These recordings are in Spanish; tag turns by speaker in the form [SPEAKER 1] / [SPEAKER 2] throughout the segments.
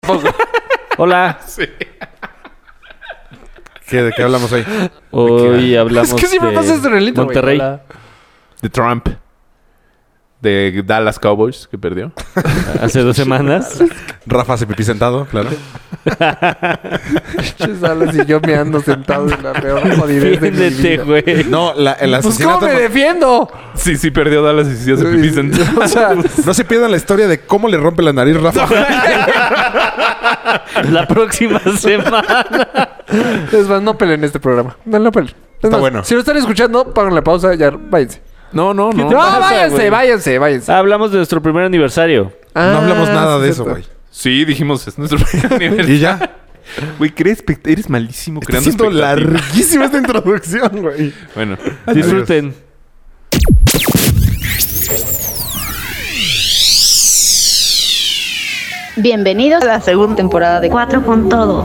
[SPEAKER 1] Pues,
[SPEAKER 2] Hola.
[SPEAKER 1] sí.
[SPEAKER 3] ¿Qué, ¿De qué hablamos hoy?
[SPEAKER 2] Hoy hablamos
[SPEAKER 1] Es que siempre
[SPEAKER 2] de
[SPEAKER 1] pasa este relito, güey.
[SPEAKER 2] Monterrey.
[SPEAKER 1] Hola.
[SPEAKER 3] De Trump. De Dallas Cowboys, que perdió.
[SPEAKER 2] Hace dos semanas.
[SPEAKER 3] Rafa se pipí sentado, claro.
[SPEAKER 1] Pinches alas y yo me ando sentado en la peor jodidez de mi
[SPEAKER 2] Defiéndete,
[SPEAKER 1] vida.
[SPEAKER 2] este güey.
[SPEAKER 3] No, la, el
[SPEAKER 1] Pues
[SPEAKER 3] asesinato...
[SPEAKER 1] ¿cómo me defiendo?
[SPEAKER 3] Sí, sí, perdió Dallas y sí hace pipí sentado.
[SPEAKER 1] o sea,
[SPEAKER 3] No se pierdan la historia de cómo le rompe la nariz Rafa.
[SPEAKER 2] La próxima semana.
[SPEAKER 1] es más, no peleen este programa. No lo peleen. Es
[SPEAKER 3] Está
[SPEAKER 1] más,
[SPEAKER 3] bueno.
[SPEAKER 1] Si lo están escuchando, pagan la pausa, ya váyanse.
[SPEAKER 3] No, no,
[SPEAKER 1] No,
[SPEAKER 3] no.
[SPEAKER 2] pasa,
[SPEAKER 1] váyanse,
[SPEAKER 2] güey?
[SPEAKER 1] váyanse, váyanse,
[SPEAKER 2] Ah, hablamos de nuestro primer aniversario.
[SPEAKER 1] Ah,
[SPEAKER 3] No hablamos nada de eso,
[SPEAKER 1] güey.
[SPEAKER 3] güey.
[SPEAKER 4] Sí, dijimos, es nuestro primer
[SPEAKER 3] Y
[SPEAKER 4] aniversario.
[SPEAKER 3] ya.
[SPEAKER 4] Güey, ¿crees? expect- Eres malísimo
[SPEAKER 3] Está
[SPEAKER 4] creando
[SPEAKER 3] siendo
[SPEAKER 4] expectativas.
[SPEAKER 3] larguísima esta introducción, güey.
[SPEAKER 4] Bueno,
[SPEAKER 2] Disfruten.
[SPEAKER 1] Este
[SPEAKER 5] Bienvenidos a la segunda temporada de Cuatro con Todo.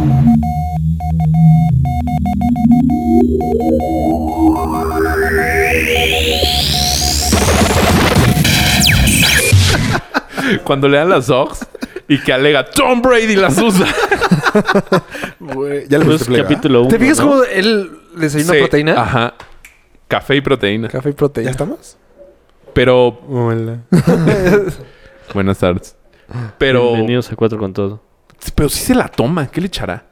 [SPEAKER 4] cuando le dan las OGS y que alega Tom Brady las usa.
[SPEAKER 3] Güey, Ya le
[SPEAKER 2] Pues,
[SPEAKER 3] pusiste play, ¿verdad?
[SPEAKER 2] capítulo 1.
[SPEAKER 1] ¿Te fijas cómo él desayuna
[SPEAKER 4] Sí, Ah.
[SPEAKER 1] proteína?
[SPEAKER 4] Ajá. Café y proteína.
[SPEAKER 1] Café y proteína.
[SPEAKER 3] ¿Ya estamos?
[SPEAKER 4] Pero,
[SPEAKER 3] Hola.
[SPEAKER 4] buenas tardes. Pero,
[SPEAKER 2] Bienvenidos a Cuatro con Todo.
[SPEAKER 4] pero sí se la toma. ¿Qué le echará?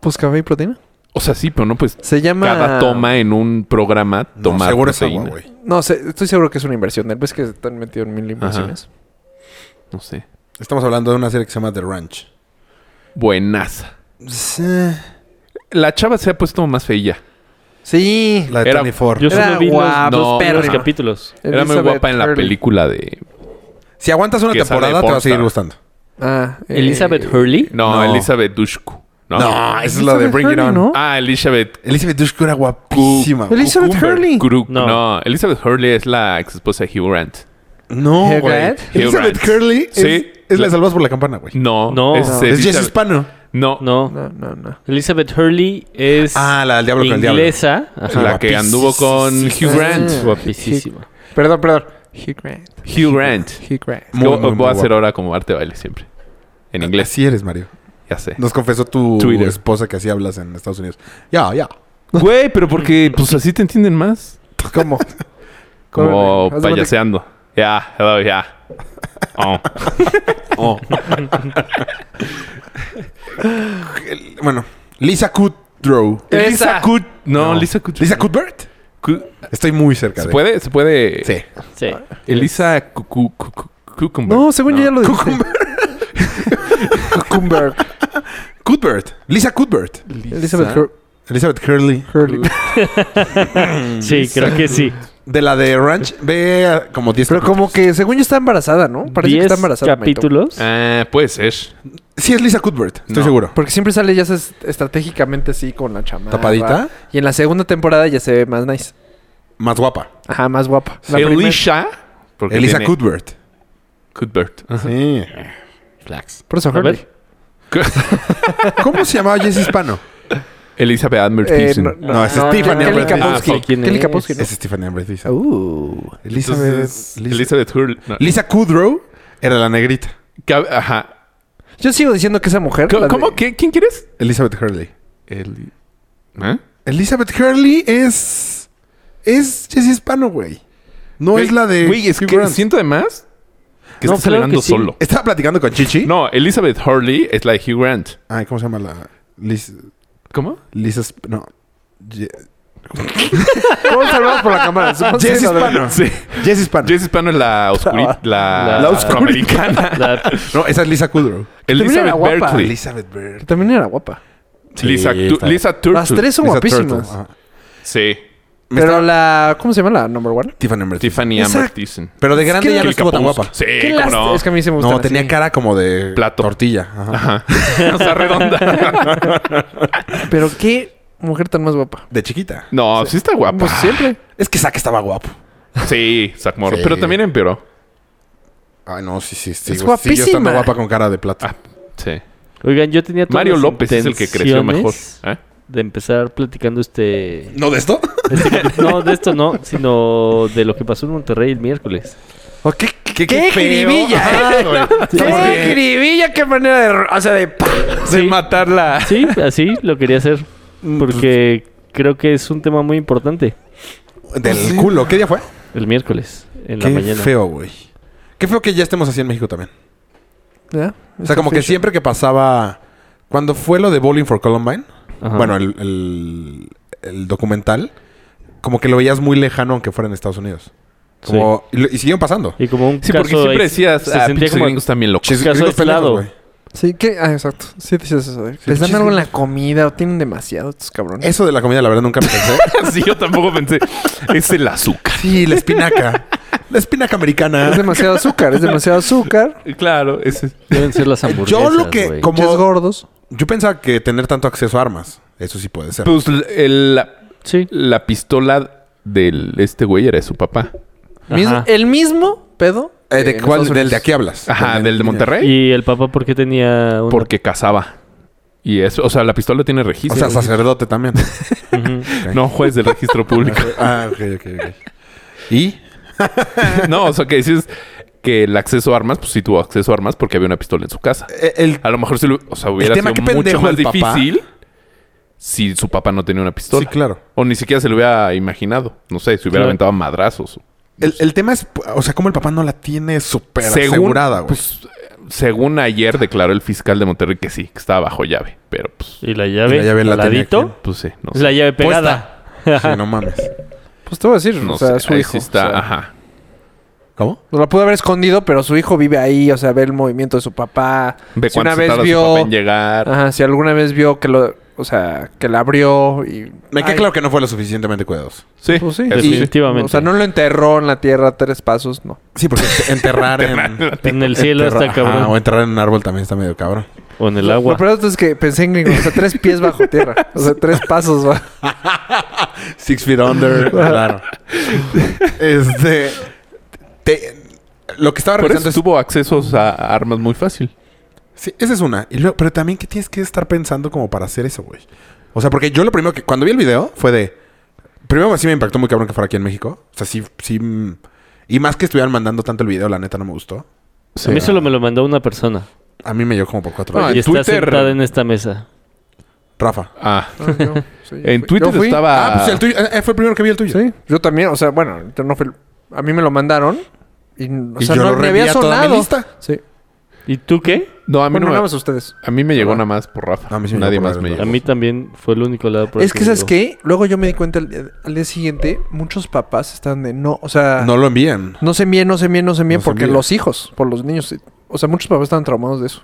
[SPEAKER 1] Pues café y proteína.
[SPEAKER 4] O sea, sí, pero no pues
[SPEAKER 1] Se llama.
[SPEAKER 4] cada toma en un programa
[SPEAKER 3] No,
[SPEAKER 4] tomar
[SPEAKER 3] seguro es
[SPEAKER 4] proteína.
[SPEAKER 3] agua, güey.
[SPEAKER 1] No sé, estoy seguro que es una inversión. ¿no? ¿Ves que están metidos en mil inversiones?
[SPEAKER 4] no sé.
[SPEAKER 3] Estamos hablando de una serie que se llama The Ranch.
[SPEAKER 4] Buenaza. La chava se ha puesto más feilla.
[SPEAKER 1] Sí.
[SPEAKER 3] La de
[SPEAKER 4] Era-
[SPEAKER 3] Tony Ford.
[SPEAKER 2] Yo
[SPEAKER 1] Era
[SPEAKER 2] solo vi
[SPEAKER 1] guapa,
[SPEAKER 2] los,
[SPEAKER 4] no,
[SPEAKER 2] dos primeros
[SPEAKER 4] no.
[SPEAKER 2] capítulos.
[SPEAKER 4] Era muy
[SPEAKER 1] Elizabeth
[SPEAKER 4] guapa en la
[SPEAKER 1] Hurley.
[SPEAKER 4] película de...
[SPEAKER 3] Si aguantas una
[SPEAKER 4] Que sale
[SPEAKER 3] temporada, te va a seguir
[SPEAKER 4] Pornstar.
[SPEAKER 3] gustando.
[SPEAKER 1] Ah, eh,
[SPEAKER 2] Elizabeth Hurley.
[SPEAKER 4] No,
[SPEAKER 3] No.
[SPEAKER 4] Elizabeth Dushku. No.
[SPEAKER 3] esa
[SPEAKER 1] Elizabeth Hurley, ¿no?
[SPEAKER 4] Ah, Elizabeth
[SPEAKER 3] Elizabeth Dushku era guapísima. güey.
[SPEAKER 1] Elizabeth
[SPEAKER 3] Cucumber.
[SPEAKER 1] Hurley.
[SPEAKER 4] Crook.
[SPEAKER 2] No.
[SPEAKER 4] No. Elizabeth Hurley es la ex esposa de Hugh Grant.
[SPEAKER 3] No,
[SPEAKER 1] Hugh
[SPEAKER 3] güey.
[SPEAKER 1] Grant.
[SPEAKER 3] Elizabeth
[SPEAKER 4] Hugh Grant.
[SPEAKER 3] Hurley es,
[SPEAKER 4] Sí.
[SPEAKER 3] es la salvas por la campana, güey.
[SPEAKER 4] No,
[SPEAKER 2] No.
[SPEAKER 4] Es,
[SPEAKER 2] No.
[SPEAKER 4] Elizabeth-
[SPEAKER 3] Es Jess Hispano.
[SPEAKER 4] No,
[SPEAKER 2] No.
[SPEAKER 1] No, no, no.
[SPEAKER 2] Elizabeth Hurley es
[SPEAKER 3] Ah, la del diablo con el diablo.
[SPEAKER 2] inglesa. Ajá.
[SPEAKER 4] la que
[SPEAKER 3] Guapísima.
[SPEAKER 4] anduvo con Hugh Grant.
[SPEAKER 1] Ah.
[SPEAKER 2] Guapísima.
[SPEAKER 1] Perdón, perdón. Hugh Grant.
[SPEAKER 4] Hugh Grant.
[SPEAKER 1] Hugh Grant.
[SPEAKER 3] Muy,
[SPEAKER 4] Yo
[SPEAKER 3] muy, muy
[SPEAKER 4] voy a hacer
[SPEAKER 3] guapa.
[SPEAKER 4] ahora como arte baile siempre. En inglés,
[SPEAKER 3] Así eres, Mario.
[SPEAKER 4] ya sé.
[SPEAKER 3] Nos confesó tu
[SPEAKER 4] Twitter.
[SPEAKER 3] esposa que así hablas en Estados Unidos. Ya, ya.
[SPEAKER 4] Güey, pero porque pues así te entienden más.
[SPEAKER 1] ¿Cómo?
[SPEAKER 4] Como
[SPEAKER 1] Haz de cuenta que-
[SPEAKER 4] payaseando. Ya, hello, ya. Oh.
[SPEAKER 3] Oh. El- bueno, Lisa Kudrow.
[SPEAKER 1] Esa.
[SPEAKER 4] Lisa Kut... No,
[SPEAKER 3] No.
[SPEAKER 4] Lisa Kut...
[SPEAKER 3] Lisa Cuthbert.
[SPEAKER 4] Kut-
[SPEAKER 3] Estoy muy cerca
[SPEAKER 4] ¿Se
[SPEAKER 3] de.
[SPEAKER 4] puede? ¿Se puede?
[SPEAKER 3] Sí.
[SPEAKER 2] Sí.
[SPEAKER 4] Elisa Cucu- Cucu- Cucumber.
[SPEAKER 1] No, según yo ya lo dije. Cucumber.
[SPEAKER 3] Cuthbert. Lisa Cuthbert.
[SPEAKER 1] Elizabeth Hur-
[SPEAKER 3] Elizabeth Hurley.
[SPEAKER 1] Hurley.
[SPEAKER 2] Sí, creo que sí.
[SPEAKER 3] De la de Ranch. Ve a- como 10
[SPEAKER 1] Pero como que según yo está embarazada, ¿no? Parece que
[SPEAKER 2] Diez
[SPEAKER 1] está embarazada. Maito.
[SPEAKER 2] capítulos.
[SPEAKER 4] Ah, puede ser.
[SPEAKER 3] Sí, es Lisa Cuthbert. Estoy
[SPEAKER 4] No.
[SPEAKER 3] seguro.
[SPEAKER 1] Porque siempre sale ya sabes, estratégicamente así con la chamada.
[SPEAKER 3] ¿Tapadita?
[SPEAKER 1] Y en la segunda temporada ya se ve más nice.
[SPEAKER 3] Más guapa.
[SPEAKER 1] Ajá, más guapa. La primer-
[SPEAKER 4] Elisha. porque
[SPEAKER 3] Elisa
[SPEAKER 4] tiene-
[SPEAKER 3] Cuthbert.
[SPEAKER 4] Cuthbert.
[SPEAKER 3] Sí.
[SPEAKER 1] Por eso,
[SPEAKER 2] A
[SPEAKER 1] Hurley.
[SPEAKER 2] ver.
[SPEAKER 3] ¿Cómo se llamaba Jess Hispano?
[SPEAKER 4] Elizabeth Admer
[SPEAKER 1] Eh,
[SPEAKER 4] Thiessen.
[SPEAKER 3] No, es Stephanie
[SPEAKER 1] Kelly
[SPEAKER 3] Amber
[SPEAKER 1] Kapowski.
[SPEAKER 4] Thiessen.
[SPEAKER 2] Ah, ¿quién
[SPEAKER 1] Kelly
[SPEAKER 2] es?
[SPEAKER 1] Kapowski, ¿no?
[SPEAKER 3] Es Stephanie Amber Thiessen.
[SPEAKER 1] Uh.
[SPEAKER 3] Elizabeth. Lisa,
[SPEAKER 4] Elizabeth Hurley. no.
[SPEAKER 3] Lisa Kudrow era la negrita.
[SPEAKER 4] Cab- Ajá.
[SPEAKER 1] Yo sigo diciendo que esa mujer.
[SPEAKER 4] ¿Cómo?
[SPEAKER 1] la de-
[SPEAKER 4] cómo? ¿Qué- ¿Quién quieres?
[SPEAKER 3] Elizabeth Hurley.
[SPEAKER 4] El... ¿Eh?
[SPEAKER 3] Elizabeth Hurley es. Es Jess Hispano, güey. No es la de.
[SPEAKER 4] Güey, es que
[SPEAKER 3] Hugh Grant.
[SPEAKER 4] siento además que
[SPEAKER 2] No,
[SPEAKER 4] estás
[SPEAKER 2] claro
[SPEAKER 4] hablando
[SPEAKER 2] que sí.
[SPEAKER 4] solo.
[SPEAKER 3] Estaba platicando con Chichi.
[SPEAKER 4] No, Elizabeth Hurley es la de Hugh Grant.
[SPEAKER 3] Ay, ¿cómo se llama la. Liz.
[SPEAKER 4] ¿Cómo?
[SPEAKER 3] Lisa. Sp- No. Je-
[SPEAKER 1] ¿Cómo salvamos por la cámara? Somos
[SPEAKER 3] Jess
[SPEAKER 1] seis, la verdad.
[SPEAKER 3] Hispano.
[SPEAKER 4] Sí.
[SPEAKER 3] Jess Hispano.
[SPEAKER 4] Jess Hispano es la oscurita. La,
[SPEAKER 2] La
[SPEAKER 4] afroamericana.
[SPEAKER 2] La-
[SPEAKER 3] No, esa es Lisa Kudrow.
[SPEAKER 1] También era
[SPEAKER 4] Elizabeth
[SPEAKER 1] guapa.
[SPEAKER 4] Berkley.
[SPEAKER 3] Elizabeth Bird.
[SPEAKER 1] También era guapa.
[SPEAKER 4] Lisa,
[SPEAKER 3] Sí,
[SPEAKER 4] Tu-
[SPEAKER 3] está-
[SPEAKER 4] Lisa Turtle.
[SPEAKER 1] Las tres son
[SPEAKER 3] Lisa
[SPEAKER 1] guapísimas.
[SPEAKER 3] Turtle, ajá.
[SPEAKER 4] Sí.
[SPEAKER 3] Me
[SPEAKER 1] Pero
[SPEAKER 3] estaba-
[SPEAKER 1] la. ¿Cómo se llama la number one?
[SPEAKER 3] Tiffany Amber. Thiessen.
[SPEAKER 4] Tiffany
[SPEAKER 1] Esa-
[SPEAKER 4] Amber Thiessen.
[SPEAKER 3] Pero de grande
[SPEAKER 1] que
[SPEAKER 3] ya no
[SPEAKER 4] Kelly
[SPEAKER 3] estuvo tan
[SPEAKER 4] Kapowski.
[SPEAKER 3] guapa.
[SPEAKER 4] Sí,
[SPEAKER 1] Qué
[SPEAKER 4] Eh, cómo
[SPEAKER 1] lástima.
[SPEAKER 4] no.
[SPEAKER 1] Es que a mí se me gusta.
[SPEAKER 3] No, tenía cara como de
[SPEAKER 4] Plato.
[SPEAKER 3] tortilla. Ajá.
[SPEAKER 4] O sea, redonda.
[SPEAKER 1] Pero qué mujer tan más guapa.
[SPEAKER 3] De chiquita.
[SPEAKER 4] No, sí, está guapa.
[SPEAKER 1] Pues siempre.
[SPEAKER 3] Es que Zack estaba guapo.
[SPEAKER 4] Sí, Zac Morro.
[SPEAKER 3] Sí.
[SPEAKER 4] Pero también empeoró.
[SPEAKER 3] Ay, no, sí, sí. sí
[SPEAKER 1] Es
[SPEAKER 3] güey. Siguió estando
[SPEAKER 1] guapísima.
[SPEAKER 3] guapa con cara de plato.
[SPEAKER 4] Ah, sí.
[SPEAKER 2] Oigan, yo tenía todas
[SPEAKER 4] Mario
[SPEAKER 2] las
[SPEAKER 4] López es el que creció mejor.
[SPEAKER 2] intenciones
[SPEAKER 4] ¿eh?
[SPEAKER 2] De empezar platicando este...
[SPEAKER 3] ¿No de esto?
[SPEAKER 2] este- No, de esto no, sino de lo que pasó en Monterrey el miércoles.
[SPEAKER 1] ¿O Oh, qué, qué
[SPEAKER 4] ¿Qué,
[SPEAKER 1] jiribilla, ¿eh?
[SPEAKER 4] Ay, güey.
[SPEAKER 1] ¡Qué gribilla! ¡Qué manera de... ro- O sea, de... ¡pa!
[SPEAKER 4] De matarla.
[SPEAKER 2] Sí, así lo quería hacer. Porque creo que es un tema muy importante.
[SPEAKER 3] Del culo. ¿Qué día fue?
[SPEAKER 2] El miércoles, en la
[SPEAKER 3] Qué
[SPEAKER 2] mañana.
[SPEAKER 3] feo, güey. Qué feo que ya estemos así en México también.
[SPEAKER 1] ¿Ya?
[SPEAKER 3] O sea, como que siempre que pasaba... Cuando fue lo de Bowling for Columbine,
[SPEAKER 2] Ajá.
[SPEAKER 3] bueno, el, el- el documental, como que lo veías muy lejano aunque fuera en Estados Unidos.
[SPEAKER 2] Sí.
[SPEAKER 3] Como, y, lo- y siguieron pasando.
[SPEAKER 2] Y como un
[SPEAKER 4] Sí, porque
[SPEAKER 2] caso
[SPEAKER 4] siempre
[SPEAKER 2] ahí-
[SPEAKER 4] decías,
[SPEAKER 2] se sentía
[SPEAKER 4] ah, pinches
[SPEAKER 2] como
[SPEAKER 4] gringos también locos.
[SPEAKER 3] Chis-
[SPEAKER 2] caso
[SPEAKER 3] gringos
[SPEAKER 2] aislado.
[SPEAKER 3] pendejos, güey.
[SPEAKER 1] Sí, que... Ah, exacto. Sí dices eso. güey. Les dan
[SPEAKER 3] Sí,
[SPEAKER 1] algo en
[SPEAKER 3] sí.
[SPEAKER 1] la comida o tienen demasiado estos cabrones.
[SPEAKER 3] Eso de la comida, la verdad, nunca me pensé.
[SPEAKER 4] sí, yo tampoco pensé. Es el azúcar.
[SPEAKER 3] sí, la espinaca. la espinaca
[SPEAKER 1] Es
[SPEAKER 3] americana.
[SPEAKER 1] demasiado azúcar, es demasiado azúcar.
[SPEAKER 4] Claro, ese es.
[SPEAKER 2] Deben ser las hamburguesas,
[SPEAKER 3] Yo lo que...
[SPEAKER 2] güey.
[SPEAKER 1] Muchos
[SPEAKER 3] Como,
[SPEAKER 1] gordos.
[SPEAKER 3] yo pensaba que tener tanto acceso a armas, eso sí puede ser.
[SPEAKER 4] Pues el- la,
[SPEAKER 2] Sí.
[SPEAKER 4] la pistola del este güey era de su papá.
[SPEAKER 1] Mismo- el mismo pedo.
[SPEAKER 3] Eh,
[SPEAKER 1] que
[SPEAKER 3] ¿De
[SPEAKER 1] en
[SPEAKER 3] cuál?
[SPEAKER 1] Estados
[SPEAKER 3] Del de
[SPEAKER 1] Unidos.
[SPEAKER 3] aquí hablas.
[SPEAKER 4] Ajá, del de Monterrey.
[SPEAKER 2] ¿Y el papá por qué tenía una-
[SPEAKER 4] Porque cazaba. Y eso, o sea, la pistola tiene
[SPEAKER 3] O
[SPEAKER 4] registro.
[SPEAKER 3] sea, sacerdote también.
[SPEAKER 2] Ujú.
[SPEAKER 4] no juez del registro público.
[SPEAKER 3] ah, ok, ok, ok. ¿Y?
[SPEAKER 4] no, o sea, que dices que el acceso a armas, pues sí tuvo acceso a armas porque había una pistola en su casa.
[SPEAKER 3] Eh, El,
[SPEAKER 4] A lo mejor si lo- o sea, hubiera
[SPEAKER 3] tema,
[SPEAKER 4] sido
[SPEAKER 3] qué
[SPEAKER 4] mucho
[SPEAKER 3] pendejo
[SPEAKER 4] más
[SPEAKER 3] el papá.
[SPEAKER 4] difícil si su papá no tenía una pistola.
[SPEAKER 3] Sí, claro.
[SPEAKER 4] O ni siquiera se lo hubiera imaginado. No sé, si
[SPEAKER 2] Claro.
[SPEAKER 4] hubiera aventado a madrazos.
[SPEAKER 3] el, el tema es, o sea, cómo el papá no la tiene súper
[SPEAKER 4] Según-
[SPEAKER 3] asegurada, güey.
[SPEAKER 4] Pues, según ayer declaró el fiscal de Monterrey que sí, que estaba bajo llave. Pero pues,
[SPEAKER 2] Y la llave.
[SPEAKER 3] La llave la
[SPEAKER 2] al
[SPEAKER 3] tenía
[SPEAKER 2] ladito.
[SPEAKER 4] pues sí, no
[SPEAKER 2] Es
[SPEAKER 4] sé.
[SPEAKER 2] la llave pegada.
[SPEAKER 3] Sí, no mames.
[SPEAKER 1] Pues te voy a decir,
[SPEAKER 4] No
[SPEAKER 1] o sea,
[SPEAKER 4] sé,
[SPEAKER 1] su
[SPEAKER 4] ahí
[SPEAKER 1] hijo.
[SPEAKER 4] sí está,
[SPEAKER 1] o sea,
[SPEAKER 4] ajá.
[SPEAKER 3] ¿Cómo?
[SPEAKER 1] Lo pudo haber escondido, pero su hijo vive ahí, o sea, ve el movimiento de su papá.
[SPEAKER 4] Ve
[SPEAKER 1] si una
[SPEAKER 4] cuánto se
[SPEAKER 1] vez
[SPEAKER 4] tarda su
[SPEAKER 1] vio.
[SPEAKER 4] papá en llegar.
[SPEAKER 2] Ah,
[SPEAKER 1] Ajá, si alguna vez vio que lo. O sea, que la abrió y.
[SPEAKER 3] Me queda
[SPEAKER 1] Ay,
[SPEAKER 3] claro que no fue lo suficientemente cuidadoso.
[SPEAKER 4] Sí,
[SPEAKER 1] Pues sí.
[SPEAKER 4] eso
[SPEAKER 1] Y-
[SPEAKER 4] sí.
[SPEAKER 2] Definitivamente.
[SPEAKER 1] O sea, no lo enterró en la tierra tres pasos, no.
[SPEAKER 3] Sí, porque ent- enterrar en...
[SPEAKER 2] En el cielo está
[SPEAKER 3] enterrar- ajá,
[SPEAKER 2] cabrón.
[SPEAKER 3] o enterrar en un árbol también está medio cabrón.
[SPEAKER 2] O en el agua.
[SPEAKER 1] Lo peor es que pensé en gringo, o sea, tres pies bajo tierra. O sea, tres pasos. va.
[SPEAKER 3] Six feet under. claro. Este... te- lo que estaba
[SPEAKER 4] Por eso
[SPEAKER 3] revisando es...
[SPEAKER 4] tuvo accesos a a armas muy fácil.
[SPEAKER 3] Sí, esa es una. Y luego- pero también, ¿qué tienes que estar pensando como para hacer eso, güey? O sea, porque yo lo primero que... Cuando vi el video fue de... Primero sí me impactó muy cabrón que fuera aquí en México. O sea, sí... sí mm, y más que estuvieran mandando tanto el video, la neta no me gustó.
[SPEAKER 2] A mí solo me lo mandó una persona.
[SPEAKER 3] A mí me dio como por cuatro
[SPEAKER 4] No,
[SPEAKER 3] veces.
[SPEAKER 2] y
[SPEAKER 4] en
[SPEAKER 2] está
[SPEAKER 4] Twitter-
[SPEAKER 2] sentada Ah, en esta mesa.
[SPEAKER 3] Rafa.
[SPEAKER 4] Ah,
[SPEAKER 1] Yo
[SPEAKER 4] en Twitter
[SPEAKER 1] fui.
[SPEAKER 4] estaba...
[SPEAKER 3] Ah, pues el tuyo. eh, eh, fue el primero que vi el tuyo.
[SPEAKER 1] Sí, yo también, o sea, bueno, yo no fui- a mí me lo mandaron y, o
[SPEAKER 3] Y
[SPEAKER 1] sea,
[SPEAKER 3] yo
[SPEAKER 1] no
[SPEAKER 3] lo
[SPEAKER 1] me
[SPEAKER 3] reenvié
[SPEAKER 1] había
[SPEAKER 3] a toda mi
[SPEAKER 1] sonado.
[SPEAKER 3] lista.
[SPEAKER 1] Sí.
[SPEAKER 2] ¿Y tú qué?
[SPEAKER 4] No, a mí
[SPEAKER 1] bueno,
[SPEAKER 4] no
[SPEAKER 1] nada
[SPEAKER 4] me...
[SPEAKER 1] más ustedes.
[SPEAKER 4] A mí me llegó
[SPEAKER 1] Ah.
[SPEAKER 4] nada más por Rafa.
[SPEAKER 3] A mí sí me
[SPEAKER 4] Nadie
[SPEAKER 3] llegó por
[SPEAKER 4] más me
[SPEAKER 3] Rafa.
[SPEAKER 4] llegó.
[SPEAKER 2] A mí también fue el único lado por el
[SPEAKER 1] Es que, ¿sabes
[SPEAKER 2] me llegó.
[SPEAKER 1] qué? Luego yo me di cuenta el, al día siguiente, muchos papás están de no, o sea,
[SPEAKER 3] No lo envían.
[SPEAKER 1] no se envíen, no se envíen, no se envíen,
[SPEAKER 3] No se
[SPEAKER 1] porque
[SPEAKER 3] envíen.
[SPEAKER 1] los hijos, por los niños, o sea, muchos papás estaban traumados de eso.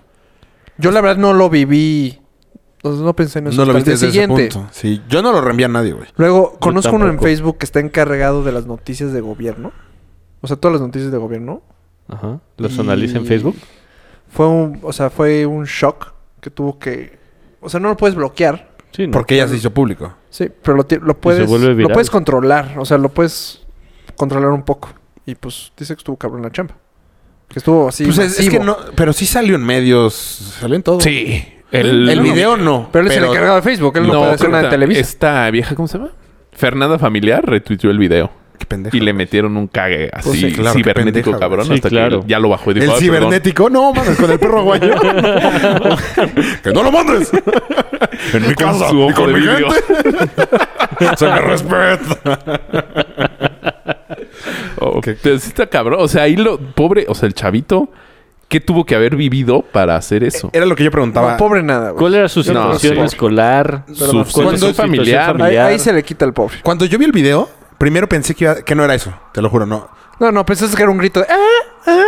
[SPEAKER 1] Yo la verdad no lo viví, entonces no pensé en eso.
[SPEAKER 3] No lo
[SPEAKER 1] hasta el
[SPEAKER 3] viste
[SPEAKER 1] día
[SPEAKER 3] desde
[SPEAKER 1] siguiente.
[SPEAKER 3] ese punto. Sí. Yo no lo reenvié a nadie, güey.
[SPEAKER 1] Luego, conozco uno en
[SPEAKER 2] tampoco.
[SPEAKER 1] Facebook que está encargado de las noticias de gobierno. O sea, todas las noticias de gobierno.
[SPEAKER 2] Ajá. ¿Los
[SPEAKER 1] Y-
[SPEAKER 2] analiza en Facebook?
[SPEAKER 1] Fue un, o sea, fue un shock que tuvo que... O sea, no lo puedes bloquear.
[SPEAKER 2] Sí, no.
[SPEAKER 3] Porque ya se hizo público.
[SPEAKER 1] Sí, pero lo, ti- lo puedes...
[SPEAKER 2] vuelve
[SPEAKER 1] Lo
[SPEAKER 2] viral.
[SPEAKER 1] puedes controlar. O sea, lo puedes controlar un poco. Y pues dice que estuvo cabrón la chamba. Que estuvo así
[SPEAKER 3] pues es, es que
[SPEAKER 1] masivo.
[SPEAKER 3] no. Pero sí salió en medios. Salió en todo.
[SPEAKER 4] Sí.
[SPEAKER 3] El,
[SPEAKER 4] El,
[SPEAKER 3] video no.
[SPEAKER 1] Pero él es el encargado de Facebook. Él no, puede hacer
[SPEAKER 4] pero
[SPEAKER 1] nada de
[SPEAKER 4] esta-
[SPEAKER 1] televisión.
[SPEAKER 4] Esta vieja, ¿cómo se llama? Fernanda Familiar retuiteó el video.
[SPEAKER 3] Qué pendejo.
[SPEAKER 4] Y le metieron un cague así
[SPEAKER 3] sí, claro, qué
[SPEAKER 4] cibernético
[SPEAKER 3] pendeja,
[SPEAKER 4] cabrón
[SPEAKER 2] güey. Sí,
[SPEAKER 4] hasta
[SPEAKER 2] claro.
[SPEAKER 4] que ya lo bajó y dijo,
[SPEAKER 3] el
[SPEAKER 4] "Ah, perdón".
[SPEAKER 3] cibernético, no mames, con el perro guayo. que no lo mandes. En mi
[SPEAKER 4] Con
[SPEAKER 3] casa,
[SPEAKER 4] su
[SPEAKER 3] y
[SPEAKER 4] ojo
[SPEAKER 3] con
[SPEAKER 4] de
[SPEAKER 3] mi
[SPEAKER 4] vidrio.
[SPEAKER 3] gente. Se me respeta.
[SPEAKER 4] Oh, pero sí está cabrón. O sea, ahí lo... Pobre... O sea, el chavito... ¿Qué tuvo que haber vivido para hacer eso?
[SPEAKER 3] Era lo que yo preguntaba.
[SPEAKER 1] No, pobre nada, güey.
[SPEAKER 2] ¿Cuál era su
[SPEAKER 4] No,
[SPEAKER 2] situación
[SPEAKER 4] sí.
[SPEAKER 2] escolar?
[SPEAKER 4] Su-
[SPEAKER 2] ¿Cuál es
[SPEAKER 4] cuando
[SPEAKER 2] su
[SPEAKER 4] es
[SPEAKER 2] situación
[SPEAKER 4] familiar.
[SPEAKER 1] Ahí, ahí se le quita el pobre.
[SPEAKER 3] Cuando yo vi el video, primero pensé que, iba- que no era eso. Te lo juro, no.
[SPEAKER 1] No, no, pensaste que era un grito de... ¡Ah!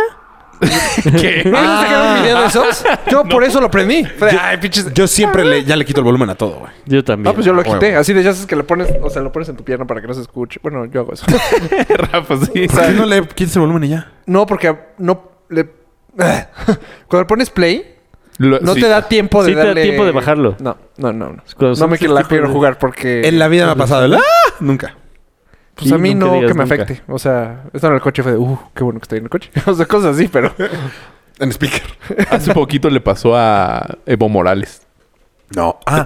[SPEAKER 3] Eh,
[SPEAKER 4] ¿Qué?
[SPEAKER 2] Ah.
[SPEAKER 1] ¿Pensaste que era un video de esos? Yo por eso lo prendí. Fue de, "Ay, pinches,
[SPEAKER 3] Yo siempre le, ya le quito el volumen a todo, güey.
[SPEAKER 2] Yo también.
[SPEAKER 1] Ah, pues yo lo
[SPEAKER 3] Huevo.
[SPEAKER 1] quité. Así de ya sabes que le pones, o sea, lo pones en tu pierna para que no se escuche. Bueno, yo hago eso.
[SPEAKER 4] Rafa, sí.
[SPEAKER 3] ¿Por qué no le quites el volumen y ya?
[SPEAKER 1] no, porque no le. Cuando le pones play,
[SPEAKER 4] Lo-
[SPEAKER 1] no
[SPEAKER 4] sí.
[SPEAKER 1] te da tiempo de
[SPEAKER 2] Sí te da
[SPEAKER 1] darle.
[SPEAKER 2] tiempo de bajarlo.
[SPEAKER 1] No, no, no. No,
[SPEAKER 2] Es cuando
[SPEAKER 1] no
[SPEAKER 2] son
[SPEAKER 1] me
[SPEAKER 2] ese
[SPEAKER 1] quiero, la
[SPEAKER 2] tipo
[SPEAKER 1] quiero
[SPEAKER 2] de-
[SPEAKER 1] jugar porque.
[SPEAKER 3] En la vida me ha pasado el ¡ah! Nunca.
[SPEAKER 1] Pues
[SPEAKER 2] Sí,
[SPEAKER 1] a mí
[SPEAKER 2] nunca
[SPEAKER 1] no que
[SPEAKER 2] digas
[SPEAKER 1] me
[SPEAKER 2] nunca.
[SPEAKER 1] afecte. O sea, estar en el coche fue de, uh, qué bueno que estoy en el coche. o sea, cosas así, pero.
[SPEAKER 3] En speaker.
[SPEAKER 4] Hace poquito le pasó a Evo Morales.
[SPEAKER 3] No. Ah,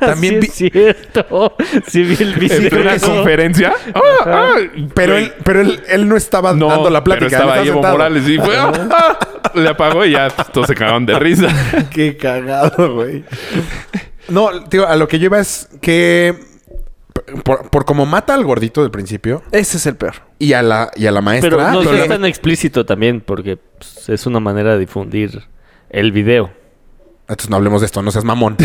[SPEAKER 3] también vi-
[SPEAKER 2] sí, es cierto. Sí vi el
[SPEAKER 4] ¿En plena
[SPEAKER 2] bicicletazo.
[SPEAKER 4] conferencia? Ah, ah,
[SPEAKER 3] Pero él, pero él, él no estaba
[SPEAKER 4] no,
[SPEAKER 3] dando la plática.
[SPEAKER 4] Pero estaba
[SPEAKER 3] él
[SPEAKER 4] ahí Evo
[SPEAKER 3] sentado.
[SPEAKER 4] Morales y fue... ah, ah, le apagó y ya todos se cagaron de risa.
[SPEAKER 3] Qué cagado, güey. No, tío, a lo que lleva es que por, por como mata al gordito del principio
[SPEAKER 1] Ese es el peor.
[SPEAKER 3] y a la, y a la maestra.
[SPEAKER 2] Pero no
[SPEAKER 3] pero
[SPEAKER 2] es
[SPEAKER 3] la-
[SPEAKER 2] tan explícito también, porque pues, es una manera de difundir el video.
[SPEAKER 3] Entonces no hablemos de esto, no seas mamón.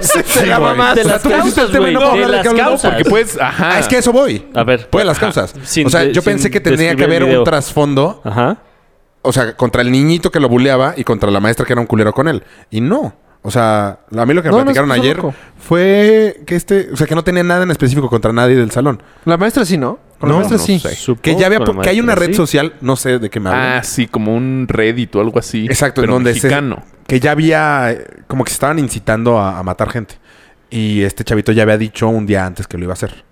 [SPEAKER 1] Se la
[SPEAKER 3] güey.
[SPEAKER 1] mamaste.
[SPEAKER 2] De las
[SPEAKER 1] Te pusiste
[SPEAKER 3] Este
[SPEAKER 2] causas,
[SPEAKER 1] el tema
[SPEAKER 2] güey.
[SPEAKER 1] y no vamos a
[SPEAKER 2] De
[SPEAKER 1] hablar de
[SPEAKER 2] las
[SPEAKER 1] Carlos, no,
[SPEAKER 2] causas.
[SPEAKER 4] Porque pues, ajá.
[SPEAKER 3] Ah, es que a eso voy.
[SPEAKER 2] A ver.
[SPEAKER 3] Pues las
[SPEAKER 4] Ajá.
[SPEAKER 3] causas.
[SPEAKER 2] Sin
[SPEAKER 3] o sea,
[SPEAKER 2] de-
[SPEAKER 3] yo pensé
[SPEAKER 2] sin
[SPEAKER 3] que tenía que
[SPEAKER 2] describir
[SPEAKER 3] haber
[SPEAKER 2] el
[SPEAKER 3] un
[SPEAKER 2] video.
[SPEAKER 3] trasfondo,
[SPEAKER 2] Ajá.
[SPEAKER 3] o sea, contra el niñito que lo buleaba y contra la maestra que era un culero con él. Y no. O sea, a mí lo que me
[SPEAKER 1] No, no,
[SPEAKER 3] platicaron
[SPEAKER 1] es que
[SPEAKER 3] ayer
[SPEAKER 1] está loco.
[SPEAKER 3] fue que este, o sea, que no tenía nada en específico contra nadie del salón.
[SPEAKER 1] La maestra sí, ¿no? Con la
[SPEAKER 3] No,
[SPEAKER 1] maestra
[SPEAKER 4] no
[SPEAKER 1] sí.
[SPEAKER 4] sé.
[SPEAKER 3] Que
[SPEAKER 2] Supongo
[SPEAKER 3] ya había,
[SPEAKER 2] con la
[SPEAKER 3] po- que hay una
[SPEAKER 2] maestra,
[SPEAKER 3] red
[SPEAKER 2] sí.
[SPEAKER 3] social, no sé de qué me hablan.
[SPEAKER 4] Ah, sí, como un Reddit o algo así.
[SPEAKER 3] Exacto,
[SPEAKER 4] pero
[SPEAKER 3] en donde se-
[SPEAKER 4] mexicano.
[SPEAKER 3] que ya había, eh, como que se estaban incitando a, a matar gente. Y este chavito ya había dicho un día antes que lo iba a hacer.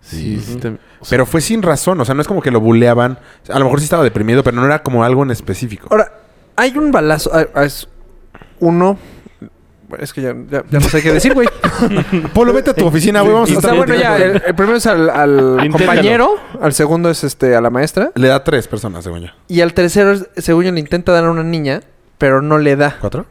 [SPEAKER 4] Sí, sí. te- o sea,
[SPEAKER 3] Pero fue sin razón, o sea, no es como que lo buleaban. A lo mejor sí estaba deprimido, pero no era como algo en específico.
[SPEAKER 1] Ahora, hay un balazo. ah, ah, es uno. Es que ya, ya- ya no sé qué decir, güey.
[SPEAKER 3] Polo, vete a tu oficina, güey, vamos a
[SPEAKER 1] o sea,
[SPEAKER 3] estar
[SPEAKER 1] bueno, ya.
[SPEAKER 3] platicando.
[SPEAKER 1] El, el primero es al, al
[SPEAKER 2] Inténtalo.
[SPEAKER 1] compañero. Al segundo es este a la maestra.
[SPEAKER 3] Le da tres personas, según yo.
[SPEAKER 1] Y al tercero, es- según yo, le intenta dar a una niña, pero no le da.
[SPEAKER 3] ¿Cuatro?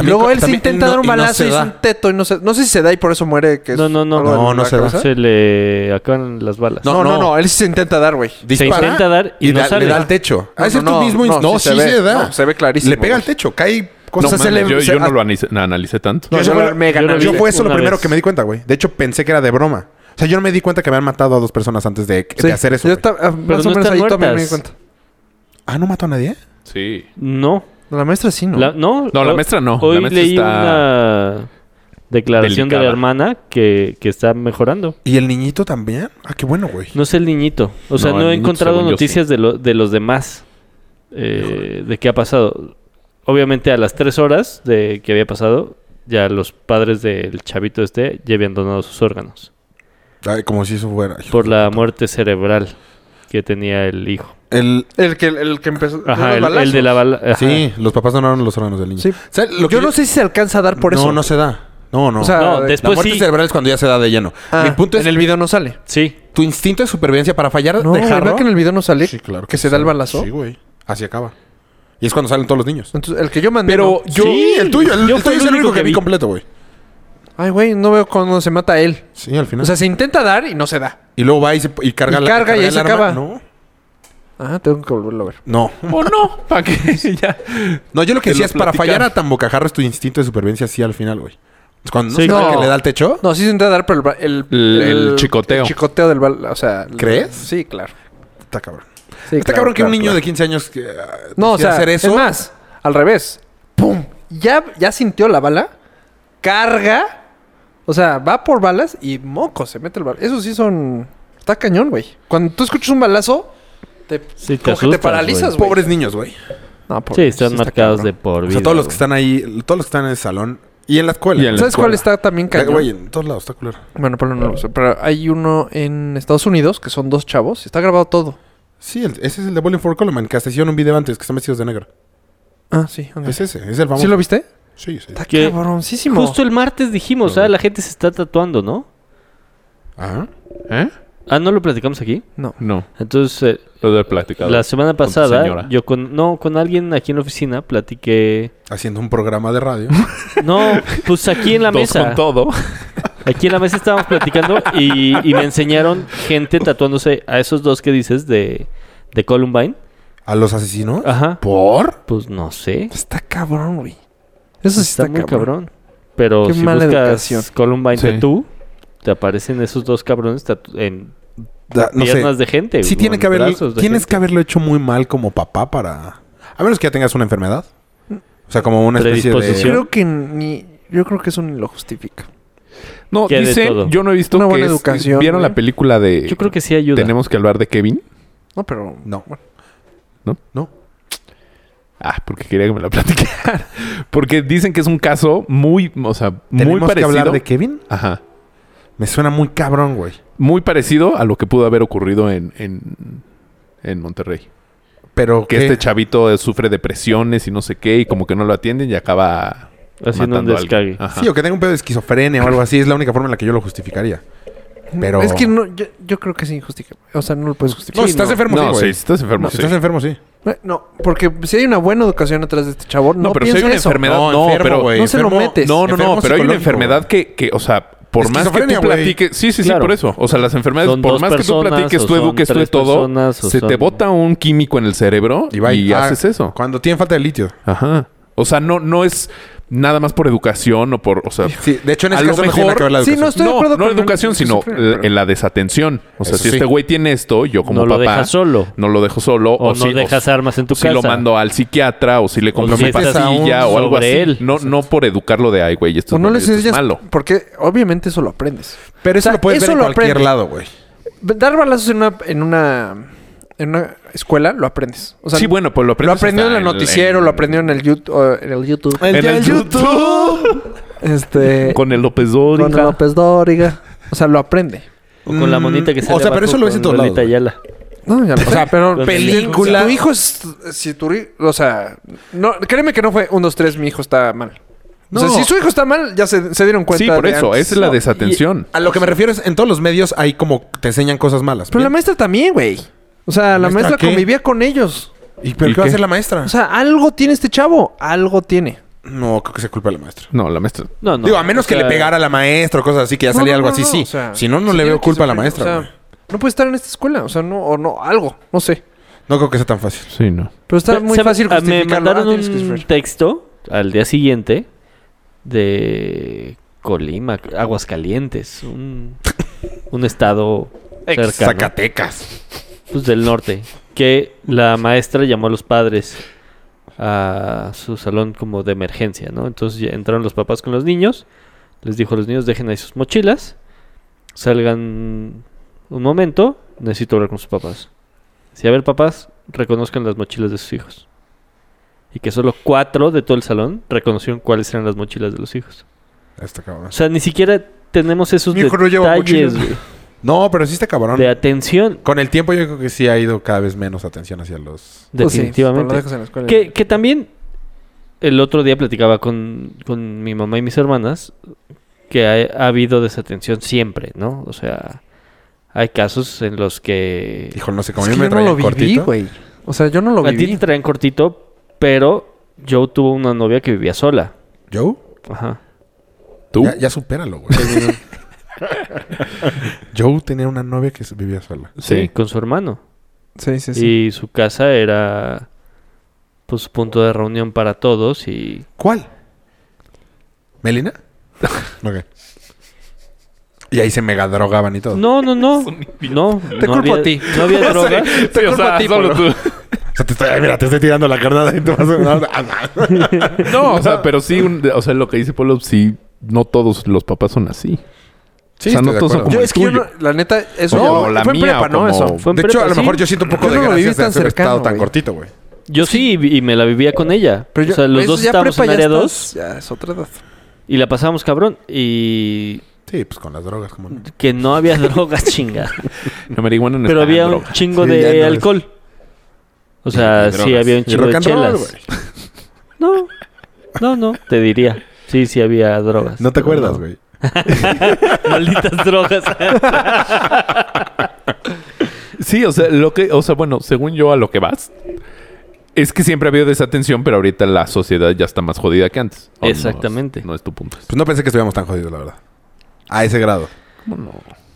[SPEAKER 1] Y luego él se intenta dar un balazo y, es un teto. Y no, sé, no sé si se da y por eso muere. Que es
[SPEAKER 2] No, no, no.
[SPEAKER 1] algo de
[SPEAKER 3] No,
[SPEAKER 1] la
[SPEAKER 3] no se da.
[SPEAKER 1] cabeza.
[SPEAKER 2] Se le acaban las balas.
[SPEAKER 1] No, no, no, Él sí se intenta dar, güey.
[SPEAKER 2] Se intenta dar y
[SPEAKER 3] y
[SPEAKER 2] no
[SPEAKER 3] da-
[SPEAKER 2] sale.
[SPEAKER 3] le da al techo.
[SPEAKER 1] No,
[SPEAKER 3] Ah,
[SPEAKER 1] no,
[SPEAKER 3] ese es tu
[SPEAKER 1] no,
[SPEAKER 3] mismo.
[SPEAKER 1] no,
[SPEAKER 3] No,
[SPEAKER 1] sí
[SPEAKER 3] sí,
[SPEAKER 1] se ve.
[SPEAKER 3] se da.
[SPEAKER 1] No, se ve clarísimo,
[SPEAKER 3] Le pega al
[SPEAKER 1] güey.
[SPEAKER 3] techo, cae
[SPEAKER 4] no
[SPEAKER 3] cosas.
[SPEAKER 1] sea, se
[SPEAKER 4] mames,
[SPEAKER 1] le-
[SPEAKER 4] yo,
[SPEAKER 1] se-
[SPEAKER 4] yo no
[SPEAKER 1] ah,
[SPEAKER 4] lo analicé, no analicé tanto.
[SPEAKER 1] No,
[SPEAKER 3] Yo
[SPEAKER 1] yo
[SPEAKER 3] solo-
[SPEAKER 1] lo- me
[SPEAKER 2] yo lo
[SPEAKER 1] gané.
[SPEAKER 2] vi.
[SPEAKER 3] Yo fue eso lo
[SPEAKER 2] Una
[SPEAKER 3] primero
[SPEAKER 2] vez.
[SPEAKER 3] que me di cuenta, güey. De hecho, pensé que era de broma. O sea, yo no me di cuenta que habían matado a dos personas antes de, de
[SPEAKER 1] Sí,
[SPEAKER 3] hacer eso.
[SPEAKER 1] Yo
[SPEAKER 3] güey.
[SPEAKER 1] ta- ah, más
[SPEAKER 2] no
[SPEAKER 1] o menos
[SPEAKER 2] están
[SPEAKER 1] ahí también me
[SPEAKER 2] muertas.
[SPEAKER 1] di cuenta.
[SPEAKER 3] Ah, ¿no mató a nadie?
[SPEAKER 4] Sí.
[SPEAKER 2] No.
[SPEAKER 1] La maestra sí, ¿no?
[SPEAKER 2] La- no,
[SPEAKER 4] No, la
[SPEAKER 2] ho-
[SPEAKER 4] maestra no. La
[SPEAKER 2] Hoy
[SPEAKER 4] maestra
[SPEAKER 2] leí
[SPEAKER 4] está
[SPEAKER 2] una declaración de
[SPEAKER 4] delicada.
[SPEAKER 2] la hermana que, que está mejorando.
[SPEAKER 3] ¿Y el niñito también? Ah, qué bueno, güey.
[SPEAKER 2] No es el niñito. O sea,
[SPEAKER 4] No,
[SPEAKER 2] no,
[SPEAKER 4] el
[SPEAKER 2] he
[SPEAKER 4] niñito,
[SPEAKER 2] encontrado
[SPEAKER 4] según yo,
[SPEAKER 2] noticias de, lo- de los demás. eh, de qué ha pasado. Obviamente a las tres horas de que había pasado, ya los padres del chavito este ya habían donado sus órganos.
[SPEAKER 3] Ay, como si eso fuera.
[SPEAKER 2] Por la muerte cerebral que tenía el hijo.
[SPEAKER 3] El...
[SPEAKER 1] El que, el que empezó.
[SPEAKER 2] Ajá, el,
[SPEAKER 1] los
[SPEAKER 2] el
[SPEAKER 1] balazos.
[SPEAKER 2] de la bala. ajá.
[SPEAKER 3] Sí, los papás donaron los órganos del niño.
[SPEAKER 1] Sí.
[SPEAKER 3] O sea, lo que
[SPEAKER 1] Yo no sé si se alcanza a dar por eso.
[SPEAKER 3] No, no se da. No, no.
[SPEAKER 1] O sea,
[SPEAKER 2] No,
[SPEAKER 1] de-
[SPEAKER 3] Ah, la
[SPEAKER 2] después
[SPEAKER 3] muerte
[SPEAKER 2] sí.
[SPEAKER 3] cerebral es cuando ya se da de lleno.
[SPEAKER 1] Ah,
[SPEAKER 3] Mi punto es
[SPEAKER 1] En el video no sale.
[SPEAKER 2] Sí.
[SPEAKER 3] tu instinto de supervivencia para fallar
[SPEAKER 1] No,
[SPEAKER 3] dejarlo.
[SPEAKER 1] ¿verdad que en el video no sale? Que, se da el
[SPEAKER 3] sí.
[SPEAKER 1] balazo.
[SPEAKER 3] Sí, güey. Así acaba. Y es cuando salen todos los niños.
[SPEAKER 1] Entonces, el que yo mandé.
[SPEAKER 3] Pero
[SPEAKER 1] no.
[SPEAKER 3] yo... Sí, el tuyo. El,
[SPEAKER 2] Yo
[SPEAKER 3] el
[SPEAKER 2] fui
[SPEAKER 3] tuyo
[SPEAKER 2] el
[SPEAKER 3] es el único
[SPEAKER 2] único
[SPEAKER 3] que
[SPEAKER 2] que
[SPEAKER 3] vi
[SPEAKER 2] vi.
[SPEAKER 3] completo, güey.
[SPEAKER 1] Ay, güey, no veo cuando se mata a él.
[SPEAKER 3] Sí, al final.
[SPEAKER 1] O sea, se intenta dar y no se da.
[SPEAKER 3] y luego va y, se, y carga
[SPEAKER 1] y
[SPEAKER 3] la
[SPEAKER 1] carga y ahí
[SPEAKER 3] el
[SPEAKER 1] se
[SPEAKER 3] arma.
[SPEAKER 1] acaba.
[SPEAKER 3] No.
[SPEAKER 1] Ah, tengo que volverlo a ver.
[SPEAKER 3] No.
[SPEAKER 4] ¿O no? ¿Para qué? ya.
[SPEAKER 3] No, yo lo
[SPEAKER 4] Te
[SPEAKER 3] que decía
[SPEAKER 4] lo
[SPEAKER 3] es para
[SPEAKER 4] platican.
[SPEAKER 3] fallar a tan bocajarro es tu instinto de supervivencia así al final, güey. Es Cuando no
[SPEAKER 2] Sí,
[SPEAKER 3] se ve
[SPEAKER 1] claro.
[SPEAKER 3] que le da el techo.
[SPEAKER 1] No, sí se intenta dar, pero el ba- el,
[SPEAKER 4] El- el chicoteo.
[SPEAKER 1] El chicoteo del bal. O sea. el-
[SPEAKER 3] ¿Crees?
[SPEAKER 1] Sí, claro.
[SPEAKER 3] Está cabrón.
[SPEAKER 1] Sí,
[SPEAKER 3] Está
[SPEAKER 1] claro,
[SPEAKER 3] cabrón que
[SPEAKER 1] claro,
[SPEAKER 3] un niño
[SPEAKER 1] claro.
[SPEAKER 3] de 15 años que, ah,
[SPEAKER 1] No, o
[SPEAKER 3] decida
[SPEAKER 1] sea,
[SPEAKER 3] hacer eso.
[SPEAKER 1] es más, al revés. ¡Pum! Ya, ya sintió la bala, carga, o sea, va por balas y moco, se mete el balazo. Eso sí son... Está cañón, güey. Cuando tú escuchas un balazo, te,
[SPEAKER 2] Sí, te
[SPEAKER 1] como que te
[SPEAKER 2] asustas,
[SPEAKER 1] paralizas, güey.
[SPEAKER 3] Pobres niños, güey.
[SPEAKER 1] No, pobre,
[SPEAKER 2] Sí, están
[SPEAKER 1] está
[SPEAKER 2] marcados
[SPEAKER 1] cabrón.
[SPEAKER 2] de por vida.
[SPEAKER 3] O sea, todos los que
[SPEAKER 2] güey.
[SPEAKER 3] están ahí, todos los que están en el salón y en la escuela.
[SPEAKER 4] Y en la
[SPEAKER 1] ¿Sabes cuál
[SPEAKER 4] escuela.
[SPEAKER 1] está también
[SPEAKER 3] Eh,
[SPEAKER 1] cañón?
[SPEAKER 3] Güey, en todos lados, está culero.
[SPEAKER 1] Bueno, pero no lo sé. Pero hay uno en Estados Unidos que son dos chavos. y Está grabado todo.
[SPEAKER 3] Sí, el- ese es el de Bowling for Coleman, que hasta hicieron un video antes, que están vestidos de negro.
[SPEAKER 1] Ah, sí. ándale.
[SPEAKER 3] Es ese, es el famoso.
[SPEAKER 1] ¿Sí lo viste?
[SPEAKER 3] Sí, sí.
[SPEAKER 1] Está
[SPEAKER 2] Que-
[SPEAKER 1] cabroncísimo.
[SPEAKER 2] Justo el martes dijimos, o sea, la gente se está tatuando, ¿no?
[SPEAKER 3] Ajá.
[SPEAKER 4] ¿Eh?
[SPEAKER 2] Ah, ¿no lo platicamos aquí?
[SPEAKER 1] No.
[SPEAKER 4] No.
[SPEAKER 2] Entonces, eh,
[SPEAKER 4] Lo de platicado.
[SPEAKER 2] la semana
[SPEAKER 4] con tu señora.
[SPEAKER 2] pasada, yo con... No, con alguien aquí en la oficina platiqué...
[SPEAKER 3] Haciendo un programa de radio.
[SPEAKER 2] No, pues aquí en la
[SPEAKER 4] Dos
[SPEAKER 2] mesa.
[SPEAKER 4] con todo.
[SPEAKER 2] Aquí en la mesa estábamos platicando y, y me enseñaron gente tatuándose a esos dos que dices de, de Columbine.
[SPEAKER 3] ¿A los asesinos?
[SPEAKER 1] Ah.
[SPEAKER 2] Ajá.
[SPEAKER 3] ¿Por?
[SPEAKER 2] Pues no sé.
[SPEAKER 1] Está cabrón, güey. Eso sí está,
[SPEAKER 2] Está muy
[SPEAKER 1] cabrón.
[SPEAKER 2] cabrón. Pero
[SPEAKER 1] Qué
[SPEAKER 2] si
[SPEAKER 1] mala
[SPEAKER 2] buscas
[SPEAKER 1] educación.
[SPEAKER 2] Columbine
[SPEAKER 4] Sí.
[SPEAKER 2] Tattoo, te aparecen esos dos cabrones tatu- en
[SPEAKER 3] Da- no sé.
[SPEAKER 2] piernas de gente.
[SPEAKER 3] Sí,
[SPEAKER 2] o
[SPEAKER 3] tiene
[SPEAKER 2] en
[SPEAKER 3] que haberlo,
[SPEAKER 2] brazos de
[SPEAKER 3] tienes
[SPEAKER 2] gente.
[SPEAKER 3] que haberlo hecho muy mal como papá para... A menos que ya tengas una enfermedad. O sea, como una especie
[SPEAKER 1] Yo
[SPEAKER 3] de...
[SPEAKER 2] Predisposición.
[SPEAKER 1] creo que ni. Yo creo que eso ni lo justifica.
[SPEAKER 4] No,
[SPEAKER 2] Que de
[SPEAKER 4] dicen...
[SPEAKER 2] todo.
[SPEAKER 4] Yo no he visto
[SPEAKER 1] Una
[SPEAKER 4] que
[SPEAKER 1] buena
[SPEAKER 4] es-
[SPEAKER 1] educación,
[SPEAKER 4] ¿Vieron
[SPEAKER 1] güey.
[SPEAKER 4] la película de...
[SPEAKER 2] Yo creo que sí ayuda.
[SPEAKER 4] Tenemos que hablar de Kevin.
[SPEAKER 1] No, pero.
[SPEAKER 3] No.
[SPEAKER 4] ¿No?
[SPEAKER 3] No.
[SPEAKER 4] Ah, porque quería que me la platicara. porque dicen que es un caso muy... O sea, muy
[SPEAKER 3] ¿Tenemos que
[SPEAKER 4] parecido...
[SPEAKER 3] hablar de Kevin?
[SPEAKER 4] Ajá.
[SPEAKER 3] Me suena muy cabrón, güey.
[SPEAKER 4] Muy parecido a lo que pudo haber ocurrido en... en... en Monterrey.
[SPEAKER 3] Pero
[SPEAKER 4] Que
[SPEAKER 3] ¿qué?
[SPEAKER 4] este chavito eh, sufre depresiones y no sé qué, y como que no lo atienden y acaba
[SPEAKER 2] haciendo un
[SPEAKER 4] matando a alguien.
[SPEAKER 2] descague.
[SPEAKER 4] Ajá.
[SPEAKER 3] Sí, o que tenga un pedo de esquizofrenia o algo así. Es la única forma en la que yo lo justificaría. Pero-
[SPEAKER 1] Es que no, yo, yo creo que es injustificable. O sea, no lo puedes justificar.
[SPEAKER 3] No, si estás enfermo, sí,
[SPEAKER 4] No, sí,
[SPEAKER 3] güey.
[SPEAKER 4] si estás enfermo,
[SPEAKER 3] No,
[SPEAKER 4] sí.
[SPEAKER 3] Si estás enfermo, sí.
[SPEAKER 1] Eh, No, porque si hay una buena educación atrás de este chavo, no,
[SPEAKER 4] No, pero si hay
[SPEAKER 1] piensa
[SPEAKER 4] una
[SPEAKER 1] eso.
[SPEAKER 4] enfermedad, no, pero-
[SPEAKER 1] No se lo metes.
[SPEAKER 4] No, no, no,
[SPEAKER 3] Enfermo
[SPEAKER 4] pero hay una
[SPEAKER 3] psicológico,
[SPEAKER 4] enfermedad que, que, o sea, por más que tú
[SPEAKER 3] Esquizofrenia, güey.
[SPEAKER 4] platiques, sí, sí, sí,
[SPEAKER 2] Claro.
[SPEAKER 4] por eso. O sea, las enfermedades,
[SPEAKER 2] Son
[SPEAKER 4] por
[SPEAKER 2] dos
[SPEAKER 4] más que
[SPEAKER 2] personas,
[SPEAKER 4] tú platiques,
[SPEAKER 2] o
[SPEAKER 4] tú
[SPEAKER 2] son
[SPEAKER 4] eduques, tú de
[SPEAKER 2] tres
[SPEAKER 4] todo,
[SPEAKER 2] personas, o
[SPEAKER 4] se te
[SPEAKER 2] son-
[SPEAKER 4] bota un químico en el cerebro y,
[SPEAKER 3] Y, va ah,
[SPEAKER 4] haces eso.
[SPEAKER 3] Cuando tiene falta de litio.
[SPEAKER 4] Ajá. O sea, no, no es nada más por educación o por, o sea,
[SPEAKER 3] Sí, de hecho, en
[SPEAKER 4] A
[SPEAKER 3] ese
[SPEAKER 4] lo
[SPEAKER 3] caso no tiene nada
[SPEAKER 4] mejor-
[SPEAKER 3] que ver la
[SPEAKER 1] Sí,
[SPEAKER 3] educación.
[SPEAKER 1] no estoy de
[SPEAKER 4] no,
[SPEAKER 1] acuerdo
[SPEAKER 4] no
[SPEAKER 1] con-
[SPEAKER 4] educación, sino
[SPEAKER 1] Sí,
[SPEAKER 4] la, en la desatención. O sea,
[SPEAKER 3] Eso
[SPEAKER 4] si
[SPEAKER 3] sí.
[SPEAKER 4] este güey tiene esto, yo como
[SPEAKER 2] No lo
[SPEAKER 4] papá
[SPEAKER 2] dejas solo.
[SPEAKER 4] no lo dejo solo
[SPEAKER 2] O no
[SPEAKER 4] si-
[SPEAKER 2] dejas
[SPEAKER 4] si-
[SPEAKER 2] armas en tu
[SPEAKER 4] o si lo
[SPEAKER 2] casa.
[SPEAKER 4] mando al psiquiatra o si le compro
[SPEAKER 2] si
[SPEAKER 4] una
[SPEAKER 2] estás
[SPEAKER 4] pastilla
[SPEAKER 2] aún
[SPEAKER 4] o algo así.
[SPEAKER 2] sobre él.
[SPEAKER 4] No, no por educarlo de ay, güey, esto,
[SPEAKER 1] O
[SPEAKER 4] es
[SPEAKER 1] Pues no
[SPEAKER 4] bueno,
[SPEAKER 1] les
[SPEAKER 4] esto es
[SPEAKER 1] enseñas.
[SPEAKER 4] malo.
[SPEAKER 1] Porque obviamente eso lo aprendes.
[SPEAKER 3] Pero eso
[SPEAKER 1] O sea,
[SPEAKER 3] lo puedes
[SPEAKER 1] eso
[SPEAKER 3] ver en
[SPEAKER 1] lo
[SPEAKER 3] cualquier
[SPEAKER 1] aprende.
[SPEAKER 3] lado, güey.
[SPEAKER 1] Dar balazos en una, en una, en una escuela lo aprendes. O sea,
[SPEAKER 4] sí, bueno, pues lo
[SPEAKER 1] lo
[SPEAKER 4] aprendes
[SPEAKER 1] aprendió en
[SPEAKER 4] hasta
[SPEAKER 1] el noticiero, lo aprendió en el YouTube. En el YouTube.
[SPEAKER 4] En el YouTube.
[SPEAKER 1] Este.
[SPEAKER 4] Con el López Dóriga.
[SPEAKER 1] con López Dóriga. O sea, lo aprende.
[SPEAKER 2] O con la
[SPEAKER 3] Mm,
[SPEAKER 2] monita que
[SPEAKER 3] o
[SPEAKER 2] sale
[SPEAKER 3] sea, pero
[SPEAKER 2] abajo
[SPEAKER 3] eso lo ves en
[SPEAKER 2] con
[SPEAKER 3] todos
[SPEAKER 2] Lolita
[SPEAKER 3] lados, güey.
[SPEAKER 2] Ayala.
[SPEAKER 1] No, ya lo O sea, pero
[SPEAKER 2] Con película.
[SPEAKER 1] Si tu hijo es. Si tu. ri- O sea. No, créeme que no fue un, dos, tres, mi hijo está mal. O
[SPEAKER 3] No.
[SPEAKER 1] sea, si su hijo está mal, ya se, se dieron cuenta.
[SPEAKER 4] Sí, por
[SPEAKER 1] de
[SPEAKER 4] eso.
[SPEAKER 1] antes.
[SPEAKER 4] Esa es la
[SPEAKER 1] No,
[SPEAKER 4] desatención.
[SPEAKER 3] A lo que me refiero es, en todos los medios hay como te enseñan cosas malas.
[SPEAKER 1] Pero la
[SPEAKER 3] Bien.
[SPEAKER 1] maestra también, güey. O sea, la
[SPEAKER 3] ¿Maestra
[SPEAKER 1] maestra
[SPEAKER 3] qué?
[SPEAKER 1] convivía con ellos.
[SPEAKER 3] ¿Y pero
[SPEAKER 4] ¿Y
[SPEAKER 3] qué va a
[SPEAKER 4] qué?
[SPEAKER 3] hacer la maestra?
[SPEAKER 1] O sea, algo tiene este chavo. Algo tiene.
[SPEAKER 3] No, creo que se culpa a la maestra.
[SPEAKER 4] No, la maestra.
[SPEAKER 2] No, no.
[SPEAKER 3] Digo, a menos
[SPEAKER 2] o
[SPEAKER 3] que
[SPEAKER 2] sea,
[SPEAKER 3] le pegara a la maestra o cosas así, que ya
[SPEAKER 1] No,
[SPEAKER 3] salía
[SPEAKER 1] no,
[SPEAKER 3] algo
[SPEAKER 1] no,
[SPEAKER 3] así,
[SPEAKER 1] no,
[SPEAKER 3] sí.
[SPEAKER 1] o sea,
[SPEAKER 3] si no, no
[SPEAKER 1] sí
[SPEAKER 3] le
[SPEAKER 1] tiene
[SPEAKER 3] veo culpa a la
[SPEAKER 1] esquizofrenia.
[SPEAKER 3] maestra,
[SPEAKER 1] O sea,
[SPEAKER 3] güey.
[SPEAKER 1] no puede estar en esta escuela. O sea, no, o no, algo. No sé.
[SPEAKER 3] No creo que sea tan fácil.
[SPEAKER 4] Sí, no.
[SPEAKER 1] Pero está muy
[SPEAKER 2] ¿sabe?
[SPEAKER 1] fácil
[SPEAKER 2] Ah, Me
[SPEAKER 1] justificarlo. Ah,
[SPEAKER 2] mandaron
[SPEAKER 1] tienes
[SPEAKER 2] un
[SPEAKER 1] esquizofrenia.
[SPEAKER 2] texto al día siguiente de Colima, Aguascalientes, un, un estado cercano.
[SPEAKER 3] Zacatecas.
[SPEAKER 2] pues, del norte, que la maestra llamó a los padres a su salón como de emergencia, ¿no? Entonces ya entraron los papás con los niños, les dijo a los niños, dejen ahí sus mochilas, salgan un momento, necesito hablar con sus papás. Si a ver, papás, reconozcan las mochilas de sus hijos. Y que solo cuatro de todo el salón reconocieron cuáles eran las mochilas de los hijos.
[SPEAKER 3] Está
[SPEAKER 2] O
[SPEAKER 3] cabrón.
[SPEAKER 2] sea, ni siquiera tenemos esos
[SPEAKER 3] Mi hijo no lleva
[SPEAKER 2] detalles
[SPEAKER 3] mochila.
[SPEAKER 2] güey,
[SPEAKER 3] No, pero sí está cabrón.
[SPEAKER 2] de atención,
[SPEAKER 3] Con el tiempo yo creo que sí ha ido cada vez menos atención hacia los...
[SPEAKER 1] Pues sí, pero
[SPEAKER 2] definitivamente.
[SPEAKER 1] lo dejas en la escuela.
[SPEAKER 2] Que, que también el otro día platicaba con, con mi mamá y mis hermanas que ha, ha habido desatención siempre, ¿no? O sea, hay casos en los que...
[SPEAKER 3] Hijo, no sé,
[SPEAKER 1] Es
[SPEAKER 3] como
[SPEAKER 1] que
[SPEAKER 3] yo me
[SPEAKER 1] yo no
[SPEAKER 3] traía
[SPEAKER 1] lo viví,
[SPEAKER 3] cortito.
[SPEAKER 1] güey. O sea, yo no lo
[SPEAKER 2] a ti te
[SPEAKER 1] viví.
[SPEAKER 2] traen cortito, pero yo tuve una novia que vivía sola.
[SPEAKER 3] Joe,
[SPEAKER 2] Ajá.
[SPEAKER 4] ¿Tú?
[SPEAKER 3] Ya, ya supéralo, güey. Joe tenía una novia que vivía sola.
[SPEAKER 2] Sí. Con su hermano.
[SPEAKER 1] Sí, sí, sí.
[SPEAKER 2] Y su casa era pues su punto de reunión para todos y
[SPEAKER 3] ¿Cuál? ¿Melina? ok. Y ahí se mega drogaban y todo.
[SPEAKER 2] no no no no te no había,
[SPEAKER 1] culpo a ti.
[SPEAKER 2] no había drogas
[SPEAKER 4] Te culpo a ti, Polo.
[SPEAKER 3] O sea, te estoy, ay, mira, te estoy tirando la carnada y te vas a... Ah,
[SPEAKER 4] No, o sea, pero sí, un- o sea, lo que dice Polo, sí, no todos los papás son así.
[SPEAKER 3] Sí,
[SPEAKER 4] O sea,
[SPEAKER 3] estoy
[SPEAKER 4] no
[SPEAKER 3] de
[SPEAKER 4] todos son
[SPEAKER 3] acuerdo.
[SPEAKER 4] como
[SPEAKER 1] Yo,
[SPEAKER 4] el
[SPEAKER 1] es que yo
[SPEAKER 4] tuyo.
[SPEAKER 1] no, la neta, eso
[SPEAKER 4] O
[SPEAKER 1] no,
[SPEAKER 4] como la
[SPEAKER 1] fue en
[SPEAKER 4] mía,
[SPEAKER 1] prepa,
[SPEAKER 4] o
[SPEAKER 1] ¿no?
[SPEAKER 4] como-
[SPEAKER 1] Eso.
[SPEAKER 2] Fue en
[SPEAKER 3] de hecho,
[SPEAKER 2] prepa,
[SPEAKER 3] a lo
[SPEAKER 2] sí.
[SPEAKER 3] mejor yo siento un poco
[SPEAKER 1] Yo
[SPEAKER 3] de
[SPEAKER 1] no lo
[SPEAKER 3] gracias
[SPEAKER 1] viví
[SPEAKER 3] de
[SPEAKER 1] tan
[SPEAKER 3] haber
[SPEAKER 1] cercano,
[SPEAKER 3] estado tan
[SPEAKER 1] güey.
[SPEAKER 3] cortito, güey.
[SPEAKER 2] Yo sí, y y me la vivía con ella.
[SPEAKER 1] Pero yo-
[SPEAKER 2] o sea, los
[SPEAKER 1] eso
[SPEAKER 2] dos
[SPEAKER 1] ya
[SPEAKER 2] estábamos
[SPEAKER 1] prepa
[SPEAKER 2] en
[SPEAKER 1] ya
[SPEAKER 2] área 2
[SPEAKER 1] estás- Ya es otra edad.
[SPEAKER 2] y la pasábamos cabrón. Y
[SPEAKER 3] Sí, pues con las drogas, como no.
[SPEAKER 2] que no había drogas, chinga.
[SPEAKER 4] La marihuana no
[SPEAKER 2] Pero
[SPEAKER 4] es tan
[SPEAKER 2] había un
[SPEAKER 4] droga.
[SPEAKER 2] chingo
[SPEAKER 3] Sí, ya
[SPEAKER 2] de
[SPEAKER 3] no es-
[SPEAKER 2] alcohol. O sea, sí
[SPEAKER 4] drogas.
[SPEAKER 2] había un
[SPEAKER 3] Y
[SPEAKER 2] chingo de chelas.
[SPEAKER 3] güey.
[SPEAKER 2] no, no, no, te diría. Sí, sí había drogas.
[SPEAKER 3] No te
[SPEAKER 2] pero
[SPEAKER 3] acuerdas, güey.
[SPEAKER 2] Malditas drogas.
[SPEAKER 4] Sí, o sea, lo que, o sea, bueno, según yo a lo que vas, es que siempre ha habido desatención, pero ahorita la sociedad ya está más jodida que antes. ¿O no?
[SPEAKER 2] Exactamente.
[SPEAKER 4] No, es tu punto.
[SPEAKER 3] Pues no pensé que estuviéramos tan jodidos, la verdad. A ese grado.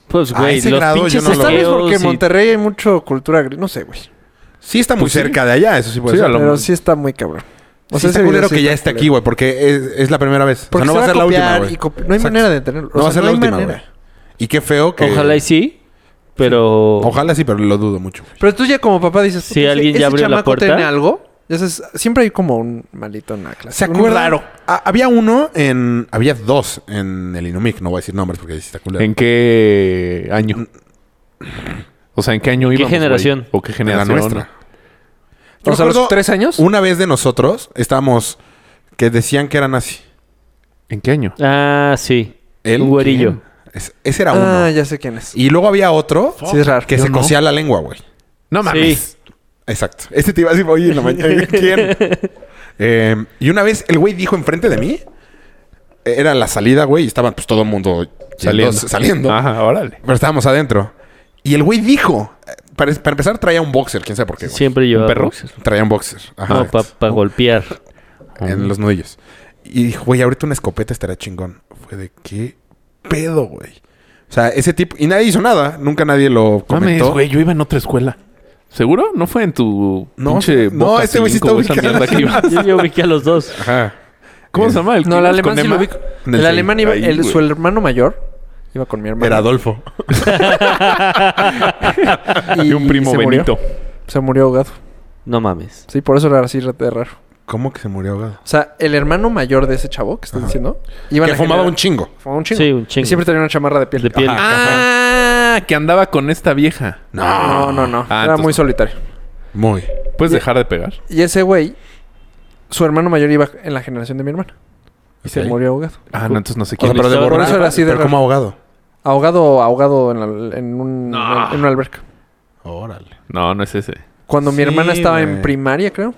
[SPEAKER 2] Pues,
[SPEAKER 3] A
[SPEAKER 2] güey,
[SPEAKER 3] ese
[SPEAKER 2] los
[SPEAKER 3] grado yo
[SPEAKER 2] pinches
[SPEAKER 3] no lo-
[SPEAKER 1] ¿Sabes
[SPEAKER 2] saqueos
[SPEAKER 1] por qué en
[SPEAKER 2] y-
[SPEAKER 1] Monterrey hay mucho cultura gris? No sé, güey.
[SPEAKER 3] Sí está muy
[SPEAKER 4] Pues sí.
[SPEAKER 3] cerca de allá, eso sí puede
[SPEAKER 4] Sí,
[SPEAKER 3] ser.
[SPEAKER 4] a lo-
[SPEAKER 1] Pero sí está muy cabrón.
[SPEAKER 3] O sea,
[SPEAKER 1] ese
[SPEAKER 3] ese
[SPEAKER 1] video
[SPEAKER 3] culero
[SPEAKER 1] sí
[SPEAKER 3] que ya
[SPEAKER 1] está
[SPEAKER 3] está
[SPEAKER 1] culero.
[SPEAKER 3] aquí, güey, porque es, es la primera vez. o sea, no va a ser la última, güey.
[SPEAKER 1] copiar y copi- No hay
[SPEAKER 3] Exacto.
[SPEAKER 1] manera de tenerlo.
[SPEAKER 3] No va a ser la última, güey. Y qué feo que...
[SPEAKER 2] Ojalá y sí, pero...
[SPEAKER 3] Ojalá sí, pero lo dudo mucho. güey.
[SPEAKER 1] Pero tú ya como papá dices...
[SPEAKER 2] Si
[SPEAKER 1] "Puta, ese-
[SPEAKER 2] alguien ya
[SPEAKER 1] ese
[SPEAKER 2] abrió la
[SPEAKER 1] chamaco
[SPEAKER 2] puerta".
[SPEAKER 1] tiene algo? Ya sabes, siempre hay como un malito en la clase.
[SPEAKER 3] ¿Se
[SPEAKER 1] Un
[SPEAKER 3] acuerdan?
[SPEAKER 1] raro.
[SPEAKER 3] Ah, había uno en... Había dos en el Inumic. No voy a decir nombres porque sí está culero.
[SPEAKER 4] ¿En qué año? O sea, ¿en qué año
[SPEAKER 2] ¿Qué
[SPEAKER 4] íbamos,
[SPEAKER 2] generación?
[SPEAKER 4] güey? ¿O qué
[SPEAKER 3] En la
[SPEAKER 4] generación?
[SPEAKER 3] nuestra. Yo
[SPEAKER 1] O sea, a
[SPEAKER 3] recuerdo
[SPEAKER 1] los tres años.
[SPEAKER 3] Una vez de nosotros estábamos... Que decían que eran así.
[SPEAKER 4] ¿En qué año?
[SPEAKER 2] Ah, sí.
[SPEAKER 3] Él,
[SPEAKER 2] Un güerillo.
[SPEAKER 3] ¿quién? Es- ese era uno.
[SPEAKER 1] Ah, ya sé quién es.
[SPEAKER 3] Y luego había otro
[SPEAKER 1] Sí, es raro.
[SPEAKER 3] que
[SPEAKER 1] Yo
[SPEAKER 3] se
[SPEAKER 1] no.
[SPEAKER 3] cosía la lengua, güey.
[SPEAKER 4] No mames.
[SPEAKER 2] Sí.
[SPEAKER 3] Exacto. Em, Este te iba a decir hoy en la mañana. ¿Quién? Eh, y una vez el güey dijo enfrente de mí era la salida, güey, y estaban pues todo el mundo saliendo. saliendo.
[SPEAKER 4] Ajá, órale.
[SPEAKER 3] Pero estábamos adentro. Y el güey dijo, eh, para, para empezar traía un boxer, quién sabe por qué. güey.
[SPEAKER 2] Siempre llevaba
[SPEAKER 4] perro?
[SPEAKER 2] boxer.
[SPEAKER 3] Traía un boxer. Ajá.
[SPEAKER 2] No, para golpear.
[SPEAKER 3] en los nudillos. Y dijo, güey, ahorita una escopeta estará chingón. Fue de qué pedo, güey. O sea, ese tipo. Y nadie hizo nada. Nunca nadie lo
[SPEAKER 4] Mames,
[SPEAKER 3] comentó.
[SPEAKER 4] güey, yo iba en otra escuela. ¿Seguro? ¿No fue en tu
[SPEAKER 3] No,
[SPEAKER 4] pinche
[SPEAKER 3] no,
[SPEAKER 4] Boca
[SPEAKER 3] este güey sí
[SPEAKER 4] cinco o esa
[SPEAKER 3] está ubicado.
[SPEAKER 4] mierda que iba?
[SPEAKER 2] Yo, yo ubiqué a los dos.
[SPEAKER 3] Ajá.
[SPEAKER 4] ¿Cómo se llama? ¿El que
[SPEAKER 1] No, el
[SPEAKER 4] ibas
[SPEAKER 1] alemán
[SPEAKER 4] con
[SPEAKER 1] sí lo
[SPEAKER 4] Emma?
[SPEAKER 1] ubico. El alemán iba,
[SPEAKER 4] Ahí,
[SPEAKER 1] el-
[SPEAKER 4] güey.
[SPEAKER 1] su hermano mayor iba con mi hermano.
[SPEAKER 3] Era Adolfo.
[SPEAKER 4] Y Ah, un primo
[SPEAKER 1] se murió.
[SPEAKER 4] Benito.
[SPEAKER 1] Se murió ahogado.
[SPEAKER 2] No mames.
[SPEAKER 1] Sí, por eso era así de raro.
[SPEAKER 3] ¿Cómo que se murió ahogado?
[SPEAKER 1] O sea, el hermano mayor de ese chavo que estás diciendo.
[SPEAKER 3] que fumaba un chingo.
[SPEAKER 1] chingo. Fumaba un chingo.
[SPEAKER 2] Sí, un chingo.
[SPEAKER 1] Y siempre tenía una chamarra de piel.
[SPEAKER 2] De piel.
[SPEAKER 4] Ah, que andaba con esta vieja.
[SPEAKER 1] No, no, no.
[SPEAKER 4] Ah,
[SPEAKER 1] era
[SPEAKER 4] entonces-
[SPEAKER 1] muy solitario.
[SPEAKER 3] Muy.
[SPEAKER 4] ¿Puedes dejar de pegar?
[SPEAKER 1] Y ese güey, su hermano mayor iba en la generación de mi hermana. Y se
[SPEAKER 3] Ok.
[SPEAKER 1] murió ahogado.
[SPEAKER 4] Ah, no, entonces no sé
[SPEAKER 3] O sea,
[SPEAKER 4] quién
[SPEAKER 3] pero de
[SPEAKER 2] estaba-
[SPEAKER 3] borracho.
[SPEAKER 1] Por eso era así de
[SPEAKER 3] pero
[SPEAKER 1] raro.
[SPEAKER 3] como ahogado.
[SPEAKER 1] Ahogado, ahogado en, la- en un, en una alberca.
[SPEAKER 3] Órale.
[SPEAKER 4] No, no es ese.
[SPEAKER 1] Cuando mi
[SPEAKER 3] Sí,
[SPEAKER 1] hermana estaba
[SPEAKER 3] güey.
[SPEAKER 1] en primaria, creo.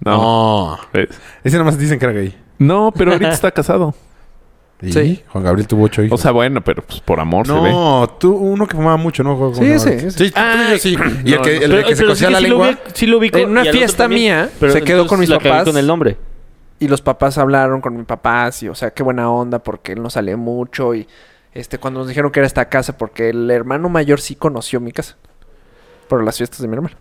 [SPEAKER 4] No.
[SPEAKER 3] No.
[SPEAKER 4] ¿Ves?
[SPEAKER 3] Ese nomás dicen que era gay.
[SPEAKER 4] No, pero ahorita está casado.
[SPEAKER 3] ¿Y?
[SPEAKER 1] Sí.
[SPEAKER 3] Juan Gabriel tuvo ocho hijos.
[SPEAKER 4] O sea, bueno, pero pues, por amor se ve.
[SPEAKER 3] no, tú, uno que fumaba mucho, ¿no? ¿Cómo
[SPEAKER 1] Sí,
[SPEAKER 3] se llama?
[SPEAKER 1] ese, ese.
[SPEAKER 3] Sí, tú y yo sí. Y el que, el que se cosía la lengua.
[SPEAKER 2] Ah, sí lo ubico.
[SPEAKER 1] En una
[SPEAKER 2] y al otro
[SPEAKER 1] fiesta
[SPEAKER 2] también.
[SPEAKER 1] mía, se quedó con mis
[SPEAKER 2] la cagué
[SPEAKER 1] papás.
[SPEAKER 2] con el nombre.
[SPEAKER 1] Y los papás hablaron con mi papá, así, o sea, qué buena onda porque él no salía mucho. Y este, cuando nos dijeron que era esta casa, porque el hermano mayor sí conoció mi casa. Por las fiestas de mi hermana.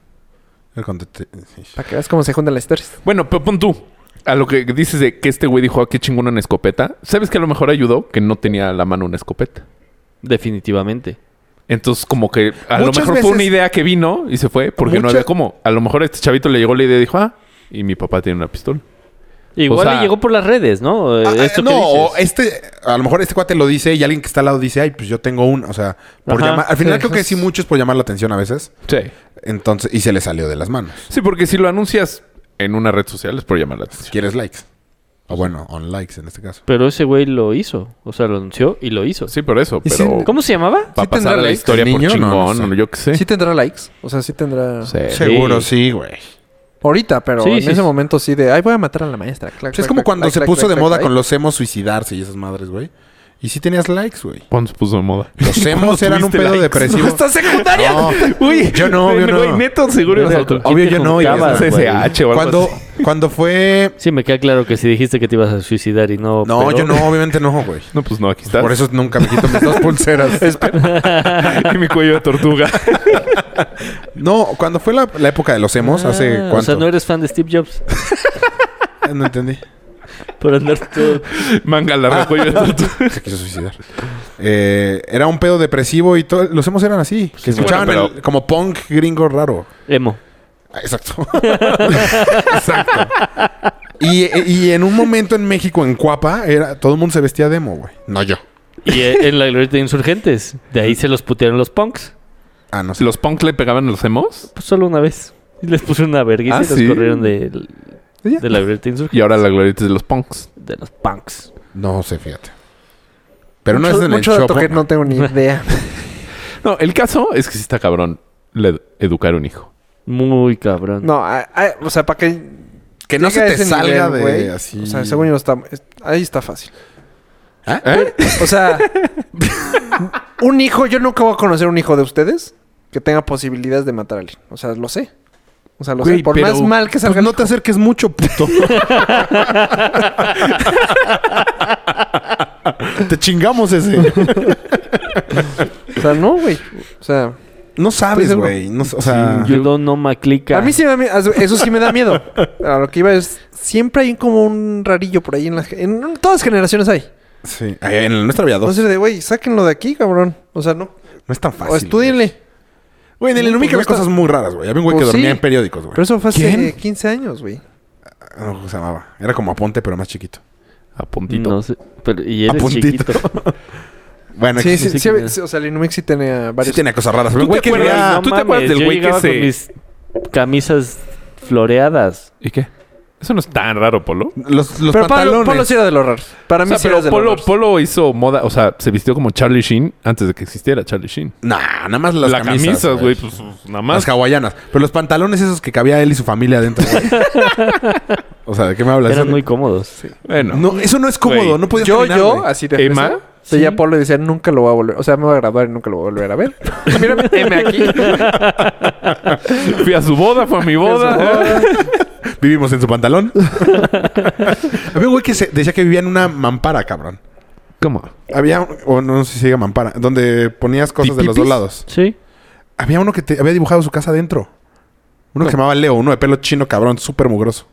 [SPEAKER 3] El contete- sí.
[SPEAKER 1] Para que veas cómo se juntan las historias.
[SPEAKER 4] Bueno, pero pon tú. A lo que dices de que este güey dijo, ah, qué chingón una escopeta. ¿Sabes que a lo mejor ayudó que no tenía a la mano una escopeta?
[SPEAKER 2] Definitivamente.
[SPEAKER 4] Entonces, como que a lo
[SPEAKER 3] Muchas
[SPEAKER 4] mejor
[SPEAKER 3] veces-
[SPEAKER 4] fue una idea que vino y se fue porque no
[SPEAKER 3] Mucha-
[SPEAKER 4] había cómo. A lo mejor a este chavito le llegó la idea y dijo, ah, y mi papá tiene una pistola.
[SPEAKER 2] Igual
[SPEAKER 4] O sea-
[SPEAKER 2] le llegó por las redes, ¿no? Eh,
[SPEAKER 3] Ah, ah,
[SPEAKER 2] Esto
[SPEAKER 3] no,
[SPEAKER 2] que
[SPEAKER 3] o
[SPEAKER 2] dices.
[SPEAKER 3] este, a lo mejor este cuate lo dice y alguien que está al lado dice, ay, pues yo tengo un, o sea, por
[SPEAKER 2] Ajá.
[SPEAKER 3] llamar, al final
[SPEAKER 1] Sí,
[SPEAKER 3] creo que sí
[SPEAKER 1] es-
[SPEAKER 3] mucho es por llamar la atención a veces,
[SPEAKER 4] Sí.
[SPEAKER 3] entonces, y se le salió de las manos.
[SPEAKER 4] Sí, porque si lo anuncias en una red social es por llamar la atención.
[SPEAKER 3] ¿Quieres likes? O bueno, on likes en este caso.
[SPEAKER 2] Pero ese güey lo hizo. O sea, lo anunció y lo hizo.
[SPEAKER 4] Sí, por eso.
[SPEAKER 3] Y
[SPEAKER 4] Pero
[SPEAKER 3] sí-
[SPEAKER 2] ¿Cómo se llamaba?
[SPEAKER 4] para
[SPEAKER 3] tendrá
[SPEAKER 4] pasar a la
[SPEAKER 3] likes
[SPEAKER 4] historia
[SPEAKER 3] el niño?
[SPEAKER 4] por
[SPEAKER 3] No,
[SPEAKER 4] chingón,
[SPEAKER 3] no
[SPEAKER 4] o
[SPEAKER 3] sé.
[SPEAKER 4] yo qué sé.
[SPEAKER 1] Sí tendrá likes, o sea, sí tendrá...
[SPEAKER 4] Eh, Sí.
[SPEAKER 3] Seguro, sí, güey.
[SPEAKER 1] Ahorita, pero
[SPEAKER 2] Sí,
[SPEAKER 1] en
[SPEAKER 2] sí,
[SPEAKER 1] ese
[SPEAKER 2] sí.
[SPEAKER 1] momento sí de, ay, voy a matar a la maestra.
[SPEAKER 3] O sea, es como cuando se puso de moda con los emos suicidarse y esas madres, güey. Y sí tenías likes, güey.
[SPEAKER 4] ¿Cuándo se puso de moda?
[SPEAKER 3] Los emos eran un
[SPEAKER 4] tuviste likes?
[SPEAKER 3] pedo depresivo.
[SPEAKER 1] ¡Estás secundaria!
[SPEAKER 3] No, yo no, yo no.
[SPEAKER 4] neto seguro
[SPEAKER 2] Verga,
[SPEAKER 4] otro.
[SPEAKER 2] ¿con
[SPEAKER 3] Obvio,
[SPEAKER 2] quién te
[SPEAKER 3] yo no, y
[SPEAKER 2] juntabas,
[SPEAKER 3] eso es
[SPEAKER 2] güey?
[SPEAKER 4] SH o algo
[SPEAKER 3] Cuando,
[SPEAKER 4] así.
[SPEAKER 3] cuando fue...
[SPEAKER 2] Sí, me queda claro que si dijiste que te ibas a suicidar y no.
[SPEAKER 3] No,
[SPEAKER 2] pero-
[SPEAKER 3] yo no, obviamente no, güey.
[SPEAKER 4] No, pues no, aquí estás.
[SPEAKER 3] Por eso nunca me quito mis dos pulseras.
[SPEAKER 4] y mi cuello de tortuga.
[SPEAKER 3] No, cuando fue la, la época de los emos, hace
[SPEAKER 2] Ah,
[SPEAKER 3] cuánto.
[SPEAKER 2] O sea, no eres fan de Steve Jobs.
[SPEAKER 3] no entendí.
[SPEAKER 2] Por andar todo.
[SPEAKER 4] Manga larga, cuello de tortuga.
[SPEAKER 3] se quiso suicidar. Eh, era un pedo depresivo y todo. Los hemos eran así. que escuchaban
[SPEAKER 4] bueno,
[SPEAKER 3] el- como punk gringo raro.
[SPEAKER 2] Emo.
[SPEAKER 3] Ah, Exacto. Exacto. Y, y en un momento en México, en Cuapa, era, todo el mundo se vestía de emo, güey. No yo.
[SPEAKER 2] Y eh, en la glorieta de Insurgentes. De ahí se los putearon los punks.
[SPEAKER 3] Ah, no sé.
[SPEAKER 4] ¿Los punks le pegaban a los emos?
[SPEAKER 2] Pues solo una vez. Y les pusieron una vergüenza
[SPEAKER 4] Ah,
[SPEAKER 2] y los
[SPEAKER 4] ¿sí?
[SPEAKER 2] corrieron de, de la glorieta de Insurgentes.
[SPEAKER 4] Y ahora la glorieta es de los punks.
[SPEAKER 2] De los punks.
[SPEAKER 3] No sé, fíjate. Pero
[SPEAKER 1] mucho,
[SPEAKER 3] no es en el
[SPEAKER 1] mucho dato
[SPEAKER 3] show.
[SPEAKER 1] que no tengo ni idea.
[SPEAKER 4] No, el caso es que sí está cabrón le educar un hijo.
[SPEAKER 2] Muy cabrón.
[SPEAKER 1] No, ah, ah, o sea, para que...
[SPEAKER 3] Que no
[SPEAKER 1] llegue
[SPEAKER 3] se
[SPEAKER 1] a
[SPEAKER 3] te
[SPEAKER 1] ese
[SPEAKER 3] salga
[SPEAKER 1] nivel,
[SPEAKER 3] de
[SPEAKER 1] güey,
[SPEAKER 3] así.
[SPEAKER 1] O sea, según yo está... es- ahí está fácil.
[SPEAKER 3] ¿Ah?
[SPEAKER 4] ¿Eh?
[SPEAKER 1] O sea, un hijo, yo nunca voy a conocer un hijo de ustedes que tenga posibilidades de matar a alguien. O sea, lo sé. O sea, lo
[SPEAKER 3] Güey,
[SPEAKER 1] sé. Por
[SPEAKER 3] pero-
[SPEAKER 1] más mal que salga
[SPEAKER 3] Pues
[SPEAKER 1] el
[SPEAKER 3] no te acerques mucho, puto. te chingamos ese.
[SPEAKER 1] hijo- O sea, no, güey. O sea,
[SPEAKER 3] No sabes,
[SPEAKER 1] seguro.
[SPEAKER 3] güey. No, o sea,
[SPEAKER 2] yo no, no maclica.
[SPEAKER 1] a mí sí me da miedo. Eso sí me da miedo. A lo que iba es... Siempre hay como un rarillo por ahí en las... En todas las generaciones hay.
[SPEAKER 3] sí. Ay, En nuestra había dos.
[SPEAKER 1] Entonces, de, güey, sáquenlo de aquí, cabrón. O sea, no.
[SPEAKER 3] No es tan fácil.
[SPEAKER 1] o estudienle.
[SPEAKER 3] Güey, en el
[SPEAKER 1] pues, No,
[SPEAKER 3] Enumica
[SPEAKER 1] pues
[SPEAKER 3] había
[SPEAKER 1] no está-
[SPEAKER 3] cosas muy raras, güey. Había un güey que
[SPEAKER 1] Pues
[SPEAKER 3] dormía
[SPEAKER 1] sí.
[SPEAKER 3] en periódicos, güey.
[SPEAKER 1] Pero eso fue hace
[SPEAKER 3] ¿Quién?
[SPEAKER 1] eh, 15 años, güey.
[SPEAKER 3] No, sé ¿cómo se llamaba? Era como Aponte, pero más chiquito.
[SPEAKER 4] A puntito.
[SPEAKER 2] No sé. Pero, y
[SPEAKER 3] A
[SPEAKER 2] eres
[SPEAKER 3] puntito.
[SPEAKER 2] chiquito.
[SPEAKER 3] Bueno,
[SPEAKER 1] Sí,
[SPEAKER 3] sí,
[SPEAKER 1] sí,
[SPEAKER 2] sí
[SPEAKER 1] sí,
[SPEAKER 2] que-
[SPEAKER 1] había- sí, O sea, el Inumic sí tenía varios.
[SPEAKER 3] tiene cosas raras. Un
[SPEAKER 4] te
[SPEAKER 3] güey que
[SPEAKER 4] acuerdas?
[SPEAKER 3] vivía-
[SPEAKER 4] ¿tú te acuerdas del
[SPEAKER 2] yo
[SPEAKER 4] güey que
[SPEAKER 2] llegaba
[SPEAKER 4] se-
[SPEAKER 2] con mis camisas floreadas?
[SPEAKER 4] ¿Y qué? Eso no es tan raro, Polo.
[SPEAKER 3] Los, los
[SPEAKER 1] pero Pablo,
[SPEAKER 3] pantalones.
[SPEAKER 1] Polo sí era de los raros. Para
[SPEAKER 4] O
[SPEAKER 1] mí
[SPEAKER 4] sea,
[SPEAKER 1] sí era
[SPEAKER 4] pero
[SPEAKER 1] de
[SPEAKER 4] Polo,
[SPEAKER 1] los raros.
[SPEAKER 4] Polo hizo moda, o sea, se vistió como Charlie Sheen antes de que existiera Charlie Sheen.
[SPEAKER 3] Nah, nada más las
[SPEAKER 4] La
[SPEAKER 3] camisas.
[SPEAKER 4] camisa, güey, pues nada
[SPEAKER 3] Las
[SPEAKER 4] más.
[SPEAKER 3] hawaianas. Pero los pantalones esos que cabía él y su familia adentro. güey. o sea, ¿de qué me hablas?
[SPEAKER 2] Eran
[SPEAKER 3] Eso-
[SPEAKER 2] muy cómodos.
[SPEAKER 4] Bueno,
[SPEAKER 3] No, eso no es cómodo.
[SPEAKER 4] Güey.
[SPEAKER 3] No podías
[SPEAKER 1] Yo,
[SPEAKER 3] caminar,
[SPEAKER 1] yo,
[SPEAKER 3] güey.
[SPEAKER 1] así de
[SPEAKER 4] ¿Emma?
[SPEAKER 1] fresa, veía a Polo y decía, nunca lo voy a volver. O sea, me voy a graduar y nunca lo voy a volver a ver. Mírame, M aquí.
[SPEAKER 4] fui a su boda, fue a mi boda.
[SPEAKER 3] Vivimos en su pantalón. Había un güey que se- decía que vivía en una mampara, cabrón.
[SPEAKER 4] ¿Cómo?
[SPEAKER 3] Había, o no sé si se diga mampara, donde ponías cosas de los dos
[SPEAKER 4] ¿Tipipis?
[SPEAKER 3] lados.
[SPEAKER 2] Sí.
[SPEAKER 3] Había uno que te, había dibujado su casa adentro. Uno que se llamaba Leo, uno de pelo chino, cabrón, súper mugroso.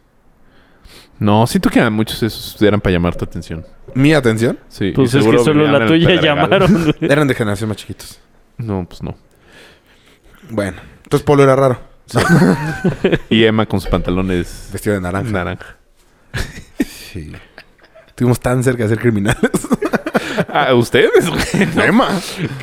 [SPEAKER 4] No, siento que a muchos de esos eran para llamar tu atención.
[SPEAKER 3] Mi atención.
[SPEAKER 4] Sí,
[SPEAKER 2] Pues
[SPEAKER 4] y
[SPEAKER 2] es que
[SPEAKER 4] seguro
[SPEAKER 2] solo
[SPEAKER 4] vivían en
[SPEAKER 2] la
[SPEAKER 4] el
[SPEAKER 2] tuya
[SPEAKER 4] Pedregal.
[SPEAKER 2] llamaron. güey.
[SPEAKER 3] Eran de generación más chiquitos.
[SPEAKER 4] No, pues no.
[SPEAKER 3] Bueno, entonces Polo era raro.
[SPEAKER 4] Y Emma con sus pantalones
[SPEAKER 3] Vestido de naranja.
[SPEAKER 4] naranja.
[SPEAKER 3] Sí. Estuvimos tan cerca de ser criminales.
[SPEAKER 4] Ah, ustedes, güey.
[SPEAKER 3] Emma.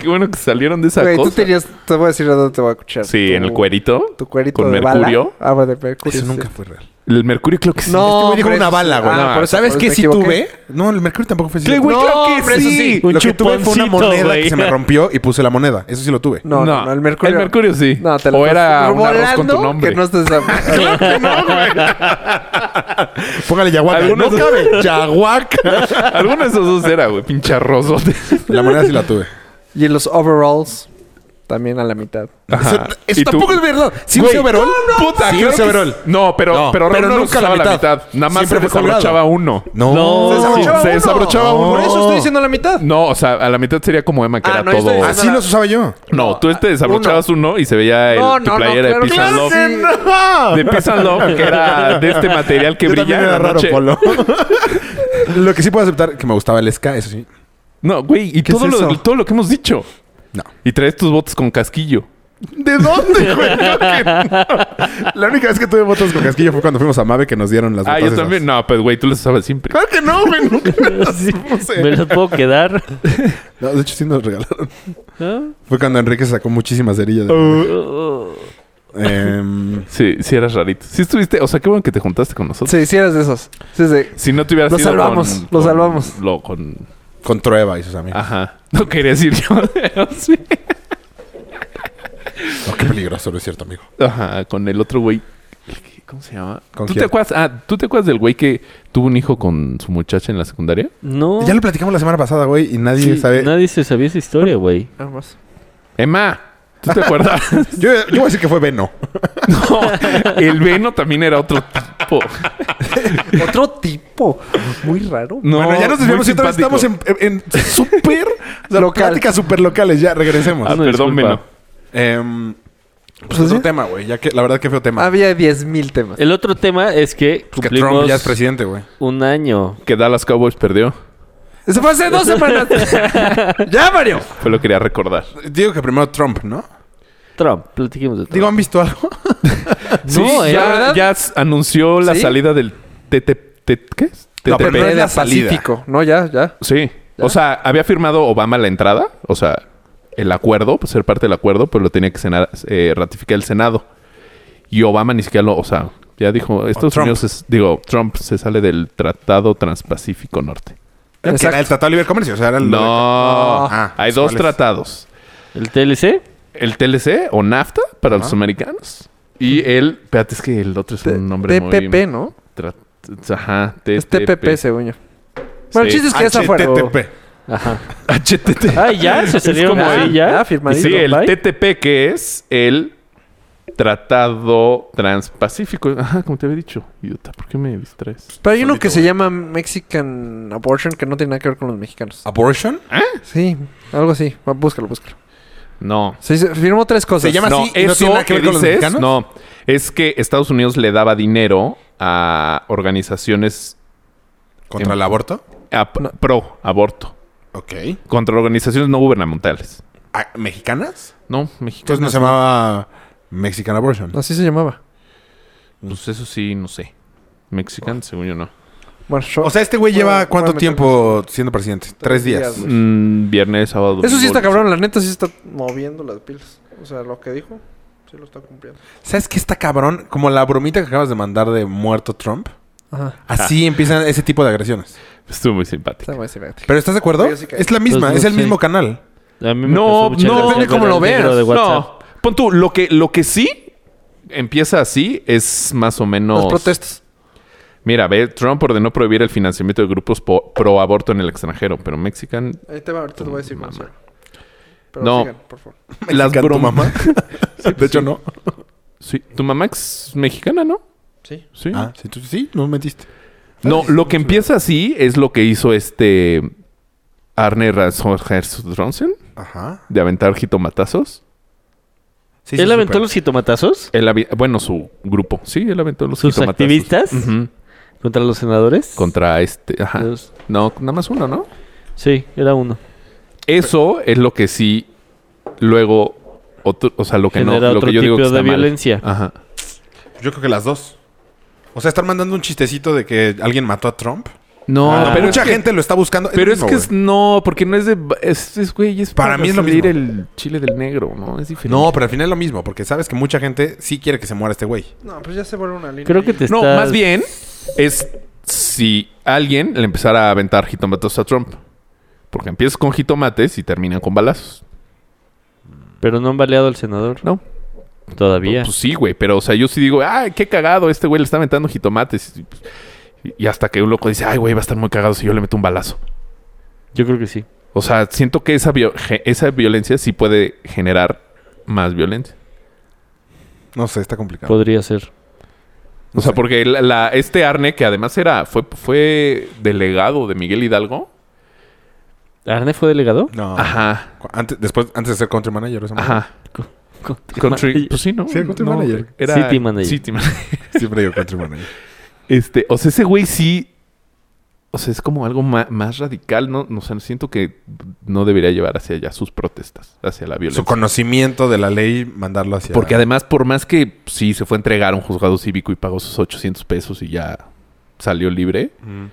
[SPEAKER 4] Qué bueno que salieron de esa
[SPEAKER 1] Güey, tú
[SPEAKER 4] cosa.
[SPEAKER 1] tenías... Te voy a decir a dónde te voy a escuchar.
[SPEAKER 4] Sí, en el cuerito.
[SPEAKER 1] Tu cuerito
[SPEAKER 4] ¿Con
[SPEAKER 1] de
[SPEAKER 4] mercurio?
[SPEAKER 1] bala. Ah, bueno, de mercurio. sí.
[SPEAKER 3] Eso nunca fue real.
[SPEAKER 4] El mercurio creo que sí.
[SPEAKER 1] No,
[SPEAKER 3] este güey dijo
[SPEAKER 1] hombre,
[SPEAKER 3] una
[SPEAKER 1] eso-
[SPEAKER 3] bala, güey.
[SPEAKER 1] ah, por eso-
[SPEAKER 3] ¿Sabes
[SPEAKER 1] por
[SPEAKER 3] qué
[SPEAKER 1] eso
[SPEAKER 3] sí
[SPEAKER 1] me
[SPEAKER 3] tuve? No, el mercurio tampoco fue
[SPEAKER 4] Güey,
[SPEAKER 3] cierto.
[SPEAKER 4] güey,
[SPEAKER 1] No,
[SPEAKER 4] claro que
[SPEAKER 1] hombre,
[SPEAKER 4] sí.
[SPEAKER 1] eso sí.
[SPEAKER 2] Un
[SPEAKER 3] Lo que tuve fue una
[SPEAKER 2] chuponcito,
[SPEAKER 3] moneda
[SPEAKER 2] güey.
[SPEAKER 3] que se me rompió y puse la moneda. Eso sí lo tuve.
[SPEAKER 1] No, no,
[SPEAKER 4] No.
[SPEAKER 1] no, el mercurio.
[SPEAKER 4] El mercurio sí.
[SPEAKER 1] No, te lo
[SPEAKER 4] o
[SPEAKER 1] estás
[SPEAKER 4] era un arroz con
[SPEAKER 1] volando
[SPEAKER 4] tu nombre.
[SPEAKER 1] Que no estés
[SPEAKER 3] Claro que no, güey. Póngale yaguaca.
[SPEAKER 4] Algunos-
[SPEAKER 3] No cabe. Yaguaca.
[SPEAKER 4] Alguno de esos dos era, güey. Pinche arrozote.
[SPEAKER 3] La moneda sí la tuve.
[SPEAKER 1] Y en los overalls también a la mitad.
[SPEAKER 4] Ajá.
[SPEAKER 3] Eso
[SPEAKER 4] ¿Y tú?
[SPEAKER 3] tampoco es verdad. Sí usé overol.
[SPEAKER 4] Puta,
[SPEAKER 3] sí
[SPEAKER 4] claro
[SPEAKER 3] usé
[SPEAKER 4] Ah, que-
[SPEAKER 3] overol.
[SPEAKER 4] No, pero,
[SPEAKER 3] No,
[SPEAKER 4] pero,
[SPEAKER 3] pero
[SPEAKER 4] Raúl no
[SPEAKER 3] nunca
[SPEAKER 4] nunca la
[SPEAKER 3] la
[SPEAKER 4] mitad.
[SPEAKER 3] mitad.
[SPEAKER 4] Nada más
[SPEAKER 3] Siempre
[SPEAKER 4] se
[SPEAKER 3] fue
[SPEAKER 4] desabrochaba
[SPEAKER 3] colgado.
[SPEAKER 4] uno.
[SPEAKER 3] No.
[SPEAKER 2] No.
[SPEAKER 3] Se desabrochaba
[SPEAKER 4] Oh, Se
[SPEAKER 3] uno.
[SPEAKER 4] desabrochaba
[SPEAKER 3] No.
[SPEAKER 4] uno.
[SPEAKER 1] Por eso estoy diciendo la mitad.
[SPEAKER 4] No, o sea, a la mitad sería como Emma, que
[SPEAKER 1] Ah,
[SPEAKER 4] era
[SPEAKER 1] no, yo
[SPEAKER 4] todo.
[SPEAKER 1] estoy diciendo-
[SPEAKER 3] Así los usaba yo.
[SPEAKER 4] No, tú te desabrochabas uno, y se veía el,
[SPEAKER 1] No,
[SPEAKER 4] tu
[SPEAKER 1] no, no,
[SPEAKER 4] playera
[SPEAKER 1] claro
[SPEAKER 4] de Peace
[SPEAKER 1] que
[SPEAKER 4] and
[SPEAKER 1] no.
[SPEAKER 4] Love.
[SPEAKER 1] Sí,
[SPEAKER 4] De Peace and Love, que era de este material que
[SPEAKER 3] Yo
[SPEAKER 4] brilla.
[SPEAKER 3] también
[SPEAKER 4] en
[SPEAKER 3] era
[SPEAKER 4] la
[SPEAKER 3] raro,
[SPEAKER 4] noche.
[SPEAKER 3] Polo. Lo que sí puedo aceptar que me gustaba el ska, eso sí.
[SPEAKER 4] No, güey, y
[SPEAKER 3] ¿Qué
[SPEAKER 4] todo,
[SPEAKER 3] es
[SPEAKER 4] lo,
[SPEAKER 3] eso?
[SPEAKER 4] todo lo que hemos dicho.
[SPEAKER 3] No.
[SPEAKER 4] Y traes tus botes con casquillo.
[SPEAKER 3] ¿De dónde, güey? Creo que no. La única vez que tuve botas con casquillo fue cuando fuimos a Mave que nos dieron las
[SPEAKER 4] Ah,
[SPEAKER 3] botas.
[SPEAKER 4] yo
[SPEAKER 3] esas.
[SPEAKER 4] también. No, pues, güey, tú lo sabes siempre.
[SPEAKER 3] Claro que no, güey. Nunca me las
[SPEAKER 2] Me
[SPEAKER 3] puse.
[SPEAKER 2] los puedo quedar.
[SPEAKER 3] No, de hecho, sí nos regalaron.
[SPEAKER 2] ¿no?
[SPEAKER 3] Fue cuando Enrique sacó muchísimas cerillas. De... Em,
[SPEAKER 4] Sí, sí eras rarito. Sí estuviste... O sea, qué bueno que te juntaste con nosotros.
[SPEAKER 1] Si hicieras de esos. Sí, sí.
[SPEAKER 4] Si no te hubieras
[SPEAKER 1] Lo
[SPEAKER 4] ido con-
[SPEAKER 1] salvamos, lo
[SPEAKER 4] con
[SPEAKER 1] salvamos.
[SPEAKER 4] Lo con...
[SPEAKER 3] con Trueba y sus amigos.
[SPEAKER 4] Ajá. No quería decir yo. Sí.
[SPEAKER 3] No, Oh, qué peligroso, no es cierto, amigo.
[SPEAKER 4] Ajá, con el otro güey. ¿Cómo se llama?
[SPEAKER 3] ¿Con
[SPEAKER 4] ¿Tú
[SPEAKER 3] quién?
[SPEAKER 4] te acuerdas? Ah, ¿tú te acuerdas del güey que tuvo un hijo con su muchacha en la secundaria?
[SPEAKER 2] No.
[SPEAKER 3] Ya lo platicamos la semana pasada, güey, y nadie
[SPEAKER 2] Sí,
[SPEAKER 3] sabe.
[SPEAKER 2] Nadie se sabía esa historia, güey.
[SPEAKER 1] Nada más.
[SPEAKER 4] Emma, ¿tú te acuerdas?
[SPEAKER 3] Yo, yo voy a decir que fue Beno.
[SPEAKER 4] no, el Veno también era otro tipo.
[SPEAKER 1] Otro tipo. Muy raro.
[SPEAKER 4] No,
[SPEAKER 3] bueno, ya nos desviamos
[SPEAKER 4] muy
[SPEAKER 3] y otra vez
[SPEAKER 4] simpático.
[SPEAKER 3] estamos en, en, en súper o sea,
[SPEAKER 1] Local.
[SPEAKER 3] pláticas súper locales. Ya, regresemos.
[SPEAKER 4] Ah,
[SPEAKER 2] Una
[SPEAKER 4] perdón,
[SPEAKER 2] disculpa.
[SPEAKER 4] Veno.
[SPEAKER 3] Em, pues otro tema, güey. Ya que la verdad que feo tema.
[SPEAKER 1] Había 10.000 temas.
[SPEAKER 2] El otro tema es que
[SPEAKER 3] que Trump
[SPEAKER 2] cumplimos
[SPEAKER 3] ya es presidente, güey.
[SPEAKER 2] un año.
[SPEAKER 4] Que Dallas Cowboys perdió.
[SPEAKER 1] Eso fue hace dos semanas. ya, Mario.
[SPEAKER 4] Fue lo que quería recordar.
[SPEAKER 3] Digo que primero Trump, ¿no?
[SPEAKER 2] Trump, platiquemos de Trump.
[SPEAKER 3] Digo, ¿han visto algo?
[SPEAKER 2] Sí,
[SPEAKER 4] No,
[SPEAKER 2] eh,
[SPEAKER 4] ya,
[SPEAKER 1] la verdad-
[SPEAKER 4] ya s- anunció la
[SPEAKER 1] Sí.
[SPEAKER 4] salida del TT... ¿Qué es?
[SPEAKER 3] No,
[SPEAKER 4] TTP.
[SPEAKER 3] pero no es la salida.
[SPEAKER 1] Pacífico. No, ya, ya.
[SPEAKER 4] Sí. O sea, había firmado Obama la entrada, o sea, el acuerdo, pues, ser parte del acuerdo, pues lo tenía que sena- eh, ratificar el Senado. Y Obama ni siquiera lo, o sea, ya dijo, Estados
[SPEAKER 3] Trump.
[SPEAKER 4] Unidos, es- digo, Trump se sale del Tratado Transpacífico Norte.
[SPEAKER 3] Que era el Tratado de Libre Comercio. O sea, era el...
[SPEAKER 4] No,
[SPEAKER 3] Ah,
[SPEAKER 4] hay
[SPEAKER 3] pues,
[SPEAKER 4] dos
[SPEAKER 3] ¿cuál es?
[SPEAKER 4] tratados.
[SPEAKER 2] ¿El TLC?
[SPEAKER 4] El TLC o NAFTA para los americanos. Y el, espérate, es que el otro es un nombre muy...
[SPEAKER 1] TPP, ¿no?
[SPEAKER 4] tra- Ajá,
[SPEAKER 1] Es TPP, según yo. Bueno, el
[SPEAKER 4] Sí.
[SPEAKER 1] chiste es que ya está fuera.
[SPEAKER 3] HTTP.
[SPEAKER 2] Ajá.
[SPEAKER 4] HTT.
[SPEAKER 2] Ah, ya, se salieron
[SPEAKER 4] como
[SPEAKER 2] así,
[SPEAKER 4] el-
[SPEAKER 2] ya.
[SPEAKER 1] ah, firmadito.
[SPEAKER 4] Sí, el
[SPEAKER 2] Bye.
[SPEAKER 4] TTP que es el Tratado Transpacífico. Ajá, como te había dicho. Utah, ¿por qué me distraes?
[SPEAKER 1] Pero hay uno que
[SPEAKER 3] Solito,
[SPEAKER 1] se llama Mexican Abortion que no tiene nada que ver con los mexicanos.
[SPEAKER 3] Ah. ¿Abortion?
[SPEAKER 4] Ah,
[SPEAKER 1] Sí, algo así. Va, Búscalo, búscalo.
[SPEAKER 4] No.
[SPEAKER 1] Se hizo- firmó tres cosas.
[SPEAKER 3] Se llama-
[SPEAKER 4] No,
[SPEAKER 3] así y no
[SPEAKER 4] eso
[SPEAKER 3] tiene nada
[SPEAKER 4] que
[SPEAKER 3] que ver con los
[SPEAKER 4] dices,
[SPEAKER 3] mexicanos?
[SPEAKER 4] no, es que Estados Unidos le daba dinero a organizaciones
[SPEAKER 3] ¿Contra el aborto?
[SPEAKER 4] a-
[SPEAKER 1] No.
[SPEAKER 4] pro aborto,
[SPEAKER 3] Ok.
[SPEAKER 4] contra organizaciones no gubernamentales.
[SPEAKER 3] Ah, ¿Mexicanas?
[SPEAKER 4] No,
[SPEAKER 3] Entonces no
[SPEAKER 4] mexicanos.
[SPEAKER 3] se llamaba Mexican Abortion.
[SPEAKER 1] Así se llamaba.
[SPEAKER 4] Pues eso sí, no sé. Mexican, según yo no.
[SPEAKER 1] Bueno, yo-
[SPEAKER 3] O sea, este güey lleva
[SPEAKER 1] Bueno,
[SPEAKER 3] cuánto
[SPEAKER 1] bueno,
[SPEAKER 3] tiempo siendo presidente? Tres días.
[SPEAKER 1] días.
[SPEAKER 4] Mm, viernes, sábado.
[SPEAKER 1] eso sí
[SPEAKER 4] domingo,
[SPEAKER 1] está cabrón. La neta sí está moviendo las pilas. O sea, lo que dijo, sí lo está cumpliendo.
[SPEAKER 3] ¿Sabes qué está cabrón? Como la bromita que acabas de mandar de muerto Trump.
[SPEAKER 1] Ajá.
[SPEAKER 4] Ah.
[SPEAKER 3] Así empiezan ese tipo de agresiones.
[SPEAKER 4] Estuvo muy simpático.
[SPEAKER 1] Está muy simpático.
[SPEAKER 3] ¿Pero estás de acuerdo?
[SPEAKER 1] Yo sí que-
[SPEAKER 3] Es la misma,
[SPEAKER 2] Pues,
[SPEAKER 3] es el
[SPEAKER 2] sí.
[SPEAKER 3] mismo canal.
[SPEAKER 2] A mí me causó
[SPEAKER 4] No,
[SPEAKER 2] mucha
[SPEAKER 4] no,
[SPEAKER 2] gracia
[SPEAKER 1] depende
[SPEAKER 2] ver
[SPEAKER 1] cómo lo
[SPEAKER 2] al negro
[SPEAKER 1] veas.
[SPEAKER 2] de WhatsApp.
[SPEAKER 4] No. Pon tú, lo que, lo que sí empieza así es más o menos...
[SPEAKER 1] Las protestas.
[SPEAKER 4] Mira, ve, Trump ordenó prohibir el financiamiento de grupos po- pro aborto en el extranjero, pero Mexican...
[SPEAKER 1] Ahí te va, ahorita te voy a decir más.
[SPEAKER 4] Mamá.
[SPEAKER 1] Pero
[SPEAKER 4] No.
[SPEAKER 1] sigan, por favor.
[SPEAKER 4] Las
[SPEAKER 3] Mexican, tu
[SPEAKER 4] bromas. pues
[SPEAKER 3] mamá. de hecho, no.
[SPEAKER 4] Sí, tu mamá es mexicana, ¿no?
[SPEAKER 1] Sí.
[SPEAKER 4] Sí.
[SPEAKER 3] Ah, sí, tú- sí, no mentiste.
[SPEAKER 4] No, lo que empieza así es lo que hizo este Arne Rasmussen
[SPEAKER 3] Ajá.
[SPEAKER 4] de aventar jitomatazos.
[SPEAKER 3] Sí,
[SPEAKER 2] ¿Él
[SPEAKER 3] sí,
[SPEAKER 2] aventó
[SPEAKER 3] súper.
[SPEAKER 2] los jitomatazos?
[SPEAKER 4] Él avi- bueno, su grupo, sí, él aventó los
[SPEAKER 2] ¿Sus
[SPEAKER 4] jitomatazos.
[SPEAKER 2] activistas?
[SPEAKER 4] Ujú.
[SPEAKER 2] ¿Contra los senadores?
[SPEAKER 4] Contra este, ajá.
[SPEAKER 2] Los-
[SPEAKER 4] No, nada más uno, ¿no?
[SPEAKER 2] Sí, era uno.
[SPEAKER 4] Eso es lo que sí luego otro- o sea, lo que
[SPEAKER 2] Genera
[SPEAKER 4] no, lo
[SPEAKER 2] otro
[SPEAKER 4] que yo digo que
[SPEAKER 2] tipo de
[SPEAKER 4] está mal.
[SPEAKER 2] violencia.
[SPEAKER 4] Ajá.
[SPEAKER 3] Yo creo que las dos. O sea, están mandando un chistecito de que alguien mató a Trump.
[SPEAKER 4] No,
[SPEAKER 3] Ah,
[SPEAKER 4] pero
[SPEAKER 3] mucha
[SPEAKER 4] es que-
[SPEAKER 3] gente lo está buscando.
[SPEAKER 4] Pero es
[SPEAKER 3] mismo,
[SPEAKER 4] que es-
[SPEAKER 3] güey.
[SPEAKER 4] no, porque no es de es, es, güey, es
[SPEAKER 3] Para mí es lo
[SPEAKER 4] salir
[SPEAKER 3] mismo.
[SPEAKER 4] el chile del negro, ¿no? Es diferente.
[SPEAKER 3] No, pero al final es lo mismo, porque sabes que mucha gente sí quiere que se muera este güey.
[SPEAKER 1] No, pues ya se vuelve una línea.
[SPEAKER 2] Creo que te
[SPEAKER 4] No,
[SPEAKER 2] estás-
[SPEAKER 4] más bien es si alguien le empezara a aventar jitomates a Trump. Porque empiezas con jitomates y terminan con balazos.
[SPEAKER 2] Pero no han baleado al senador.
[SPEAKER 4] No.
[SPEAKER 2] Todavía.
[SPEAKER 4] Pues sí, güey. Pero, o sea, yo sí digo, ay, qué cagado, este güey le está aventando jitomates. Y, pues, y hasta que un loco dice, ay, güey, va a estar muy cagado si yo le meto un balazo.
[SPEAKER 2] Yo creo que sí.
[SPEAKER 4] O sea, siento que esa, vio- ge- esa violencia sí puede generar más violencia.
[SPEAKER 3] No sé, está complicado.
[SPEAKER 2] Podría ser.
[SPEAKER 4] O sea, porque la- la- este Arne, que además era, fue, fue delegado de Miguel Hidalgo.
[SPEAKER 2] ¿Arne fue delegado?
[SPEAKER 3] No.
[SPEAKER 4] Ajá.
[SPEAKER 3] Cu- Antes, después, antes de ser country manager, esa madre.
[SPEAKER 4] Ajá. Country. Pues sí, ¿no?
[SPEAKER 3] Ah, Sí, country
[SPEAKER 4] No,
[SPEAKER 3] manager.
[SPEAKER 4] Era
[SPEAKER 2] City manager.
[SPEAKER 4] City manager.
[SPEAKER 3] Siempre digo country manager.
[SPEAKER 4] Este, o sea, ese güey sí. O sea, es como algo ma- más radical, ¿no? O sea, siento que no debería llevar hacia allá sus protestas, hacia la violencia.
[SPEAKER 3] Su conocimiento de la ley, mandarlo hacia.
[SPEAKER 4] Porque además, por más que sí se fue a entregar a un juzgado cívico y pagó sus 800 pesos y ya salió libre,
[SPEAKER 3] Mm.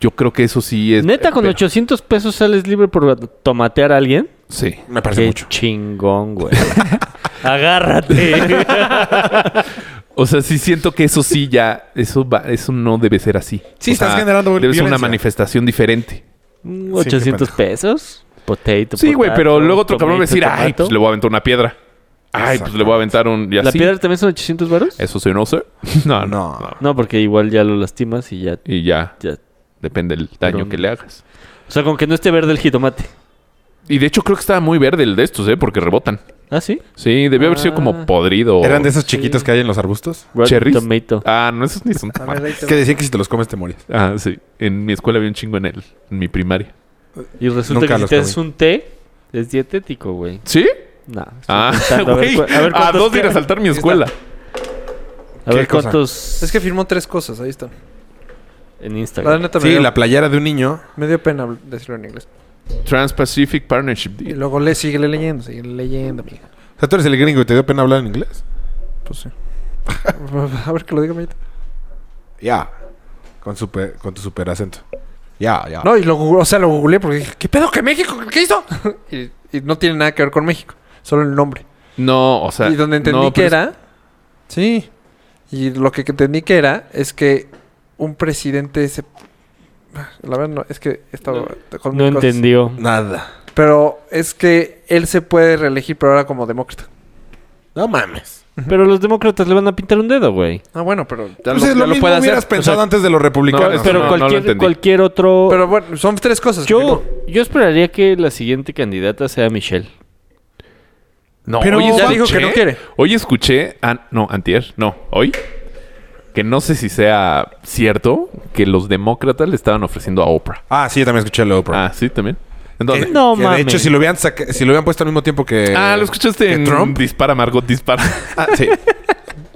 [SPEAKER 4] yo creo que eso sí es.
[SPEAKER 2] Neta, con
[SPEAKER 4] pero-
[SPEAKER 2] 800 pesos sales libre por tomatear a alguien.
[SPEAKER 4] Sí.
[SPEAKER 3] Me parece
[SPEAKER 2] Qué
[SPEAKER 3] mucho.
[SPEAKER 2] chingón, güey. Agárrate.
[SPEAKER 4] O sea, sí siento que eso sí ya. Eso va, eso no debe ser así.
[SPEAKER 3] Sí,
[SPEAKER 4] O
[SPEAKER 3] estás
[SPEAKER 4] sea,
[SPEAKER 3] generando
[SPEAKER 4] Debe ser una
[SPEAKER 3] violencia.
[SPEAKER 4] manifestación diferente.
[SPEAKER 2] Mm, 800
[SPEAKER 3] pendejo.
[SPEAKER 2] pesos. Potato.
[SPEAKER 4] Sí, güey,
[SPEAKER 2] potato,
[SPEAKER 4] pero luego otro cabrón va a
[SPEAKER 2] tomato,
[SPEAKER 4] decir, ay,
[SPEAKER 2] tomato".
[SPEAKER 4] pues le voy a aventar una piedra. Ay, pues le voy a aventar un... Y
[SPEAKER 2] ¿La
[SPEAKER 4] así.
[SPEAKER 2] piedra también son 800 varos?
[SPEAKER 4] Eso sí, no sé. No, no.
[SPEAKER 3] Ah, No.
[SPEAKER 2] No, porque igual ya lo lastimas y ya,
[SPEAKER 4] Y ya,
[SPEAKER 2] ya.
[SPEAKER 4] depende del daño
[SPEAKER 2] Pero-
[SPEAKER 4] que le hagas.
[SPEAKER 2] O sea, con que no esté verde el jitomate.
[SPEAKER 4] Y de hecho creo que estaba muy verde el de estos, ¿eh? Porque rebotan.
[SPEAKER 2] ¿Ah, sí?
[SPEAKER 4] Sí, debió haber sido
[SPEAKER 2] Ah.
[SPEAKER 4] como podrido.
[SPEAKER 3] ¿Eran de esos chiquitos que hay en los arbustos?
[SPEAKER 2] Red
[SPEAKER 4] ¿Cherries?
[SPEAKER 2] Tomato.
[SPEAKER 4] Ah, no, esos ni son...
[SPEAKER 1] A ver, ahí te
[SPEAKER 3] Que
[SPEAKER 1] va.
[SPEAKER 3] decían que si te los comes te morías.
[SPEAKER 4] Ah, sí. En mi escuela había un chingo en él. En mi primaria.
[SPEAKER 2] Y resulta
[SPEAKER 3] Nunca
[SPEAKER 2] que si
[SPEAKER 3] los
[SPEAKER 2] te haces
[SPEAKER 3] comí.
[SPEAKER 2] un té, es dietético, güey.
[SPEAKER 4] ¿Sí?
[SPEAKER 2] Nah. estoy
[SPEAKER 4] Ah,
[SPEAKER 2] contando. A ver
[SPEAKER 4] güey.
[SPEAKER 2] cu- a ver
[SPEAKER 4] A
[SPEAKER 2] cuántos
[SPEAKER 4] dos de ir a
[SPEAKER 2] ca-
[SPEAKER 4] saltar mi escuela.
[SPEAKER 2] A ver
[SPEAKER 3] ¿Qué cosa?
[SPEAKER 2] cuántos.
[SPEAKER 1] Es que firmó tres cosas, ahí están.
[SPEAKER 2] En
[SPEAKER 1] La
[SPEAKER 2] Instagram.
[SPEAKER 1] neta me,
[SPEAKER 3] Sí,
[SPEAKER 1] dio,
[SPEAKER 3] la playera de un niño.
[SPEAKER 1] me dio pena habl- decirlo en inglés.
[SPEAKER 4] Trans-Pacific Partnership
[SPEAKER 1] Y
[SPEAKER 4] Deal.
[SPEAKER 1] luego le sigue leyendo, sigue leyendo, amiga.
[SPEAKER 3] O sea, tú eres el gringo y te dio pena hablar en inglés.
[SPEAKER 1] Pues sí. A ver que lo diga, amiguito.
[SPEAKER 3] Ya. Con, super- con tu super acento. Ya, ya.
[SPEAKER 1] No, y lo googleé, o sea, lo googleé porque dije, ¿qué pedo que México? ¿Qué hizo? y, y no tiene nada que ver con México, solo el nombre.
[SPEAKER 4] No, o sea...
[SPEAKER 1] y donde entendí
[SPEAKER 4] no,
[SPEAKER 1] que
[SPEAKER 4] pero es-
[SPEAKER 1] era. Sí. Y lo que entendí que era es que un presidente se. La verdad, no, es que estaba. con
[SPEAKER 2] No
[SPEAKER 1] mil cosas.
[SPEAKER 2] entendió.
[SPEAKER 3] Nada.
[SPEAKER 1] Pero es que él se puede reelegir, pero ahora como demócrata.
[SPEAKER 3] No mames.
[SPEAKER 2] Pero los demócratas le van a pintar un dedo, güey.
[SPEAKER 1] Ah, bueno, pero.
[SPEAKER 4] Ya
[SPEAKER 3] Pues es
[SPEAKER 4] ya
[SPEAKER 3] lo mismo
[SPEAKER 4] puede hacer.
[SPEAKER 3] hubieras pensado
[SPEAKER 4] O sea,
[SPEAKER 3] antes de los republicanos.
[SPEAKER 4] No,
[SPEAKER 2] Pero
[SPEAKER 4] no, no lo
[SPEAKER 2] cualquier,
[SPEAKER 4] entendí.
[SPEAKER 2] cualquier otro.
[SPEAKER 1] Pero bueno, son tres cosas.
[SPEAKER 2] yo,
[SPEAKER 1] Rodrigo.
[SPEAKER 2] yo esperaría que la siguiente candidata sea Michelle.
[SPEAKER 4] No,
[SPEAKER 3] Pero
[SPEAKER 4] hoy
[SPEAKER 1] ya dijo que no quiere.
[SPEAKER 4] Hoy escuché, an- no, antier, no, hoy, que no sé si sea cierto que los demócratas le estaban ofreciendo a Oprah.
[SPEAKER 3] Ah, sí, yo también escuché lo de Oprah.
[SPEAKER 4] Ah, sí, también.
[SPEAKER 3] Que-
[SPEAKER 4] Entonces,
[SPEAKER 2] Eh, No
[SPEAKER 3] que
[SPEAKER 2] mames.
[SPEAKER 3] De hecho, si lo, hubieran saca- si lo hubieran puesto al mismo tiempo que.
[SPEAKER 4] ah, lo escuchaste
[SPEAKER 3] que
[SPEAKER 4] en
[SPEAKER 3] Trump.
[SPEAKER 4] Dispara, Margot, dispara.
[SPEAKER 3] Ah, sí.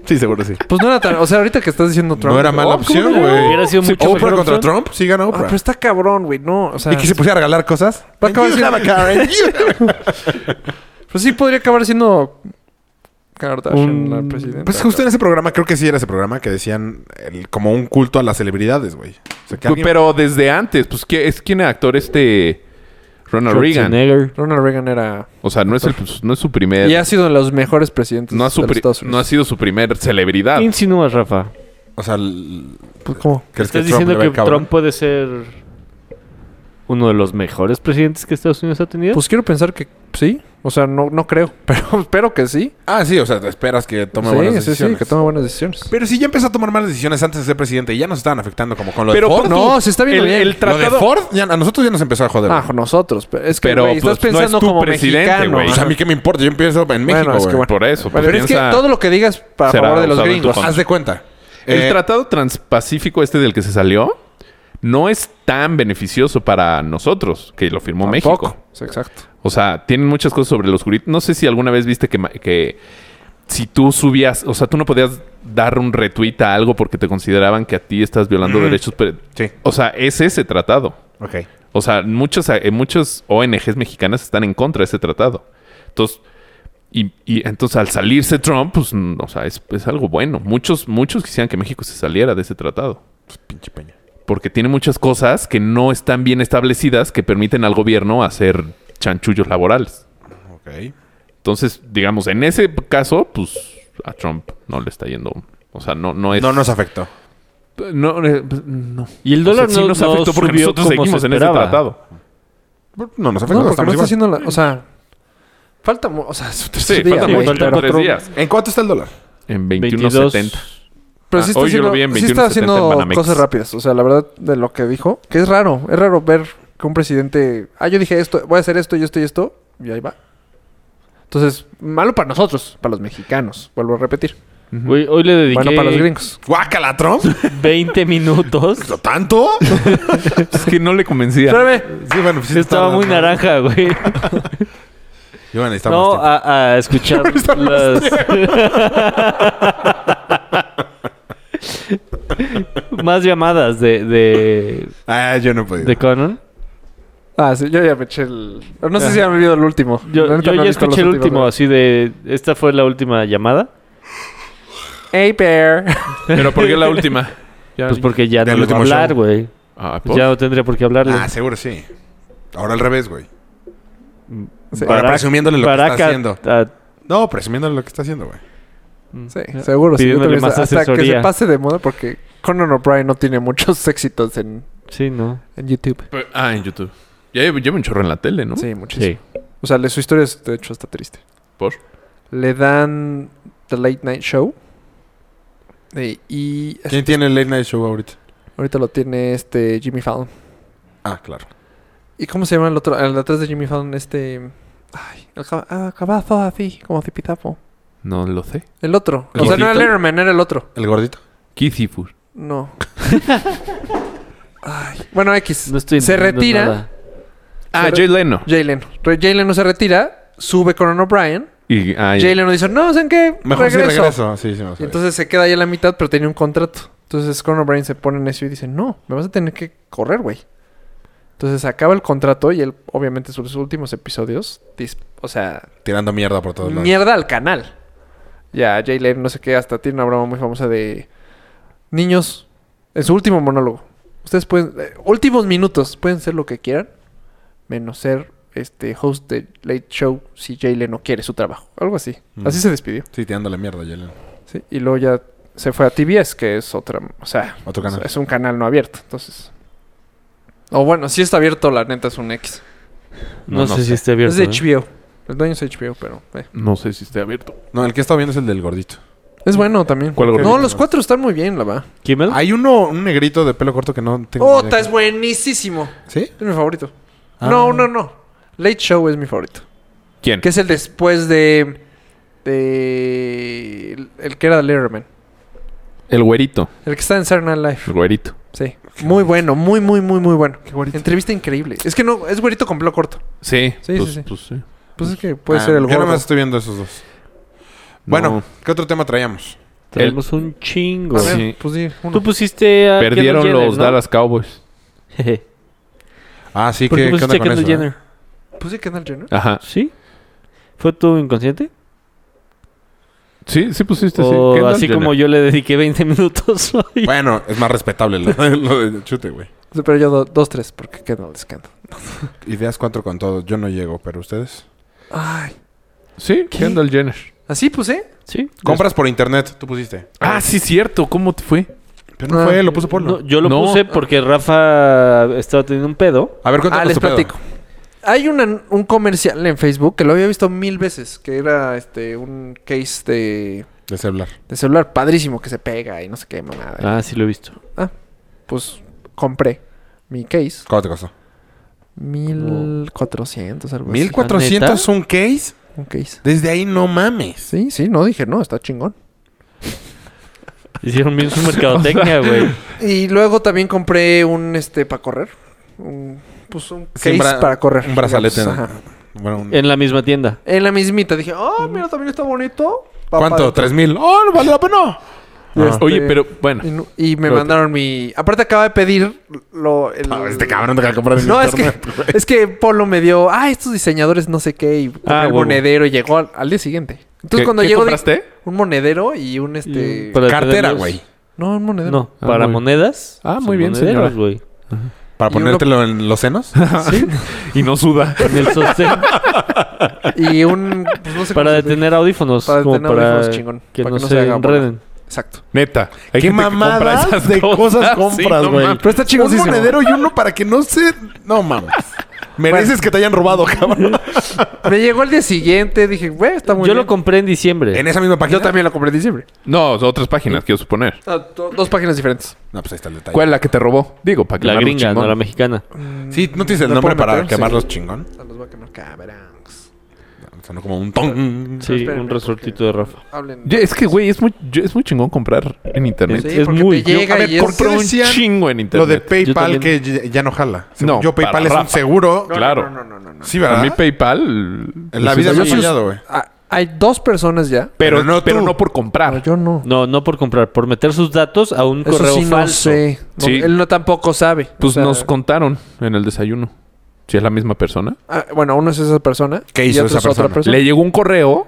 [SPEAKER 3] sí, seguro sí.
[SPEAKER 1] Pues no era tan. O sea, ahorita que estás diciendo Trump.
[SPEAKER 3] no era
[SPEAKER 1] digo,
[SPEAKER 3] mala
[SPEAKER 1] "Oh, ¿cómo
[SPEAKER 3] opción,
[SPEAKER 1] no?".
[SPEAKER 3] güey.
[SPEAKER 2] Hubiera sido
[SPEAKER 3] Sí,
[SPEAKER 2] mucho
[SPEAKER 3] Oprah
[SPEAKER 2] mejor
[SPEAKER 3] contra
[SPEAKER 2] opción.
[SPEAKER 3] Trump, sí gana
[SPEAKER 1] Ah,
[SPEAKER 3] Oprah.
[SPEAKER 1] pero está cabrón, güey. No, o sea.
[SPEAKER 3] Y que se pusiera a regalar cosas.
[SPEAKER 1] Va a acabar
[SPEAKER 3] And you
[SPEAKER 1] siendo-
[SPEAKER 3] have a car, and you-
[SPEAKER 1] Pues sí podría acabar siendo. Kardashian,
[SPEAKER 2] Un-
[SPEAKER 1] la presidenta.
[SPEAKER 3] pues justo en ese programa, creo que sí era ese programa que decían el- como un culto a las celebridades, güey. O sea, que alguien-
[SPEAKER 4] Pues, Pero desde antes, pues, ¿qué- es quién era actor este Ronald Reagan?
[SPEAKER 2] Schwarzenegger.
[SPEAKER 1] Ronald Reagan era.
[SPEAKER 4] O sea, no es, el, pues, no es su primer...
[SPEAKER 1] Y ha sido de los mejores presidentes
[SPEAKER 4] no, ha su
[SPEAKER 1] de los
[SPEAKER 4] pri-
[SPEAKER 1] Estados
[SPEAKER 4] no ha
[SPEAKER 1] Unidos.
[SPEAKER 4] Ah. sido su primer celebridad.
[SPEAKER 2] ¿Qué insinúas, Rafa?
[SPEAKER 3] O sea, el-
[SPEAKER 1] Pues, ¿Cómo?
[SPEAKER 3] ¿Crees
[SPEAKER 2] ¿Estás
[SPEAKER 3] que Trump
[SPEAKER 2] diciendo
[SPEAKER 3] le va a ir
[SPEAKER 2] que
[SPEAKER 3] cabrón?
[SPEAKER 2] Trump puede ser uno de los mejores presidentes que Estados Unidos ha tenido?
[SPEAKER 1] Pues quiero pensar que sí. O sea, no, no creo, pero espero que sí.
[SPEAKER 3] Ah, sí, o sea, te esperas que tome
[SPEAKER 1] sí,
[SPEAKER 3] buenas
[SPEAKER 1] sí, sí,
[SPEAKER 3] decisiones.
[SPEAKER 1] que tome buenas decisiones.
[SPEAKER 3] Pero si ya empezó a tomar malas decisiones antes de ser presidente y ya nos estaban afectando como con lo
[SPEAKER 4] Pero
[SPEAKER 3] de Ford.
[SPEAKER 4] pon
[SPEAKER 1] No, se está viendo
[SPEAKER 4] el,
[SPEAKER 1] bien.
[SPEAKER 4] el
[SPEAKER 1] Lo de
[SPEAKER 3] Lo de
[SPEAKER 4] tratado...
[SPEAKER 3] Ford, ya- a nosotros ya nos empezó a joder.
[SPEAKER 1] Bajo Ah, nosotros. pero Es que
[SPEAKER 4] Pero,
[SPEAKER 1] güey, estás
[SPEAKER 4] pues, no es
[SPEAKER 1] pensando
[SPEAKER 4] tu
[SPEAKER 1] como
[SPEAKER 4] presidente,
[SPEAKER 1] mexicano.
[SPEAKER 4] güey.
[SPEAKER 3] Pues a mí qué me importa, yo empiezo en México,
[SPEAKER 1] Bueno, es que
[SPEAKER 3] güey.
[SPEAKER 1] bueno.
[SPEAKER 4] Por eso.
[SPEAKER 1] Pero es que
[SPEAKER 4] piensa-
[SPEAKER 1] todo lo que digas para
[SPEAKER 4] será
[SPEAKER 1] favor de los
[SPEAKER 4] usado en tu
[SPEAKER 1] gringos.
[SPEAKER 4] contra.
[SPEAKER 3] Haz de cuenta.
[SPEAKER 4] El
[SPEAKER 3] Eh,
[SPEAKER 4] tratado transpacífico este del que se salió no es tan beneficioso para nosotros que lo firmó México.
[SPEAKER 1] Tampoco. Sí, Exacto.
[SPEAKER 4] O sea, tienen muchas cosas sobre los oscurito. No sé si alguna vez viste que, ma- que si tú subías, o sea, tú no podías dar un retweet a algo porque te consideraban que a ti estás violando derechos. pero-
[SPEAKER 3] Mm. Sí.
[SPEAKER 4] O sea, es ese tratado.
[SPEAKER 3] Ok.
[SPEAKER 4] O sea, muchas, eh, muchas ONGs mexicanas están en contra de ese tratado. Entonces, y, y entonces al salirse Trump, pues, mm, o sea, es, es algo bueno. Muchos, muchos quisieran que México se saliera de ese tratado.
[SPEAKER 3] Pinche peña.
[SPEAKER 4] Porque tiene muchas cosas que no están bien establecidas que permiten al gobierno hacer chanchullos laborales.
[SPEAKER 3] Ok.
[SPEAKER 4] Entonces, digamos, en ese caso, pues a Trump no le está yendo. O sea, no, no es.
[SPEAKER 3] No nos afectó.
[SPEAKER 4] No, eh,
[SPEAKER 1] Pues,
[SPEAKER 4] no.
[SPEAKER 2] y el
[SPEAKER 4] O sea,
[SPEAKER 2] dólar
[SPEAKER 4] pues, sí
[SPEAKER 2] no,
[SPEAKER 4] nos
[SPEAKER 2] no
[SPEAKER 4] afectó porque
[SPEAKER 2] subió
[SPEAKER 4] nosotros
[SPEAKER 2] como
[SPEAKER 4] seguimos
[SPEAKER 2] se
[SPEAKER 4] en ese
[SPEAKER 2] esperaba.
[SPEAKER 4] tratado.
[SPEAKER 3] No nos afectó.
[SPEAKER 1] No, porque
[SPEAKER 3] estamos
[SPEAKER 1] no está
[SPEAKER 3] igual.
[SPEAKER 1] haciendo la... O sea... Falta... mu- O sea, es su
[SPEAKER 4] Sí,
[SPEAKER 1] tercer día,
[SPEAKER 4] faltan
[SPEAKER 1] güey,
[SPEAKER 4] faltan
[SPEAKER 1] pero-
[SPEAKER 4] tres
[SPEAKER 1] pero-
[SPEAKER 4] días.
[SPEAKER 3] ¿En cuánto está el dólar?
[SPEAKER 4] En
[SPEAKER 2] 22.
[SPEAKER 4] 21.70.
[SPEAKER 1] Pero
[SPEAKER 4] Ah,
[SPEAKER 1] sí está
[SPEAKER 4] hoy yo lo vi en
[SPEAKER 1] haciendo, sí está
[SPEAKER 4] 21.70
[SPEAKER 1] haciendo
[SPEAKER 4] en Banamex.
[SPEAKER 1] cosas rápidas. O sea, la verdad de lo que dijo, que es raro. Es raro ver que un presidente, ah, yo dije esto, voy a hacer esto, yo estoy esto, y ahí va. Entonces, malo para nosotros, para los mexicanos, vuelvo a repetir.
[SPEAKER 2] Güey, hoy le dediqué
[SPEAKER 1] Bueno, para los gringos.
[SPEAKER 3] ¿Guácala, Trump?
[SPEAKER 2] 20 minutos.
[SPEAKER 3] ¿Lo ¿Tanto?
[SPEAKER 4] Es que no le convencía.
[SPEAKER 1] Espérame.
[SPEAKER 3] Sí, bueno, pues sí
[SPEAKER 2] Estaba
[SPEAKER 3] tarda,
[SPEAKER 2] muy
[SPEAKER 3] ¿no?
[SPEAKER 2] naranja, güey.
[SPEAKER 3] Yo bueno,
[SPEAKER 2] No,
[SPEAKER 3] necesitamos
[SPEAKER 2] ah,
[SPEAKER 3] tiempo.
[SPEAKER 2] a, a escuchar las... Más llamadas de, de,
[SPEAKER 3] Ah, yo no he podido.
[SPEAKER 2] de Conan.
[SPEAKER 1] Ah, sí, yo ya me eché el. No sé si ya me vio el último.
[SPEAKER 2] Yo,
[SPEAKER 1] La neta
[SPEAKER 2] yo
[SPEAKER 1] no he
[SPEAKER 2] ya
[SPEAKER 1] visto los
[SPEAKER 2] escuché el
[SPEAKER 1] últimos,
[SPEAKER 2] último, así de... Esta fue la última llamada.
[SPEAKER 1] güey. Hey, Bear.
[SPEAKER 4] Pero ¿por qué la última? Ya-
[SPEAKER 2] Pues porque ya no le va
[SPEAKER 3] Del
[SPEAKER 2] a
[SPEAKER 3] último
[SPEAKER 2] hablar,
[SPEAKER 3] show.
[SPEAKER 2] güey.
[SPEAKER 4] Ah,
[SPEAKER 2] Pues ya no tendría por qué hablarle.
[SPEAKER 3] Ah, seguro sí. Ahora al revés, güey.
[SPEAKER 1] Sí.
[SPEAKER 3] Ahora
[SPEAKER 2] Barack-
[SPEAKER 3] presumiéndole lo que
[SPEAKER 2] Barack
[SPEAKER 3] está
[SPEAKER 2] a-
[SPEAKER 3] haciendo.
[SPEAKER 2] a-
[SPEAKER 3] No, presumiéndole lo que está haciendo, güey.
[SPEAKER 1] Sí, seguro. Sí, yo
[SPEAKER 2] Pidiéndole
[SPEAKER 1] también
[SPEAKER 2] más
[SPEAKER 1] hasta hasta que
[SPEAKER 2] asesoría.
[SPEAKER 1] se pase de moda porque Conan O'Brien no tiene muchos éxitos en,
[SPEAKER 2] Sí, no.
[SPEAKER 1] en YouTube.
[SPEAKER 4] Pero- ah, en YouTube. Ya llevo, llevo un chorro en la tele, ¿no?
[SPEAKER 1] Sí, muchísimo.
[SPEAKER 2] Sí.
[SPEAKER 1] O sea, le- su historia es, de hecho, está triste.
[SPEAKER 4] ¿Por?
[SPEAKER 1] le dan The Late Night Show. Eh, y
[SPEAKER 3] ¿Quién tiene el late night show ahorita?
[SPEAKER 1] ahorita lo tiene este Jimmy Fallon.
[SPEAKER 3] Ah, claro.
[SPEAKER 1] ¿Y cómo se llama el otro? El de atrás de Jimmy Fallon, este. Ay, el cab- ah, cabazo así, como cipitapo.
[SPEAKER 4] No lo sé.
[SPEAKER 1] El otro.
[SPEAKER 4] ¿El
[SPEAKER 1] o sea, no era
[SPEAKER 4] gordito?
[SPEAKER 1] Letterman, era el otro.
[SPEAKER 3] ¿El gordito?
[SPEAKER 4] Kizifur.
[SPEAKER 1] No. Ay, bueno, X.
[SPEAKER 2] No estoy
[SPEAKER 1] se
[SPEAKER 2] entendiendo
[SPEAKER 1] retira.
[SPEAKER 2] nada.
[SPEAKER 4] Ah,
[SPEAKER 1] Pero-
[SPEAKER 4] Jay Leno.
[SPEAKER 1] Jalen. Jalen no se retira. Sube Conan O'Brien.
[SPEAKER 4] Y, ah, ya.
[SPEAKER 1] Jalen no dice, no, ¿saben qué?
[SPEAKER 3] Mejor si regreso. Ah, Sí, sí, me lo
[SPEAKER 1] Y
[SPEAKER 3] sabía.
[SPEAKER 1] entonces se queda ahí a la mitad, pero tenía un contrato. Entonces Conor O'Brien se pone necio y dice, no, me vas a tener que correr, güey. Entonces acaba el contrato y él, obviamente, sus últimos episodios, dis- o sea,
[SPEAKER 3] Tirando mierda por todos lados.
[SPEAKER 1] mierda al canal. Ya, Jay Leno, no sé qué, hasta tiene una broma muy famosa de niños, en su último monólogo. Ustedes pueden, eh, últimos minutos, pueden ser lo que quieran, menos ser este host de Late Show si Jay Leno quiere su trabajo. Algo así.
[SPEAKER 3] Mm.
[SPEAKER 1] Así se despidió.
[SPEAKER 3] Sí, tirándole mierda, Yelen.
[SPEAKER 1] Sí, y luego ya se fue a TBS, que es otra, o sea,
[SPEAKER 3] Otro canal.
[SPEAKER 1] es un canal no abierto, entonces. O bueno, sí está abierto, la neta es un X.
[SPEAKER 2] No,
[SPEAKER 4] No, no
[SPEAKER 2] sé, si
[SPEAKER 4] sé.
[SPEAKER 2] esté abierto.
[SPEAKER 1] es de
[SPEAKER 2] ¿eh?
[SPEAKER 1] HBO. El dueño es HBO, pero eh.
[SPEAKER 4] No sé si esté abierto.
[SPEAKER 3] No, el que he estado viendo es el del gordito.
[SPEAKER 1] es bueno también.
[SPEAKER 4] ¿Cuál gordito?
[SPEAKER 1] no, los cuatro están muy bien, la va.
[SPEAKER 2] ¿Kimmel?
[SPEAKER 3] Hay uno, un negrito de pelo corto que no tengo. idea
[SPEAKER 1] Ota
[SPEAKER 3] quién-
[SPEAKER 1] es buenísimo.
[SPEAKER 3] ¿Sí?
[SPEAKER 1] Es mi favorito.
[SPEAKER 3] Ah.
[SPEAKER 1] No, no, no. Late Show es mi favorito.
[SPEAKER 4] ¿Quién?
[SPEAKER 1] Que es el después de de el, el que era de Letterman,
[SPEAKER 4] El güerito.
[SPEAKER 1] el que está en Saturday Night Live.
[SPEAKER 4] El güerito.
[SPEAKER 1] Sí. Muy bueno, muy, muy, muy, muy bueno. Entrevista increíble. Es que no, es güerito con pelo corto.
[SPEAKER 4] Sí.
[SPEAKER 1] Sí,
[SPEAKER 4] pues,
[SPEAKER 1] sí, sí.
[SPEAKER 4] pues, sí.
[SPEAKER 1] Pues es que puede
[SPEAKER 3] Ah,
[SPEAKER 1] ser el
[SPEAKER 3] Yo nada
[SPEAKER 1] gordo.
[SPEAKER 3] más estoy viendo esos dos. Bueno, ¿qué otro tema traíamos?
[SPEAKER 2] Tenemos un chingo. ¿eh?
[SPEAKER 1] A ver,
[SPEAKER 4] Sí.
[SPEAKER 1] pues sí, uno.
[SPEAKER 2] Tú pusiste a
[SPEAKER 4] Perdieron
[SPEAKER 2] Kendall Jenner,
[SPEAKER 4] los
[SPEAKER 2] ¿no?
[SPEAKER 4] Dallas Cowboys.
[SPEAKER 2] Jeje.
[SPEAKER 3] Ah, sí,
[SPEAKER 2] ¿Por qué
[SPEAKER 3] ¿qué, qué
[SPEAKER 2] pusiste
[SPEAKER 3] onda
[SPEAKER 2] a
[SPEAKER 3] con
[SPEAKER 2] Kendall
[SPEAKER 3] eso? eh?
[SPEAKER 2] Jenner?
[SPEAKER 1] Puse Pues Kendall Jenner.
[SPEAKER 4] Ajá.
[SPEAKER 2] ¿Sí? ¿Fue tu inconsciente?
[SPEAKER 4] Sí, sí pusiste, Este sí.
[SPEAKER 2] o
[SPEAKER 4] Kendall
[SPEAKER 2] así
[SPEAKER 4] Jenner.
[SPEAKER 2] como yo le dediqué 20 minutos
[SPEAKER 3] eh?
[SPEAKER 2] hoy.
[SPEAKER 3] Bueno, es más respetable lo, lo de chute, güey.
[SPEAKER 1] Sí, Pero yo do- dos, tres, porque Kendall es Kendall.
[SPEAKER 3] Ideas cuatro con todo. Yo no llego, pero ustedes.
[SPEAKER 1] Ay.
[SPEAKER 4] Sí,
[SPEAKER 1] ¿Qué?
[SPEAKER 4] Kendall Jenner.
[SPEAKER 1] ¿Así pues, ¿eh? puse?
[SPEAKER 2] ¿Sí?
[SPEAKER 3] Compras por internet, tú pusiste.
[SPEAKER 4] Ah, sí, cierto. ¿Cómo te fue?
[SPEAKER 3] Ah, Pero no
[SPEAKER 1] Ah.
[SPEAKER 3] fue, lo puso Polo.
[SPEAKER 2] No, yo lo
[SPEAKER 4] No.
[SPEAKER 2] puse porque Rafa estaba teniendo un pedo.
[SPEAKER 3] A ver, cuéntanos
[SPEAKER 1] Ah, les
[SPEAKER 3] tu pedo.
[SPEAKER 1] platico. Hay una- un comercial en Facebook que lo había visto mil veces, que era este un case de,
[SPEAKER 3] De celular.
[SPEAKER 1] de celular padrísimo que se pega y no sé qué mamada.
[SPEAKER 2] Ah, sí lo he visto.
[SPEAKER 1] Pues compré mi case,
[SPEAKER 3] ¿Cuánto te costó?
[SPEAKER 1] 1400 algo así.
[SPEAKER 3] 1400 un case.
[SPEAKER 1] Un case.
[SPEAKER 3] Desde ahí no mames.
[SPEAKER 1] Sí, sí, no dije, no, está chingón.
[SPEAKER 2] Hicieron bien su mercadotecnia, güey.
[SPEAKER 1] Y luego también compré un este para correr. Un, pues un
[SPEAKER 3] Sí,
[SPEAKER 1] case
[SPEAKER 3] un bra-
[SPEAKER 1] para correr.
[SPEAKER 3] un brazalete,
[SPEAKER 1] digamos,
[SPEAKER 3] ¿no?
[SPEAKER 1] ajá.
[SPEAKER 3] Bueno, un-
[SPEAKER 2] En la misma tienda.
[SPEAKER 1] En la mismita dije, oh, mira, también está bonito. Va
[SPEAKER 3] ¿Cuánto?
[SPEAKER 1] para
[SPEAKER 3] ¿Tres mil? ¡Oh, no vale la pena!
[SPEAKER 1] adentro. Este,
[SPEAKER 4] Ah. Oye, pero bueno.
[SPEAKER 1] Y, no- y me
[SPEAKER 4] Pero-
[SPEAKER 1] mandaron mi. Aparte, acaba de pedir lo. el-
[SPEAKER 3] Ah, este cabrón te acaba de comprar en
[SPEAKER 1] No, es que,
[SPEAKER 3] internet, güey.
[SPEAKER 1] es que Polo me dio. Ah, estos diseñadores no sé qué. Y compré
[SPEAKER 2] Ah,
[SPEAKER 1] el
[SPEAKER 2] huevo.
[SPEAKER 1] monedero y llegó al, al día siguiente. Entonces,
[SPEAKER 4] ¿Qué-
[SPEAKER 1] cuando
[SPEAKER 4] qué
[SPEAKER 1] llegó. di-
[SPEAKER 4] compraste?
[SPEAKER 1] Un monedero y un
[SPEAKER 2] Y
[SPEAKER 1] este.
[SPEAKER 2] para
[SPEAKER 3] Cartera,
[SPEAKER 2] tenerlos-
[SPEAKER 3] güey.
[SPEAKER 1] No, un monedero.
[SPEAKER 2] No,
[SPEAKER 4] Ah,
[SPEAKER 2] para
[SPEAKER 4] muy-
[SPEAKER 2] monedas.
[SPEAKER 4] Ah,
[SPEAKER 2] son
[SPEAKER 4] muy bien,
[SPEAKER 2] monederos,
[SPEAKER 4] señora.
[SPEAKER 2] güey.
[SPEAKER 3] ¿Para
[SPEAKER 1] Y uno-
[SPEAKER 3] ponértelo en los senos?
[SPEAKER 1] Ah,
[SPEAKER 4] Y no suda.
[SPEAKER 2] En el sostén.
[SPEAKER 1] Y un. Pues no sé
[SPEAKER 2] para
[SPEAKER 1] cómo se dice.
[SPEAKER 2] detener audífonos.
[SPEAKER 1] Para
[SPEAKER 2] como
[SPEAKER 1] detener
[SPEAKER 2] para
[SPEAKER 1] audífonos, chingón,
[SPEAKER 2] Que
[SPEAKER 1] para
[SPEAKER 2] no
[SPEAKER 1] que no
[SPEAKER 2] se
[SPEAKER 1] se haga bola.
[SPEAKER 2] enreden.
[SPEAKER 1] Exacto.
[SPEAKER 4] Neta. hay
[SPEAKER 3] ¿Qué
[SPEAKER 4] gente que compra
[SPEAKER 3] mamadas
[SPEAKER 4] esas
[SPEAKER 3] de cosas
[SPEAKER 4] Sí,
[SPEAKER 3] compras,
[SPEAKER 4] no
[SPEAKER 3] güey?
[SPEAKER 4] mames.
[SPEAKER 1] Pero está
[SPEAKER 3] un
[SPEAKER 1] chingosísimo.
[SPEAKER 3] monedero y uno para que no se... No mames. Mereces que te hayan robado, cabrón.
[SPEAKER 1] Me llegó el día siguiente. Dije, güey, está
[SPEAKER 2] Yo
[SPEAKER 1] muy bien.
[SPEAKER 2] lo compré en diciembre.
[SPEAKER 3] ¿En esa misma página?
[SPEAKER 1] Yo también lo compré en diciembre.
[SPEAKER 4] No, otras páginas, quiero suponer.
[SPEAKER 1] Ah, do- dos páginas diferentes.
[SPEAKER 3] No, pues ahí está el detalle.
[SPEAKER 4] ¿Cuál es la que te robó? Digo, para que
[SPEAKER 2] La gringa, no la mexicana.
[SPEAKER 3] Sí, ¿no tienes el
[SPEAKER 1] ¿La
[SPEAKER 3] nombre
[SPEAKER 1] puedo
[SPEAKER 3] para
[SPEAKER 1] meter?
[SPEAKER 3] quemarlos
[SPEAKER 1] Sí.
[SPEAKER 3] chingón?
[SPEAKER 1] Se los voy a quemar. Cabrangs.
[SPEAKER 3] No, Sonó como un ton.
[SPEAKER 2] Sí,
[SPEAKER 1] Espérenme,
[SPEAKER 2] un resortito de Rafa.
[SPEAKER 1] Hablen.
[SPEAKER 4] Es que, güey, es muy, yo- es muy chingón comprar en internet.
[SPEAKER 1] Sí,
[SPEAKER 2] es
[SPEAKER 1] porque
[SPEAKER 2] muy-
[SPEAKER 1] te
[SPEAKER 2] yo-
[SPEAKER 1] llega
[SPEAKER 3] a ver,
[SPEAKER 1] y es-
[SPEAKER 3] ¿por qué
[SPEAKER 4] Compro un
[SPEAKER 3] decían
[SPEAKER 4] chingo en
[SPEAKER 3] Lo
[SPEAKER 4] internet.
[SPEAKER 3] de
[SPEAKER 2] Yo
[SPEAKER 3] PayPal
[SPEAKER 2] también.
[SPEAKER 3] que ya- ya no jala.
[SPEAKER 4] No,
[SPEAKER 3] No, yo
[SPEAKER 4] para
[SPEAKER 3] PayPal es un
[SPEAKER 4] Rafa.
[SPEAKER 3] seguro.
[SPEAKER 1] No, no,
[SPEAKER 4] claro.
[SPEAKER 1] No, no, no, no.
[SPEAKER 3] Sí,
[SPEAKER 4] A
[SPEAKER 3] ¿verdad?
[SPEAKER 4] mí PayPal...
[SPEAKER 3] En la vida
[SPEAKER 1] Yo
[SPEAKER 3] me ha
[SPEAKER 1] sí los-
[SPEAKER 3] fallado, güey.
[SPEAKER 1] Ah, hay dos personas ya.
[SPEAKER 4] Pero,
[SPEAKER 3] Pero no
[SPEAKER 4] no, pero
[SPEAKER 3] tú.
[SPEAKER 4] no por comprar.
[SPEAKER 1] No, yo no.
[SPEAKER 2] No, no por comprar, por meter sus datos a un
[SPEAKER 1] Eso
[SPEAKER 2] correo
[SPEAKER 1] sí no
[SPEAKER 2] falso.
[SPEAKER 1] sé. No,
[SPEAKER 4] Sí.
[SPEAKER 1] Él no tampoco sabe.
[SPEAKER 4] Pues
[SPEAKER 1] O sea,
[SPEAKER 4] nos contaron en el desayuno. Si es la misma persona.
[SPEAKER 1] ah, bueno, uno es esa persona.
[SPEAKER 3] ¿Qué
[SPEAKER 1] y
[SPEAKER 3] hizo
[SPEAKER 1] otro
[SPEAKER 3] esa
[SPEAKER 1] es otra
[SPEAKER 3] persona?
[SPEAKER 1] persona.
[SPEAKER 4] Le llegó un correo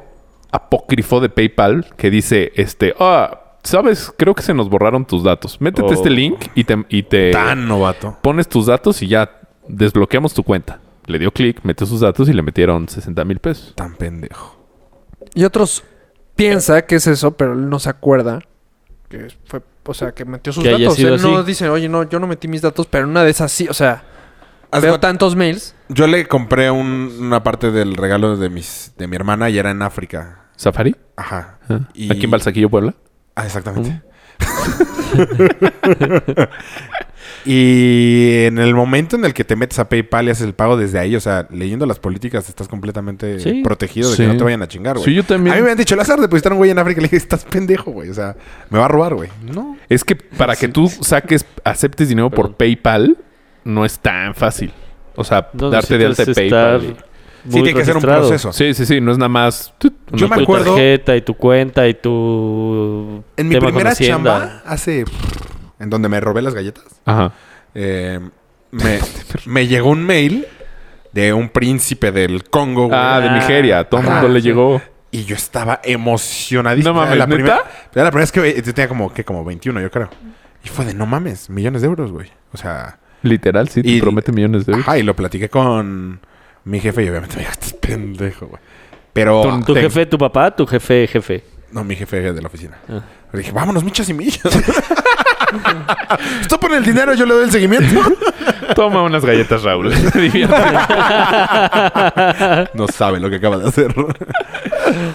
[SPEAKER 4] apócrifo de PayPal que dice, este, ah, sabes, creo que se nos borraron tus datos. Métete
[SPEAKER 2] Oh.
[SPEAKER 4] a este link y te, y te
[SPEAKER 3] Tan novato.
[SPEAKER 4] pones tus datos y ya desbloqueamos tu cuenta. Le dio clic, metió sus datos y le metieron 60 mil pesos.
[SPEAKER 3] Tan pendejo.
[SPEAKER 1] Y otros piensa que es eso, pero él no se acuerda. Que fue, o sea, que metió sus
[SPEAKER 2] Que haya
[SPEAKER 1] datos.
[SPEAKER 2] sido
[SPEAKER 1] Él no
[SPEAKER 2] así.
[SPEAKER 1] dice, oye, no, yo no metí mis datos, pero en una de esas sí. O sea,
[SPEAKER 3] Haz
[SPEAKER 1] veo
[SPEAKER 3] cuenta-
[SPEAKER 1] tantos mails.
[SPEAKER 3] Yo le compré un- una parte del regalo de mis de mi hermana y era en África.
[SPEAKER 4] ¿Safari?
[SPEAKER 3] Ajá.
[SPEAKER 4] Ah,
[SPEAKER 3] Y-
[SPEAKER 4] Aquí en Balsaquillo, Puebla.
[SPEAKER 3] Ah, exactamente. y en el momento en el que te metes a PayPal y haces el pago desde ahí, o sea, leyendo las políticas, estás completamente
[SPEAKER 2] Sí.
[SPEAKER 3] protegido de
[SPEAKER 4] Sí.
[SPEAKER 3] que no te vayan a chingar, güey.
[SPEAKER 4] Sí, yo también.
[SPEAKER 3] A mí me han dicho, Lázaro, depositar un güey en África. Le dije, estás pendejo, güey. O sea, me va a robar, güey. No.
[SPEAKER 4] Es que para que tú saques, aceptes dinero
[SPEAKER 2] Perdón.
[SPEAKER 4] por PayPal, no es tan fácil. O sea,
[SPEAKER 2] No
[SPEAKER 4] darte de alta
[SPEAKER 2] necesitas
[SPEAKER 4] de
[SPEAKER 2] estar
[SPEAKER 4] PayPal. y-
[SPEAKER 3] Sí,
[SPEAKER 2] muy
[SPEAKER 3] tiene que ser un
[SPEAKER 2] registrado.
[SPEAKER 3] proceso.
[SPEAKER 4] Sí, sí, sí, no es nada más. tut,
[SPEAKER 3] Yo
[SPEAKER 4] una
[SPEAKER 3] me
[SPEAKER 2] Tu
[SPEAKER 4] cuenta.
[SPEAKER 3] acuerdo-
[SPEAKER 2] tarjeta y tu cuenta y tu
[SPEAKER 3] En mi
[SPEAKER 2] tema con
[SPEAKER 3] primera
[SPEAKER 2] Hacienda.
[SPEAKER 3] chamba, hace. En donde me robé las galletas.
[SPEAKER 4] Ajá.
[SPEAKER 3] Eh, me, me llegó un mail de un príncipe del Congo, güey.
[SPEAKER 4] Ah, de Nigeria. A todo el
[SPEAKER 3] Ah,
[SPEAKER 4] mundo le
[SPEAKER 3] sí.
[SPEAKER 4] llegó.
[SPEAKER 3] Y yo estaba emocionadísimo.
[SPEAKER 4] No mames,
[SPEAKER 3] Era la
[SPEAKER 4] ¿neta?
[SPEAKER 3] primera, era la primera vez que ve- yo tenía como, que como 21, yo creo. Y fue de, no mames, millones de euros, güey. O sea,
[SPEAKER 4] Literal, sí, te
[SPEAKER 3] Y-
[SPEAKER 4] promete millones de euros.
[SPEAKER 3] ajá, y lo platiqué con mi jefe y obviamente me dijo, estás pendejo, güey. Pero...
[SPEAKER 4] Con
[SPEAKER 2] Tu
[SPEAKER 3] te-
[SPEAKER 2] jefe, tu papá, tu jefe, jefe.
[SPEAKER 3] No, mi jefe de la oficina.
[SPEAKER 2] Ah.
[SPEAKER 3] Le dije, vámonos, michas y millas. Tú pon el dinero, yo le doy el seguimiento.
[SPEAKER 4] Toma unas galletas, Raúl. Diviértete.
[SPEAKER 3] no sabe lo que acaba de hacer.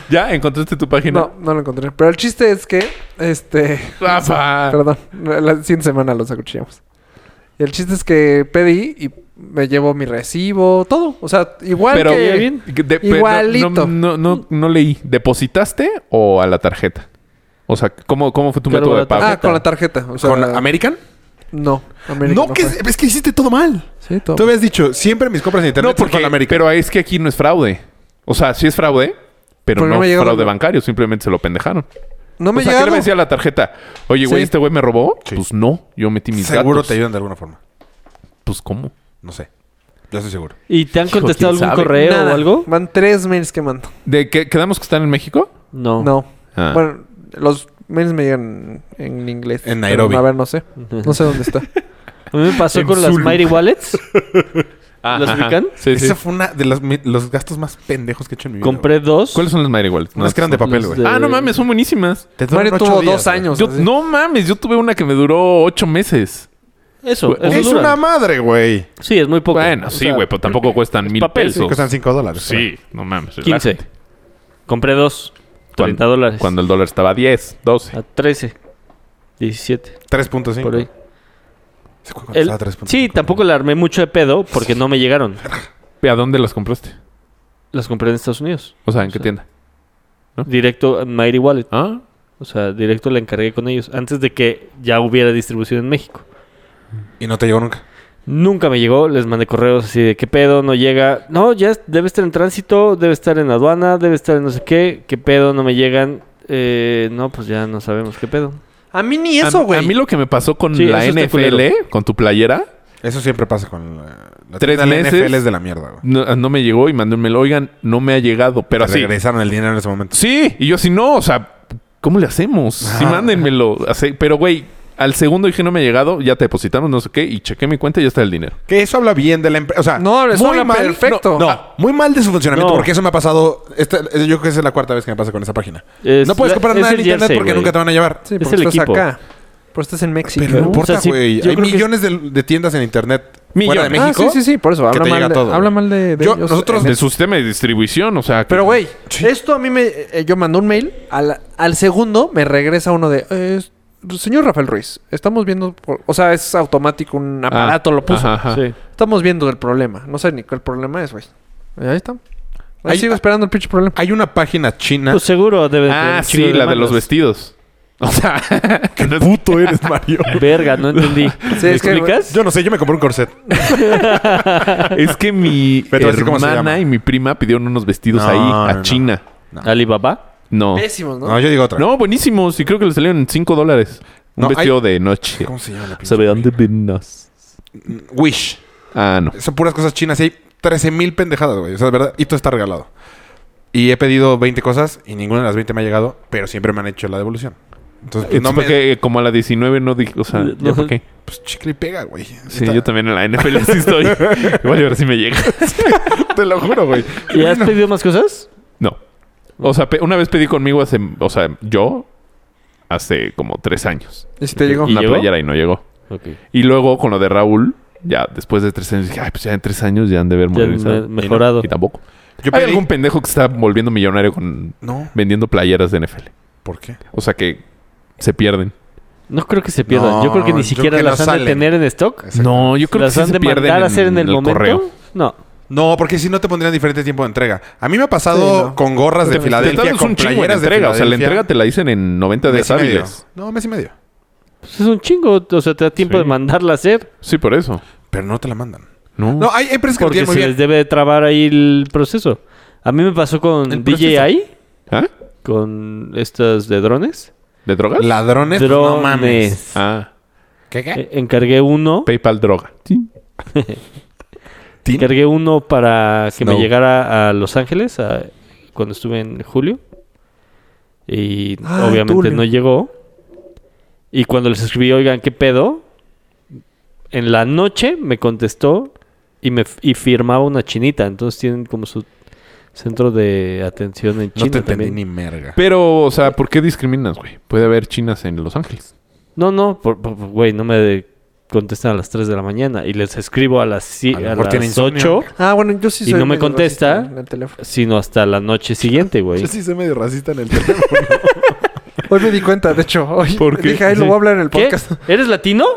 [SPEAKER 4] ya encontraste tu página.
[SPEAKER 1] No, no lo encontré. Pero el chiste es que, este...
[SPEAKER 4] Rafa.
[SPEAKER 1] Perdón, la siguiente semana los acuchillamos. Y el chiste es que pedí y me llevo mi recibo, todo. O sea, igual
[SPEAKER 4] Pero,
[SPEAKER 1] que...
[SPEAKER 4] que de- pero
[SPEAKER 1] Igualito.
[SPEAKER 4] No, no, no, no leí. ¿Depositaste o a la tarjeta? O sea, ¿cómo, cómo fue tu
[SPEAKER 2] Claro,
[SPEAKER 4] método
[SPEAKER 2] la
[SPEAKER 4] de pago?
[SPEAKER 1] Ah, con la tarjeta. O sea,
[SPEAKER 3] ¿Con American?
[SPEAKER 1] No, América
[SPEAKER 3] No, que,
[SPEAKER 1] fue.
[SPEAKER 3] es que hiciste todo mal.
[SPEAKER 1] Sí, todo.
[SPEAKER 3] Tú habías dicho, siempre mis compras en internet
[SPEAKER 4] No, porque,
[SPEAKER 3] son con América.
[SPEAKER 4] pero es que aquí no es fraude. O sea, sí es fraude, pero
[SPEAKER 1] Porque no
[SPEAKER 4] no
[SPEAKER 1] me llegó
[SPEAKER 4] fraude
[SPEAKER 1] la-
[SPEAKER 4] bancario. Simplemente se lo pendejaron.
[SPEAKER 1] No me
[SPEAKER 4] o sea,
[SPEAKER 1] llegaba.
[SPEAKER 4] ¿qué le decía Pues, a la tarjeta? Oye, güey,
[SPEAKER 1] Sí.
[SPEAKER 4] ¿este güey me robó?
[SPEAKER 3] Sí.
[SPEAKER 4] Pues no, yo metí mis
[SPEAKER 3] Seguro
[SPEAKER 4] datos.
[SPEAKER 3] te ayudan de alguna forma.
[SPEAKER 4] Pues, ¿cómo?
[SPEAKER 3] No sé. Yo estoy seguro.
[SPEAKER 2] ¿Y te han
[SPEAKER 4] Hijo,
[SPEAKER 2] contestado algún
[SPEAKER 4] ¿quién sabe?
[SPEAKER 2] correo
[SPEAKER 1] Nada.
[SPEAKER 2] o algo?
[SPEAKER 1] Van tres mails que mando.
[SPEAKER 4] ¿De qué quedamos que están en México?
[SPEAKER 2] No.
[SPEAKER 1] No.
[SPEAKER 4] Ah.
[SPEAKER 1] Bueno, los mails me llegan en inglés.
[SPEAKER 3] En
[SPEAKER 1] Pero,
[SPEAKER 3] Nairobi.
[SPEAKER 1] a ver, no sé. No sé dónde está.
[SPEAKER 2] A mí me pasó
[SPEAKER 4] En
[SPEAKER 2] con las
[SPEAKER 4] Zulu.
[SPEAKER 2] Mighty Wallets
[SPEAKER 4] Ah,
[SPEAKER 2] ¿Las
[SPEAKER 4] ajá.
[SPEAKER 2] ubican?
[SPEAKER 4] Sí, sí.
[SPEAKER 3] Esa fue una de las, mi- los gastos más pendejos que he hecho en mi vida.
[SPEAKER 2] Compré dos.
[SPEAKER 4] ¿Cuáles son las Mario Wallets?
[SPEAKER 3] Unas que eran de papel,
[SPEAKER 2] las
[SPEAKER 3] güey.
[SPEAKER 2] de-
[SPEAKER 4] Ah, no mames, son buenísimas.
[SPEAKER 3] Te duran
[SPEAKER 1] Mario
[SPEAKER 3] ocho
[SPEAKER 1] tuvo
[SPEAKER 3] días,
[SPEAKER 1] dos
[SPEAKER 3] güey.
[SPEAKER 1] años.
[SPEAKER 4] Yo-
[SPEAKER 1] así.
[SPEAKER 4] no mames, yo tuve una que me duró ocho meses.
[SPEAKER 2] Eso,
[SPEAKER 4] Güey,
[SPEAKER 2] eso
[SPEAKER 3] Es
[SPEAKER 2] dura.
[SPEAKER 3] una madre, güey.
[SPEAKER 2] Sí, es muy poco.
[SPEAKER 4] Bueno,
[SPEAKER 2] O
[SPEAKER 4] sí,
[SPEAKER 2] sea,
[SPEAKER 4] güey, pero tampoco cuestan mil
[SPEAKER 2] papel.
[SPEAKER 4] pesos.
[SPEAKER 3] Cuestan 5 dólares.
[SPEAKER 4] Sí, no mames.
[SPEAKER 2] 15.
[SPEAKER 4] relájate.
[SPEAKER 2] Compré dos. 30
[SPEAKER 4] Cuando-
[SPEAKER 2] dólares.
[SPEAKER 4] Cuando el dólar estaba a 10, 12.
[SPEAKER 2] A 13. 17,
[SPEAKER 3] 3.5.
[SPEAKER 2] por ahí.
[SPEAKER 3] ¿Se acuerdan cuánto
[SPEAKER 2] El-
[SPEAKER 3] estaba 3.5?
[SPEAKER 2] sí, tampoco la armé mucho de pedo porque no me llegaron.
[SPEAKER 4] ¿Y ¿A dónde las compraste?
[SPEAKER 2] Las compré en Estados Unidos.
[SPEAKER 4] O sea, ¿en qué
[SPEAKER 2] Sí.
[SPEAKER 4] tienda?
[SPEAKER 2] Directo a Mighty Wallet.
[SPEAKER 4] Ah,
[SPEAKER 2] O sea, directo la encargué con ellos antes de que ya hubiera distribución en México.
[SPEAKER 3] Y no te llegó nunca.
[SPEAKER 2] Nunca me llegó, les mandé correos así de qué pedo, no llega. No, ya es- debe estar en tránsito, debe estar en aduana, debe estar en no sé qué, qué pedo, no me llegan. Eh, no, pues ya no sabemos qué pedo.
[SPEAKER 1] A mí ni
[SPEAKER 4] A-
[SPEAKER 1] eso, güey.
[SPEAKER 4] A, mí lo que me pasó con
[SPEAKER 2] Sí,
[SPEAKER 4] la
[SPEAKER 2] eso está
[SPEAKER 4] NFL, con tu playera,
[SPEAKER 3] Eso siempre pasa con la, la
[SPEAKER 4] Tres
[SPEAKER 3] tienda de
[SPEAKER 4] meses.
[SPEAKER 3] NFL es de la mierda, güey.
[SPEAKER 4] no, no me llegó y mandó un mail, oigan, no me ha llegado, pero
[SPEAKER 3] Te
[SPEAKER 4] así.
[SPEAKER 3] regresaron el dinero en ese momento.
[SPEAKER 4] Sí, y yo si no, o sea, ¿cómo le hacemos? Sí,
[SPEAKER 3] Ajá.
[SPEAKER 4] mándenmelo. Así- pero güey, al segundo dije no me ha llegado, ya te depositamos, no sé qué, y chequé mi cuenta y ya está el dinero.
[SPEAKER 3] Que eso habla bien de la empresa. O sea,
[SPEAKER 1] No, eso habla perfecto.
[SPEAKER 3] No, no, muy mal de su funcionamiento,
[SPEAKER 2] No.
[SPEAKER 3] porque eso me ha pasado. esta- yo creo que esa es la cuarta vez que me pasa con esa página.
[SPEAKER 2] Es-
[SPEAKER 3] no puedes comprar
[SPEAKER 2] es
[SPEAKER 3] nada en
[SPEAKER 2] el
[SPEAKER 3] internet
[SPEAKER 2] jersey,
[SPEAKER 3] porque
[SPEAKER 2] güey.
[SPEAKER 3] nunca te van a llevar.
[SPEAKER 1] Sí,
[SPEAKER 2] es
[SPEAKER 1] porque
[SPEAKER 2] el
[SPEAKER 1] estás
[SPEAKER 2] equipo.
[SPEAKER 1] acá. Pero estás en México.
[SPEAKER 3] Pero no
[SPEAKER 2] ¿no? O
[SPEAKER 3] importa,
[SPEAKER 2] sea, sí,
[SPEAKER 3] güey.
[SPEAKER 2] yo creo
[SPEAKER 3] Hay
[SPEAKER 2] que-
[SPEAKER 3] millones de, de tiendas en internet fuera de
[SPEAKER 4] Millones.
[SPEAKER 1] Ah,
[SPEAKER 3] México.
[SPEAKER 1] sí, sí, sí, por eso.
[SPEAKER 3] que
[SPEAKER 1] Habla
[SPEAKER 3] te
[SPEAKER 1] mal,
[SPEAKER 3] llega
[SPEAKER 1] de,
[SPEAKER 3] todo, güey.
[SPEAKER 1] habla mal de, de
[SPEAKER 3] Yo-
[SPEAKER 1] ellos
[SPEAKER 3] nosotros-
[SPEAKER 1] en
[SPEAKER 4] De su sistema de distribución, o sea. que-
[SPEAKER 1] Pero, güey, esto a mí me... eh, yo mandé un mail. Al, al segundo me regresa uno de... eh, es- señor Rafael Ruiz, estamos viendo... por- o sea, es automático. Un
[SPEAKER 4] Ah,
[SPEAKER 1] aparato lo puso.
[SPEAKER 4] ajá, ajá.
[SPEAKER 2] Sí.
[SPEAKER 1] Estamos viendo el problema. No sé ni cuál problema es, güey. Eh, Ahí está. Ahí
[SPEAKER 3] Hay-
[SPEAKER 1] sigo esperando el pinche problema.
[SPEAKER 3] Hay una página china.
[SPEAKER 2] Pues seguro debe tener
[SPEAKER 4] Ah,
[SPEAKER 2] un chingo
[SPEAKER 4] sí, la de
[SPEAKER 2] demandas.
[SPEAKER 4] los vestidos. O sea, que no es-
[SPEAKER 3] puto eres, Mario.
[SPEAKER 2] Verga, no entendí.
[SPEAKER 1] Sí,
[SPEAKER 2] ¿Me
[SPEAKER 1] es que-
[SPEAKER 2] explicas?
[SPEAKER 3] yo no sé, yo me compré un corset.
[SPEAKER 4] es que mi
[SPEAKER 3] Pero te voy a decir cómo se
[SPEAKER 4] hermana
[SPEAKER 3] llama.
[SPEAKER 4] y mi prima pidieron unos vestidos
[SPEAKER 3] No,
[SPEAKER 4] ahí,
[SPEAKER 3] no,
[SPEAKER 4] a
[SPEAKER 3] no.
[SPEAKER 4] China.
[SPEAKER 2] Alibaba.
[SPEAKER 4] No.
[SPEAKER 1] Pésimos,
[SPEAKER 3] ¿No?
[SPEAKER 1] ¿no?
[SPEAKER 3] yo digo otra.
[SPEAKER 4] No, buenísimos. Y creo que le salieron en 5 dólares. Un
[SPEAKER 3] No, hay-
[SPEAKER 4] vestido de noche.
[SPEAKER 3] ¿Cómo se llama la pinche?
[SPEAKER 4] ¿Sabe dónde venas?
[SPEAKER 3] Wish.
[SPEAKER 4] Ah, no.
[SPEAKER 3] Son puras cosas chinas. Y hay 13 mil pendejadas, güey. O sea, es verdad. Y todo está regalado. Y he pedido 20 cosas y ninguna de las 20 me ha llegado, pero siempre me han hecho la devolución. Entonces, pues,
[SPEAKER 4] no
[SPEAKER 3] no me...
[SPEAKER 4] porque como a la 19 no dije, o sea,
[SPEAKER 2] No.
[SPEAKER 4] ¿ya para qué?
[SPEAKER 3] Pues chicle y pega, güey.
[SPEAKER 4] Sí, yo también en la NFL así estoy. Igual y ahora sí me llega.
[SPEAKER 3] Te lo juro, güey.
[SPEAKER 2] ¿Y has pedido más cosas?
[SPEAKER 4] No. O sea, pe- una vez pedí conmigo hace, o sea, yo hace como tres años.
[SPEAKER 1] Y si te llegó.
[SPEAKER 4] Una
[SPEAKER 2] llegó?
[SPEAKER 4] playera y no llegó.
[SPEAKER 2] Ok.
[SPEAKER 4] Y luego con lo de Raúl, ya después de tres años, dije, ay, pues ya en tres años ya han de ver
[SPEAKER 2] Ya
[SPEAKER 4] modernizado.
[SPEAKER 2] me- mejorado.
[SPEAKER 4] Y tampoco.
[SPEAKER 3] Yo
[SPEAKER 4] Hay
[SPEAKER 3] pedí...
[SPEAKER 4] algún pendejo que está volviendo millonario con
[SPEAKER 3] No,
[SPEAKER 4] vendiendo playeras de NFL.
[SPEAKER 3] ¿por qué?
[SPEAKER 4] O sea que se pierden.
[SPEAKER 2] No creo que se pierdan. yo creo que
[SPEAKER 3] No,
[SPEAKER 2] ni
[SPEAKER 3] yo
[SPEAKER 2] siquiera
[SPEAKER 3] creo que
[SPEAKER 2] las
[SPEAKER 3] no
[SPEAKER 2] han de
[SPEAKER 3] salen.
[SPEAKER 2] tener en stock.
[SPEAKER 4] No, yo creo
[SPEAKER 2] ¿Las
[SPEAKER 4] que sí
[SPEAKER 2] han
[SPEAKER 4] se
[SPEAKER 2] de
[SPEAKER 4] pierden
[SPEAKER 2] mandar a hacer en el, momento?
[SPEAKER 4] correo.
[SPEAKER 2] No.
[SPEAKER 3] No, porque si no te pondrían diferente tiempo de entrega. A mí me ha pasado
[SPEAKER 1] Sí, no.
[SPEAKER 3] con gorras de
[SPEAKER 4] Te tardas
[SPEAKER 3] Filadelfia,
[SPEAKER 4] un
[SPEAKER 3] con
[SPEAKER 4] chingo en
[SPEAKER 3] playeras de
[SPEAKER 4] entrega. O sea, la
[SPEAKER 3] Filadelfia.
[SPEAKER 4] entrega te la dicen en 90 días
[SPEAKER 3] mes y medio.
[SPEAKER 4] hábiles.
[SPEAKER 3] No, mes y medio.
[SPEAKER 2] Pues es un chingo. O sea, te da tiempo
[SPEAKER 4] Sí.
[SPEAKER 2] de mandarla a hacer.
[SPEAKER 4] Sí, por eso.
[SPEAKER 3] Pero no te la mandan.
[SPEAKER 4] No.
[SPEAKER 3] No, hay empresas que lo
[SPEAKER 2] Porque
[SPEAKER 3] tienen
[SPEAKER 2] se
[SPEAKER 3] muy bien.
[SPEAKER 2] les debe de trabar ahí el proceso. A mí me pasó
[SPEAKER 3] El
[SPEAKER 2] con
[SPEAKER 3] proceso.
[SPEAKER 2] DJI,
[SPEAKER 4] ¿Ah?
[SPEAKER 2] con estas de drones.
[SPEAKER 4] ¿De drogas?
[SPEAKER 3] Ladrones, pues, no mames.
[SPEAKER 2] Drones.
[SPEAKER 4] Ah,
[SPEAKER 3] ¿Qué, qué?
[SPEAKER 2] Eh, encargué uno.
[SPEAKER 4] PayPal droga.
[SPEAKER 3] ¿Tin?
[SPEAKER 2] Encargué uno para que
[SPEAKER 3] Snow.
[SPEAKER 2] me llegara a Los Ángeles a- cuando estuve en julio. Y
[SPEAKER 1] Ah,
[SPEAKER 2] obviamente
[SPEAKER 1] Tulio.
[SPEAKER 2] no llegó. Y cuando les escribí, oigan, ¿qué pedo? En la noche me contestó y me f- y firmaba una chinita. Entonces tienen como su centro de atención en China
[SPEAKER 3] No te entendí
[SPEAKER 2] también.
[SPEAKER 3] ni merga.
[SPEAKER 4] Pero, o sea, ¿por qué discriminas, güey? Puede haber chinas en Los Ángeles.
[SPEAKER 2] No, no, por- por- por- güey, no me de- contestan a las 3 de la mañana. Y les escribo a las, si-
[SPEAKER 3] A
[SPEAKER 2] a
[SPEAKER 3] lo mejor tiene
[SPEAKER 2] las
[SPEAKER 3] insomnio.
[SPEAKER 2] 8,
[SPEAKER 1] Ah, bueno, yo sí
[SPEAKER 2] Y no me
[SPEAKER 1] medio
[SPEAKER 2] contesta.
[SPEAKER 1] racista en el teléfono.
[SPEAKER 2] sino hasta la noche siguiente, güey.
[SPEAKER 3] Yo sí soy medio racista en el teléfono.
[SPEAKER 1] Hoy me di cuenta, de hecho. Hoy
[SPEAKER 4] ¿Por qué?
[SPEAKER 1] dije, ahí lo
[SPEAKER 4] Sí.
[SPEAKER 1] voy a hablar en el
[SPEAKER 2] ¿Qué?
[SPEAKER 1] podcast.
[SPEAKER 2] ¿Eres latino?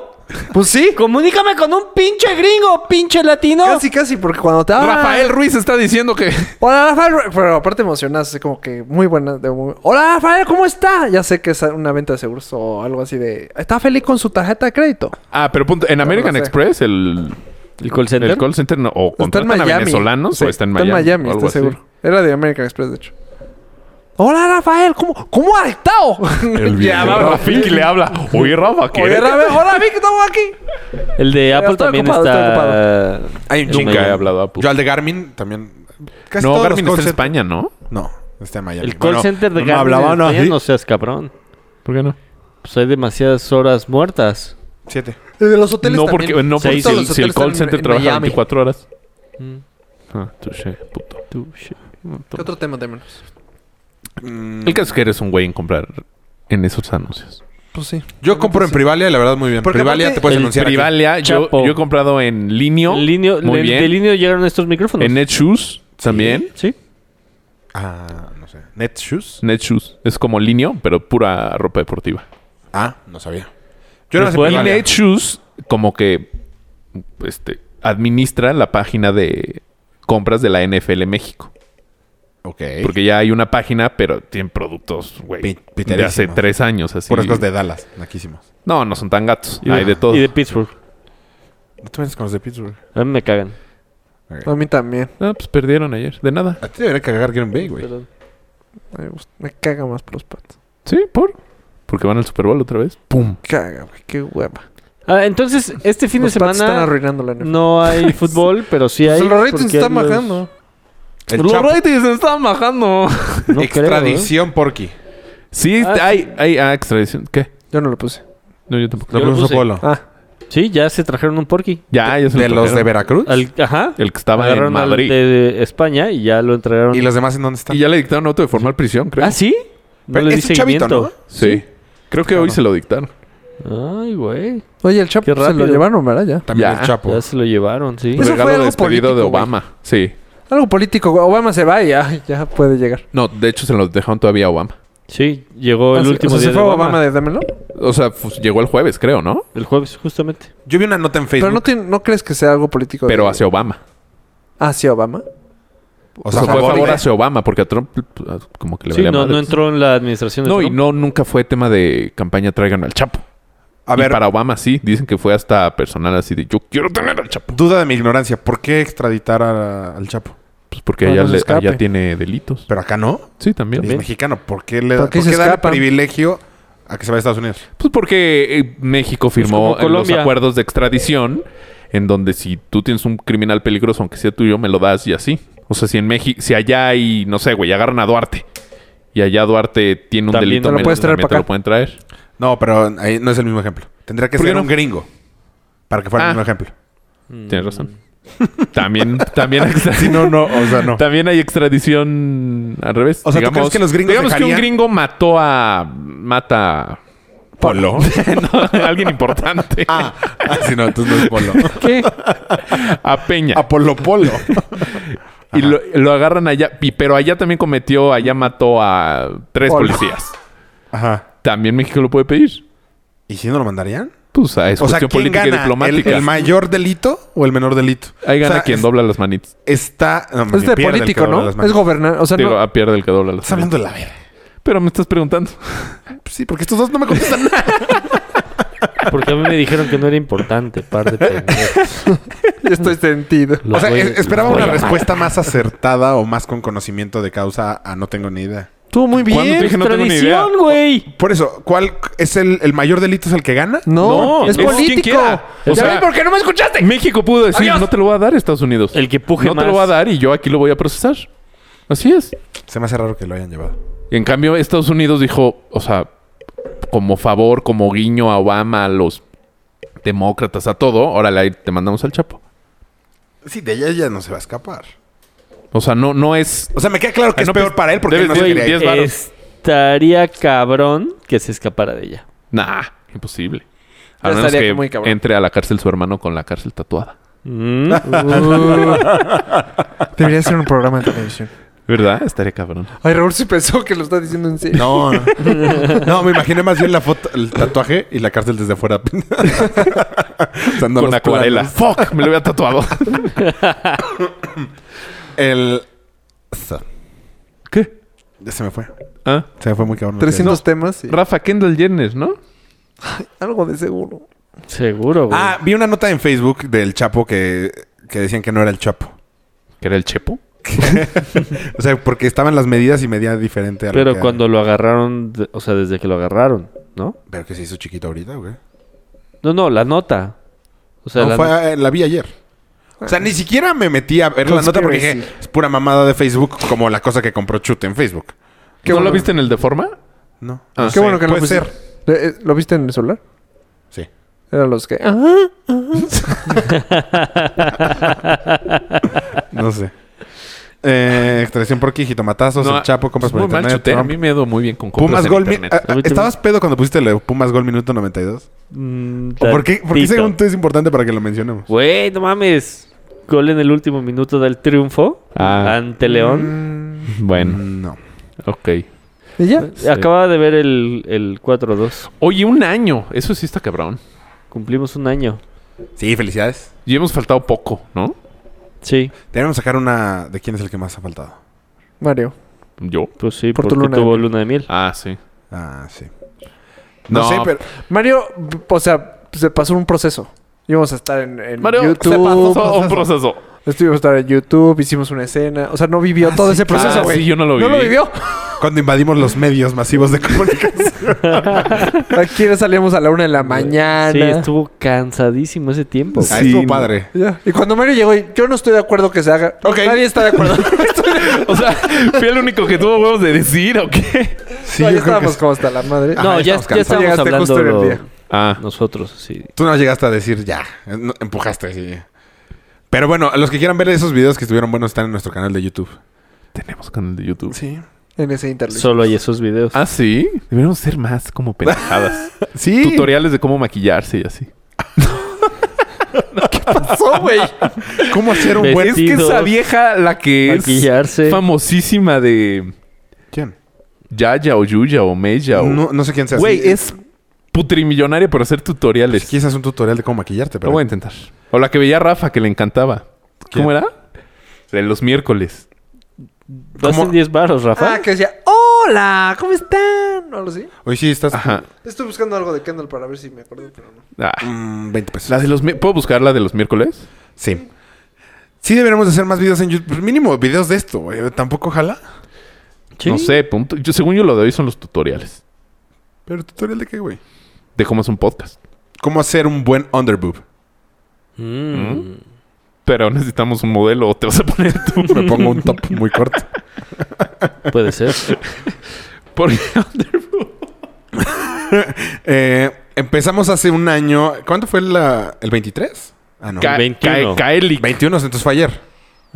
[SPEAKER 1] Pues sí.
[SPEAKER 2] Comunícame con un pinche gringo, pinche latino.
[SPEAKER 1] Casi, casi, porque cuando te... hablan-
[SPEAKER 4] Rafael Ruiz está diciendo que.
[SPEAKER 1] Hola, Rafael. Ru- Pero aparte emocionaste, así como que muy buena. de muy- Hola, Rafael, ¿cómo está? Ya sé que es una venta de seguros o algo así de... Está feliz con su tarjeta de crédito.
[SPEAKER 4] Ah, pero punto. En American
[SPEAKER 1] no sé.
[SPEAKER 4] Express, el,
[SPEAKER 2] ¿El call center?
[SPEAKER 4] el call center no. O
[SPEAKER 1] Está en
[SPEAKER 4] contratan a
[SPEAKER 1] Miami.
[SPEAKER 4] venezolanos
[SPEAKER 1] Sí,
[SPEAKER 4] o está en Miami.
[SPEAKER 1] Está en Miami,
[SPEAKER 4] o algo
[SPEAKER 1] estoy
[SPEAKER 4] así.
[SPEAKER 1] seguro. Era de American Express, de hecho. Hola, Rafael, ¿cómo, cómo has estado?
[SPEAKER 4] El
[SPEAKER 1] Ya,
[SPEAKER 4] video.
[SPEAKER 1] va,
[SPEAKER 4] Rafiki le habla. Oye, Rafa, ¿qué?
[SPEAKER 1] Oye, Rafael, hola, Vic, estamos aquí.
[SPEAKER 2] El de Apple
[SPEAKER 1] estoy
[SPEAKER 2] también
[SPEAKER 1] ocupado,
[SPEAKER 2] está...
[SPEAKER 3] Hay un
[SPEAKER 2] Yo
[SPEAKER 3] chingo.
[SPEAKER 4] Nunca he hablado a
[SPEAKER 3] Yo al de Garmin también. Casi
[SPEAKER 4] No,
[SPEAKER 3] todos los
[SPEAKER 4] Garmin está
[SPEAKER 3] call
[SPEAKER 4] en
[SPEAKER 3] center-
[SPEAKER 4] España, ¿no?
[SPEAKER 3] No, está en Miami.
[SPEAKER 2] El call
[SPEAKER 3] Bueno,
[SPEAKER 2] center de
[SPEAKER 3] no me
[SPEAKER 2] Garmin en
[SPEAKER 3] hablaban
[SPEAKER 2] España,
[SPEAKER 3] así.
[SPEAKER 2] no seas cabrón.
[SPEAKER 4] ¿Por qué no?
[SPEAKER 2] Pues hay demasiadas horas muertas.
[SPEAKER 3] Siete.
[SPEAKER 1] El de los hoteles
[SPEAKER 4] No, porque,
[SPEAKER 1] también.
[SPEAKER 4] no porque
[SPEAKER 1] Sí,
[SPEAKER 4] si,
[SPEAKER 1] todos
[SPEAKER 4] el,
[SPEAKER 1] los
[SPEAKER 4] si el
[SPEAKER 1] hoteles
[SPEAKER 4] call
[SPEAKER 1] están en-
[SPEAKER 4] center
[SPEAKER 1] en
[SPEAKER 4] trabaja
[SPEAKER 1] Miami.
[SPEAKER 4] 24 horas.
[SPEAKER 2] Mm.
[SPEAKER 4] Ah, touché, puto.
[SPEAKER 2] Tú, shit.
[SPEAKER 1] ¿Qué otro tema tenemos?
[SPEAKER 4] El caso es que eres un güey en comprar en esos anuncios.
[SPEAKER 1] Pues sí.
[SPEAKER 3] Yo compro en Privalia, la verdad, muy bien.
[SPEAKER 1] Porque
[SPEAKER 3] Privalia
[SPEAKER 1] aparte-
[SPEAKER 3] te puedes
[SPEAKER 4] el
[SPEAKER 3] anunciar. aquí.
[SPEAKER 4] Privalia, yo,
[SPEAKER 2] Chapo.
[SPEAKER 4] yo he comprado en Linio.
[SPEAKER 2] Linio-
[SPEAKER 4] Muy
[SPEAKER 2] de,
[SPEAKER 4] bien.
[SPEAKER 2] de Linio llegaron estos micrófonos.
[SPEAKER 4] En Netshoes también.
[SPEAKER 2] Sí.
[SPEAKER 3] Ah, no sé. Netshoes.
[SPEAKER 4] Netshoes. Es como Linio, pero pura ropa deportiva.
[SPEAKER 3] Ah, no sabía. Pues Yo no sé.
[SPEAKER 2] Después-
[SPEAKER 4] Y
[SPEAKER 3] Privalia.
[SPEAKER 4] Netshoes como que este, administra la página de compras de la NFL México.
[SPEAKER 3] Ok.
[SPEAKER 4] Porque ya hay una página, pero tienen productos,
[SPEAKER 3] Pi-
[SPEAKER 4] güey, de
[SPEAKER 3] piterísimos.
[SPEAKER 4] hace tres años. Así.
[SPEAKER 3] Puras cosas de Dallas. Naquísimos.
[SPEAKER 4] No, no son tan gatos.
[SPEAKER 2] Y
[SPEAKER 4] hay de todo.
[SPEAKER 2] Y de Pittsburgh.
[SPEAKER 3] ¿Tú vienes con los de Pittsburgh?
[SPEAKER 2] A mí me cagan.
[SPEAKER 1] A mí también.
[SPEAKER 4] No, pues perdieron ayer. De nada.
[SPEAKER 3] A ti te debería cagar Green Bay, güey.
[SPEAKER 2] Perdón.
[SPEAKER 1] Me, gusta- me caga más por los patos.
[SPEAKER 4] Sí, por. Porque van al Super Bowl otra vez.
[SPEAKER 3] Pum.
[SPEAKER 1] Caga, güey. Qué hueva.
[SPEAKER 2] Ah, entonces, este fin
[SPEAKER 1] los
[SPEAKER 2] de
[SPEAKER 1] Pats están
[SPEAKER 2] semana
[SPEAKER 1] arruinando la NFL.
[SPEAKER 2] no hay fútbol, pero sí hay.
[SPEAKER 1] Pues los ratings
[SPEAKER 2] porque
[SPEAKER 1] están
[SPEAKER 2] los-
[SPEAKER 1] bajando.
[SPEAKER 3] El
[SPEAKER 1] los
[SPEAKER 3] Chapo.
[SPEAKER 1] ratings se están
[SPEAKER 2] No
[SPEAKER 1] bajando.
[SPEAKER 2] creo, ¿eh?
[SPEAKER 3] Extradición Porky.
[SPEAKER 4] Sí,
[SPEAKER 2] Ah,
[SPEAKER 4] hay, hay ah, extradición. ¿Qué?
[SPEAKER 1] Yo no lo puse.
[SPEAKER 4] No, yo tampoco.
[SPEAKER 3] Lo
[SPEAKER 2] Yo lo
[SPEAKER 3] puso
[SPEAKER 2] puse.
[SPEAKER 3] Polo.
[SPEAKER 1] Ah,
[SPEAKER 2] Sí, ya se trajeron un porky.
[SPEAKER 4] Ya, ya se
[SPEAKER 3] ¿De los de
[SPEAKER 4] trajeron.
[SPEAKER 3] Veracruz?
[SPEAKER 2] Al- ajá.
[SPEAKER 4] El que estaba en
[SPEAKER 2] Agarraron al
[SPEAKER 4] Madrid.
[SPEAKER 2] de, de España y ya lo entregaron.
[SPEAKER 3] ¿Y los demás en dónde están?
[SPEAKER 4] Y ya le dictaron auto de formal prisión, creo.
[SPEAKER 2] ¿Ah, sí? No
[SPEAKER 3] Pero
[SPEAKER 2] le di
[SPEAKER 3] es un chavito,
[SPEAKER 2] seguimiento.
[SPEAKER 4] sí. Creo
[SPEAKER 2] Ah,
[SPEAKER 4] que hoy se lo dictaron.
[SPEAKER 2] Ay, güey.
[SPEAKER 1] oye, el Chapo
[SPEAKER 2] Qué
[SPEAKER 1] se lo
[SPEAKER 2] rápido.
[SPEAKER 1] llevaron, ¿verdad? Ya.
[SPEAKER 3] También
[SPEAKER 4] Ya.
[SPEAKER 3] el Chapo.
[SPEAKER 2] Ya se lo llevaron, sí.
[SPEAKER 1] Eso fue
[SPEAKER 4] Regalo de
[SPEAKER 1] algo
[SPEAKER 4] despedido de
[SPEAKER 1] político, güey.
[SPEAKER 4] Obama. Sí.
[SPEAKER 1] Algo político. güey. Obama se va y ya, ya puede llegar.
[SPEAKER 4] No, de hecho se lo dejaron todavía a Obama.
[SPEAKER 2] Sí, llegó
[SPEAKER 1] Ah,
[SPEAKER 2] el
[SPEAKER 1] sí.
[SPEAKER 2] último
[SPEAKER 1] o sea,
[SPEAKER 2] día
[SPEAKER 1] se fue
[SPEAKER 2] de
[SPEAKER 1] Obama,
[SPEAKER 2] Obama.
[SPEAKER 1] de dámelo.
[SPEAKER 4] O sea, pues, llegó el jueves, creo, ¿no?
[SPEAKER 2] El jueves, justamente.
[SPEAKER 3] Yo vi una nota en
[SPEAKER 1] Pero no,
[SPEAKER 3] Facebook.
[SPEAKER 1] tiene- no crees que sea algo político. de-
[SPEAKER 4] Pero hacia Obama.
[SPEAKER 1] ¿Hacia Obama?
[SPEAKER 3] O
[SPEAKER 4] O sea,
[SPEAKER 3] sea,
[SPEAKER 4] fue a
[SPEAKER 3] Pues, favor
[SPEAKER 4] favor
[SPEAKER 3] de-
[SPEAKER 4] hacia Obama, porque a Trump pues, como que le
[SPEAKER 2] Sí,
[SPEAKER 4] valía
[SPEAKER 2] no,
[SPEAKER 4] madre.
[SPEAKER 2] no entró en la administración de
[SPEAKER 4] No, y
[SPEAKER 2] Trump.
[SPEAKER 4] no, nunca fue tema de campaña traigan al Chapo.
[SPEAKER 3] A
[SPEAKER 4] Y
[SPEAKER 3] ver,
[SPEAKER 4] para Obama sí. Dicen que fue hasta personal así de yo quiero tener al Chapo.
[SPEAKER 3] duda de mi ignorancia. ¿Por qué extraditar a- al Chapo?
[SPEAKER 4] Pues porque
[SPEAKER 1] Para
[SPEAKER 4] allá,
[SPEAKER 1] que se
[SPEAKER 4] le-
[SPEAKER 1] escape.
[SPEAKER 4] allá tiene delitos.
[SPEAKER 3] Pero acá no.
[SPEAKER 4] Sí, también.
[SPEAKER 3] Es mexicano. ¿Por qué le
[SPEAKER 1] ¿Por
[SPEAKER 3] da
[SPEAKER 1] qué se escapan?
[SPEAKER 3] privilegio a que se vaya a Estados Unidos?
[SPEAKER 4] Pues porque eh, México firmó
[SPEAKER 2] como Colombia.
[SPEAKER 4] los acuerdos de extradición en donde si tú tienes un criminal peligroso, aunque sea tuyo, me lo das y así. O sea, si en México, si allá hay, no sé, güey, agarran a Duarte y allá Duarte tiene un
[SPEAKER 2] También
[SPEAKER 4] delito,
[SPEAKER 2] te lo
[SPEAKER 4] menos,
[SPEAKER 1] puedes traer
[SPEAKER 4] también
[SPEAKER 1] pa'
[SPEAKER 4] te lo
[SPEAKER 1] acá.
[SPEAKER 4] pueden traer.
[SPEAKER 3] No, pero ahí no es el mismo ejemplo. Tendría que
[SPEAKER 4] ¿Por qué
[SPEAKER 3] ser
[SPEAKER 4] no?
[SPEAKER 3] un gringo. Para que fuera
[SPEAKER 4] Ah.
[SPEAKER 3] el mismo ejemplo.
[SPEAKER 4] Tienes razón. también, también, hay extra-
[SPEAKER 3] Si no, no. O sea, no.
[SPEAKER 4] también hay extradición al revés.
[SPEAKER 3] O sea, ¿tú crees que los gringos
[SPEAKER 4] Digamos que un
[SPEAKER 3] dejarían-
[SPEAKER 4] gringo mató a. mata
[SPEAKER 3] ¿Polo?
[SPEAKER 4] no, a alguien importante.
[SPEAKER 3] ah, ah, sí, no. Entonces no es Polo.
[SPEAKER 2] ¿Qué?
[SPEAKER 4] A Peña.
[SPEAKER 3] A Polo Polo.
[SPEAKER 4] Y lo, lo agarran allá. Y, pero allá también cometió, allá mató a tres
[SPEAKER 1] Hola.
[SPEAKER 4] policías.
[SPEAKER 3] Ajá.
[SPEAKER 4] También México lo puede pedir.
[SPEAKER 3] ¿Y si no lo mandarían?
[SPEAKER 4] Pues ah, es
[SPEAKER 3] O sea,
[SPEAKER 4] cuestión
[SPEAKER 3] ¿quién
[SPEAKER 4] política y
[SPEAKER 3] gana?
[SPEAKER 4] diplomática.
[SPEAKER 3] ¿El, el mayor delito o el menor delito?
[SPEAKER 4] Ahí gana
[SPEAKER 3] O sea,
[SPEAKER 4] quien
[SPEAKER 3] es-
[SPEAKER 4] dobla las manitas.
[SPEAKER 3] Está... no, me
[SPEAKER 1] Es de
[SPEAKER 3] pierde el que
[SPEAKER 1] político,
[SPEAKER 3] dobla
[SPEAKER 1] ¿no?
[SPEAKER 3] las
[SPEAKER 1] Es
[SPEAKER 3] manos.
[SPEAKER 1] gobernar. O sea,
[SPEAKER 4] Digo,
[SPEAKER 1] no,
[SPEAKER 4] a pierde el que dobla las
[SPEAKER 3] Estás
[SPEAKER 4] manitas.
[SPEAKER 3] hablando de la verga.
[SPEAKER 4] Pero me estás preguntando.
[SPEAKER 3] Pues sí, porque estos dos no me contestan nada.
[SPEAKER 2] Porque a mí me dijeron que no era importante, par de pendejos.
[SPEAKER 1] ya estoy sentido.
[SPEAKER 2] Los
[SPEAKER 3] o sea,
[SPEAKER 2] voy-
[SPEAKER 3] es- esperaba
[SPEAKER 2] los
[SPEAKER 3] una
[SPEAKER 2] voy a matar.
[SPEAKER 3] respuesta más acertada o más con conocimiento de causa a no tengo ni idea.
[SPEAKER 1] Estuvo muy
[SPEAKER 4] ¿Cuándo te
[SPEAKER 1] bien.
[SPEAKER 4] dije no tengo ni idea?
[SPEAKER 2] Tradición, güey.
[SPEAKER 3] Por eso, ¿cuál es el, el mayor delito es el que gana?
[SPEAKER 1] No,
[SPEAKER 4] No,
[SPEAKER 1] es,
[SPEAKER 4] es quien
[SPEAKER 1] político.
[SPEAKER 4] quiera. O
[SPEAKER 1] ¿Ya
[SPEAKER 4] sea-
[SPEAKER 1] ven por qué no me escuchaste?
[SPEAKER 4] México pudo decir,
[SPEAKER 1] Adiós.
[SPEAKER 4] no te lo voy a dar Estados Unidos.
[SPEAKER 2] El que puje
[SPEAKER 4] no
[SPEAKER 2] más.
[SPEAKER 4] te lo voy a dar y yo aquí lo voy a procesar. Así es.
[SPEAKER 3] Se me hace raro que lo hayan llevado.
[SPEAKER 4] Y en cambio, Estados Unidos dijo, o sea, como favor, como guiño a Obama, a los demócratas, a todo, órale, ahí te mandamos al Chapo.
[SPEAKER 3] Sí, de ella ya no se va a escapar.
[SPEAKER 4] O sea, no, no es
[SPEAKER 3] O sea, me queda claro que
[SPEAKER 4] Ay, no,
[SPEAKER 3] es peor
[SPEAKER 4] pues,
[SPEAKER 3] para él porque
[SPEAKER 4] debes
[SPEAKER 3] él no se
[SPEAKER 4] de-
[SPEAKER 3] quería ir.
[SPEAKER 4] diez- varos.
[SPEAKER 2] Estaría cabrón que se escapara de ella.
[SPEAKER 4] Nah, imposible. A
[SPEAKER 1] Ya
[SPEAKER 4] menos
[SPEAKER 1] estaría
[SPEAKER 4] que
[SPEAKER 1] muy cabrón.
[SPEAKER 4] entre a la cárcel su hermano con la cárcel tatuada.
[SPEAKER 2] Mm.
[SPEAKER 1] Debería ser un programa de televisión.
[SPEAKER 4] ¿Verdad? Estaría cabrón.
[SPEAKER 1] Ay, Raúl sí pensó que lo está diciendo en serio.
[SPEAKER 3] No, no. No, me imaginé más bien la foto, el tatuaje y la cárcel desde afuera.
[SPEAKER 4] con acuarela. ¡Fuck! Me lo había tatuado.
[SPEAKER 3] El...
[SPEAKER 4] ¿Qué?
[SPEAKER 3] Ya se me fue.
[SPEAKER 4] Ah,
[SPEAKER 3] Se me fue muy cabrón.
[SPEAKER 1] 300 temas y
[SPEAKER 4] Rafa Kendall Jenner, ¿no?
[SPEAKER 1] algo de seguro.
[SPEAKER 2] Seguro, güey.
[SPEAKER 3] Ah, vi una nota en Facebook del Chapo que, que decían que no era el Chapo.
[SPEAKER 4] Que era el Chepo.
[SPEAKER 3] O sea, porque estaban las medidas y medía diferente a lo
[SPEAKER 2] Pero
[SPEAKER 3] que-
[SPEAKER 2] cuando lo agarraron, de- o sea, desde que lo agarraron, ¿no?
[SPEAKER 3] Pero que se hizo chiquito ahorita, güey.
[SPEAKER 2] No, no, la nota. O sea,
[SPEAKER 3] No,
[SPEAKER 2] la
[SPEAKER 3] fue,
[SPEAKER 2] nota-
[SPEAKER 3] eh, la vi ayer. O sea, ni siquiera me metí a ver la nota porque dije,
[SPEAKER 1] Conspiracy.
[SPEAKER 3] es pura mamada de Facebook como la cosa que compró Chute en Facebook.
[SPEAKER 1] Qué
[SPEAKER 4] ¿No
[SPEAKER 1] bueno.
[SPEAKER 4] lo viste en el de forma?
[SPEAKER 3] No.
[SPEAKER 4] Ah.
[SPEAKER 3] no
[SPEAKER 1] Qué
[SPEAKER 3] sé.
[SPEAKER 1] bueno que no
[SPEAKER 3] Puede
[SPEAKER 1] pusiste.
[SPEAKER 3] ser.
[SPEAKER 1] Eh, eh, ¿Lo viste en el celular?
[SPEAKER 3] Sí.
[SPEAKER 1] Eran los que. "Ah,
[SPEAKER 3] No sé. Eh, extradición por aquí, jitomatazos,
[SPEAKER 4] No,
[SPEAKER 3] el Chapo, compras
[SPEAKER 4] pues,
[SPEAKER 3] por
[SPEAKER 4] muy mal
[SPEAKER 3] internet.
[SPEAKER 4] chuté. A
[SPEAKER 3] Trump.
[SPEAKER 4] mí me ha ido muy bien con compras
[SPEAKER 3] Pumas
[SPEAKER 4] en
[SPEAKER 3] Gol... mi-
[SPEAKER 4] internet.
[SPEAKER 3] Ah, ah, ¿Estabas pedo cuando pusiste el Pumas Gol minuto 92?
[SPEAKER 2] Mm,
[SPEAKER 3] ¿O por qué, por qué
[SPEAKER 2] tantito.
[SPEAKER 3] según tú es importante para que lo mencionemos?
[SPEAKER 2] Güey, no mames. Gol en el último minuto del triunfo
[SPEAKER 4] Ah.
[SPEAKER 2] ante
[SPEAKER 1] Mm,
[SPEAKER 2] León.
[SPEAKER 4] Bueno,
[SPEAKER 3] Mm, No.
[SPEAKER 4] ok.
[SPEAKER 1] Y
[SPEAKER 2] Mm.
[SPEAKER 1] ya.
[SPEAKER 4] Sí.
[SPEAKER 2] Acababa de ver el, el 4-2.
[SPEAKER 4] Oye, un año. Eso sí está cabrón.
[SPEAKER 2] Cumplimos un año.
[SPEAKER 3] Sí, felicidades.
[SPEAKER 4] Y hemos faltado poco, ¿no?
[SPEAKER 2] Sí,
[SPEAKER 3] Debemos sacar una de quién es el que más ha faltado.
[SPEAKER 1] Mario.
[SPEAKER 4] Yo.
[SPEAKER 2] pues sí,
[SPEAKER 1] Por tu
[SPEAKER 2] porque
[SPEAKER 1] luna de
[SPEAKER 2] tuvo
[SPEAKER 1] miel.
[SPEAKER 2] luna de miel.
[SPEAKER 4] Ah, sí.
[SPEAKER 3] Ah, sí. No,
[SPEAKER 4] No,
[SPEAKER 3] sé, pero...
[SPEAKER 1] Mario, b- o sea, se pasó un proceso. Íbamos a estar en, en
[SPEAKER 4] Mario,
[SPEAKER 1] YouTube.
[SPEAKER 4] se pasó un proceso.
[SPEAKER 1] Estuvimos a estar en YouTube, hicimos una escena. O sea, no vivió todo ese proceso,
[SPEAKER 4] ah,
[SPEAKER 1] güey.
[SPEAKER 4] sí, yo no lo
[SPEAKER 1] No lo
[SPEAKER 4] viví.
[SPEAKER 1] vivió.
[SPEAKER 3] Cuando invadimos los medios masivos de comunicación.
[SPEAKER 1] Aquí nos salíamos a la una de la mañana.
[SPEAKER 2] Sí, estuvo cansadísimo ese tiempo.
[SPEAKER 3] Ah,
[SPEAKER 4] Sí,
[SPEAKER 3] estuvo
[SPEAKER 4] no.
[SPEAKER 3] padre.
[SPEAKER 1] Ya. Y cuando Mario llegó, y, yo no estoy de acuerdo que se haga.
[SPEAKER 3] Ok.
[SPEAKER 1] Nadie está de acuerdo.
[SPEAKER 4] O sea, fui el único que tuvo huevos de decir, ¿o qué?
[SPEAKER 3] Sí,
[SPEAKER 1] No, ya
[SPEAKER 3] yo creo que
[SPEAKER 1] estábamos
[SPEAKER 3] sí.
[SPEAKER 1] como hasta la madre.
[SPEAKER 3] Ah,
[SPEAKER 2] No,
[SPEAKER 3] Ajá,
[SPEAKER 2] ya,
[SPEAKER 3] estamos
[SPEAKER 2] ya
[SPEAKER 3] cansados.
[SPEAKER 2] estábamos
[SPEAKER 1] Llegaste
[SPEAKER 2] hablando
[SPEAKER 1] justo en el día.
[SPEAKER 4] Ah,
[SPEAKER 2] nosotros, sí.
[SPEAKER 3] Tú no llegaste a decir ya. eh, no, empujaste así. Pero bueno, los que quieran ver esos videos que estuvieron buenos están en nuestro canal de YouTube.
[SPEAKER 4] tenemos canal de YouTube.
[SPEAKER 3] Sí.
[SPEAKER 1] En ese interlude.
[SPEAKER 2] Solo hay esos videos.
[SPEAKER 4] Ah, sí. Deberíamos ser más como pendejadas.
[SPEAKER 3] Sí.
[SPEAKER 4] Tutoriales de cómo maquillarse y así.
[SPEAKER 1] pasó, güey?
[SPEAKER 3] ¿Cómo hacer un buen...
[SPEAKER 4] Es que esa vieja, la que es
[SPEAKER 2] Maquillarse.
[SPEAKER 4] famosísima de
[SPEAKER 3] ¿Quién?
[SPEAKER 4] Yaya o Yuya o Meya o.
[SPEAKER 3] No, no sé quién sea.
[SPEAKER 4] Güey,
[SPEAKER 3] Sí. eh,
[SPEAKER 4] es putrimillonaria por hacer tutoriales.
[SPEAKER 3] Pues quizás un tutorial de cómo maquillarte,
[SPEAKER 4] Lo
[SPEAKER 3] pero...
[SPEAKER 4] voy a intentar. O la que veía a Rafa, que le encantaba.
[SPEAKER 3] ¿Quién?
[SPEAKER 4] ¿Cómo era? De los miércoles.
[SPEAKER 2] Vas
[SPEAKER 3] ¿Cómo?
[SPEAKER 2] en 10 baros, Rafa.
[SPEAKER 1] Ah, que decía, hola, ¿cómo están? No lo sé.
[SPEAKER 3] Hoy sí estás...
[SPEAKER 4] Ajá.
[SPEAKER 1] Estoy buscando algo de Kendall para ver si me acuerdo, pero no.
[SPEAKER 4] Ah,
[SPEAKER 3] Mm, 20 pesos.
[SPEAKER 4] la de los mi- ¿Puedo buscar la de los miércoles?
[SPEAKER 3] Sí. Sí deberíamos hacer más videos en YouTube. Pues Mínimo videos de esto, güey. Tampoco ojalá.
[SPEAKER 2] Sí.
[SPEAKER 4] No sé, punto. Yo, según yo lo de hoy son los tutoriales.
[SPEAKER 3] Pero tutorial de qué, güey.
[SPEAKER 4] De cómo es un podcast.
[SPEAKER 3] ¿Cómo hacer un buen underboob?
[SPEAKER 2] Mm.
[SPEAKER 4] Pero necesitamos un modelo o te vas a poner tú.
[SPEAKER 3] Me pongo un top muy corto.
[SPEAKER 2] Puede ser.
[SPEAKER 4] Porque
[SPEAKER 3] Eh, empezamos hace un año. ¿Cuánto fue la, el 23? Ah, no.
[SPEAKER 4] Ca-
[SPEAKER 2] 21.
[SPEAKER 4] Ca- Kaeli-
[SPEAKER 3] 21, entonces fue ayer.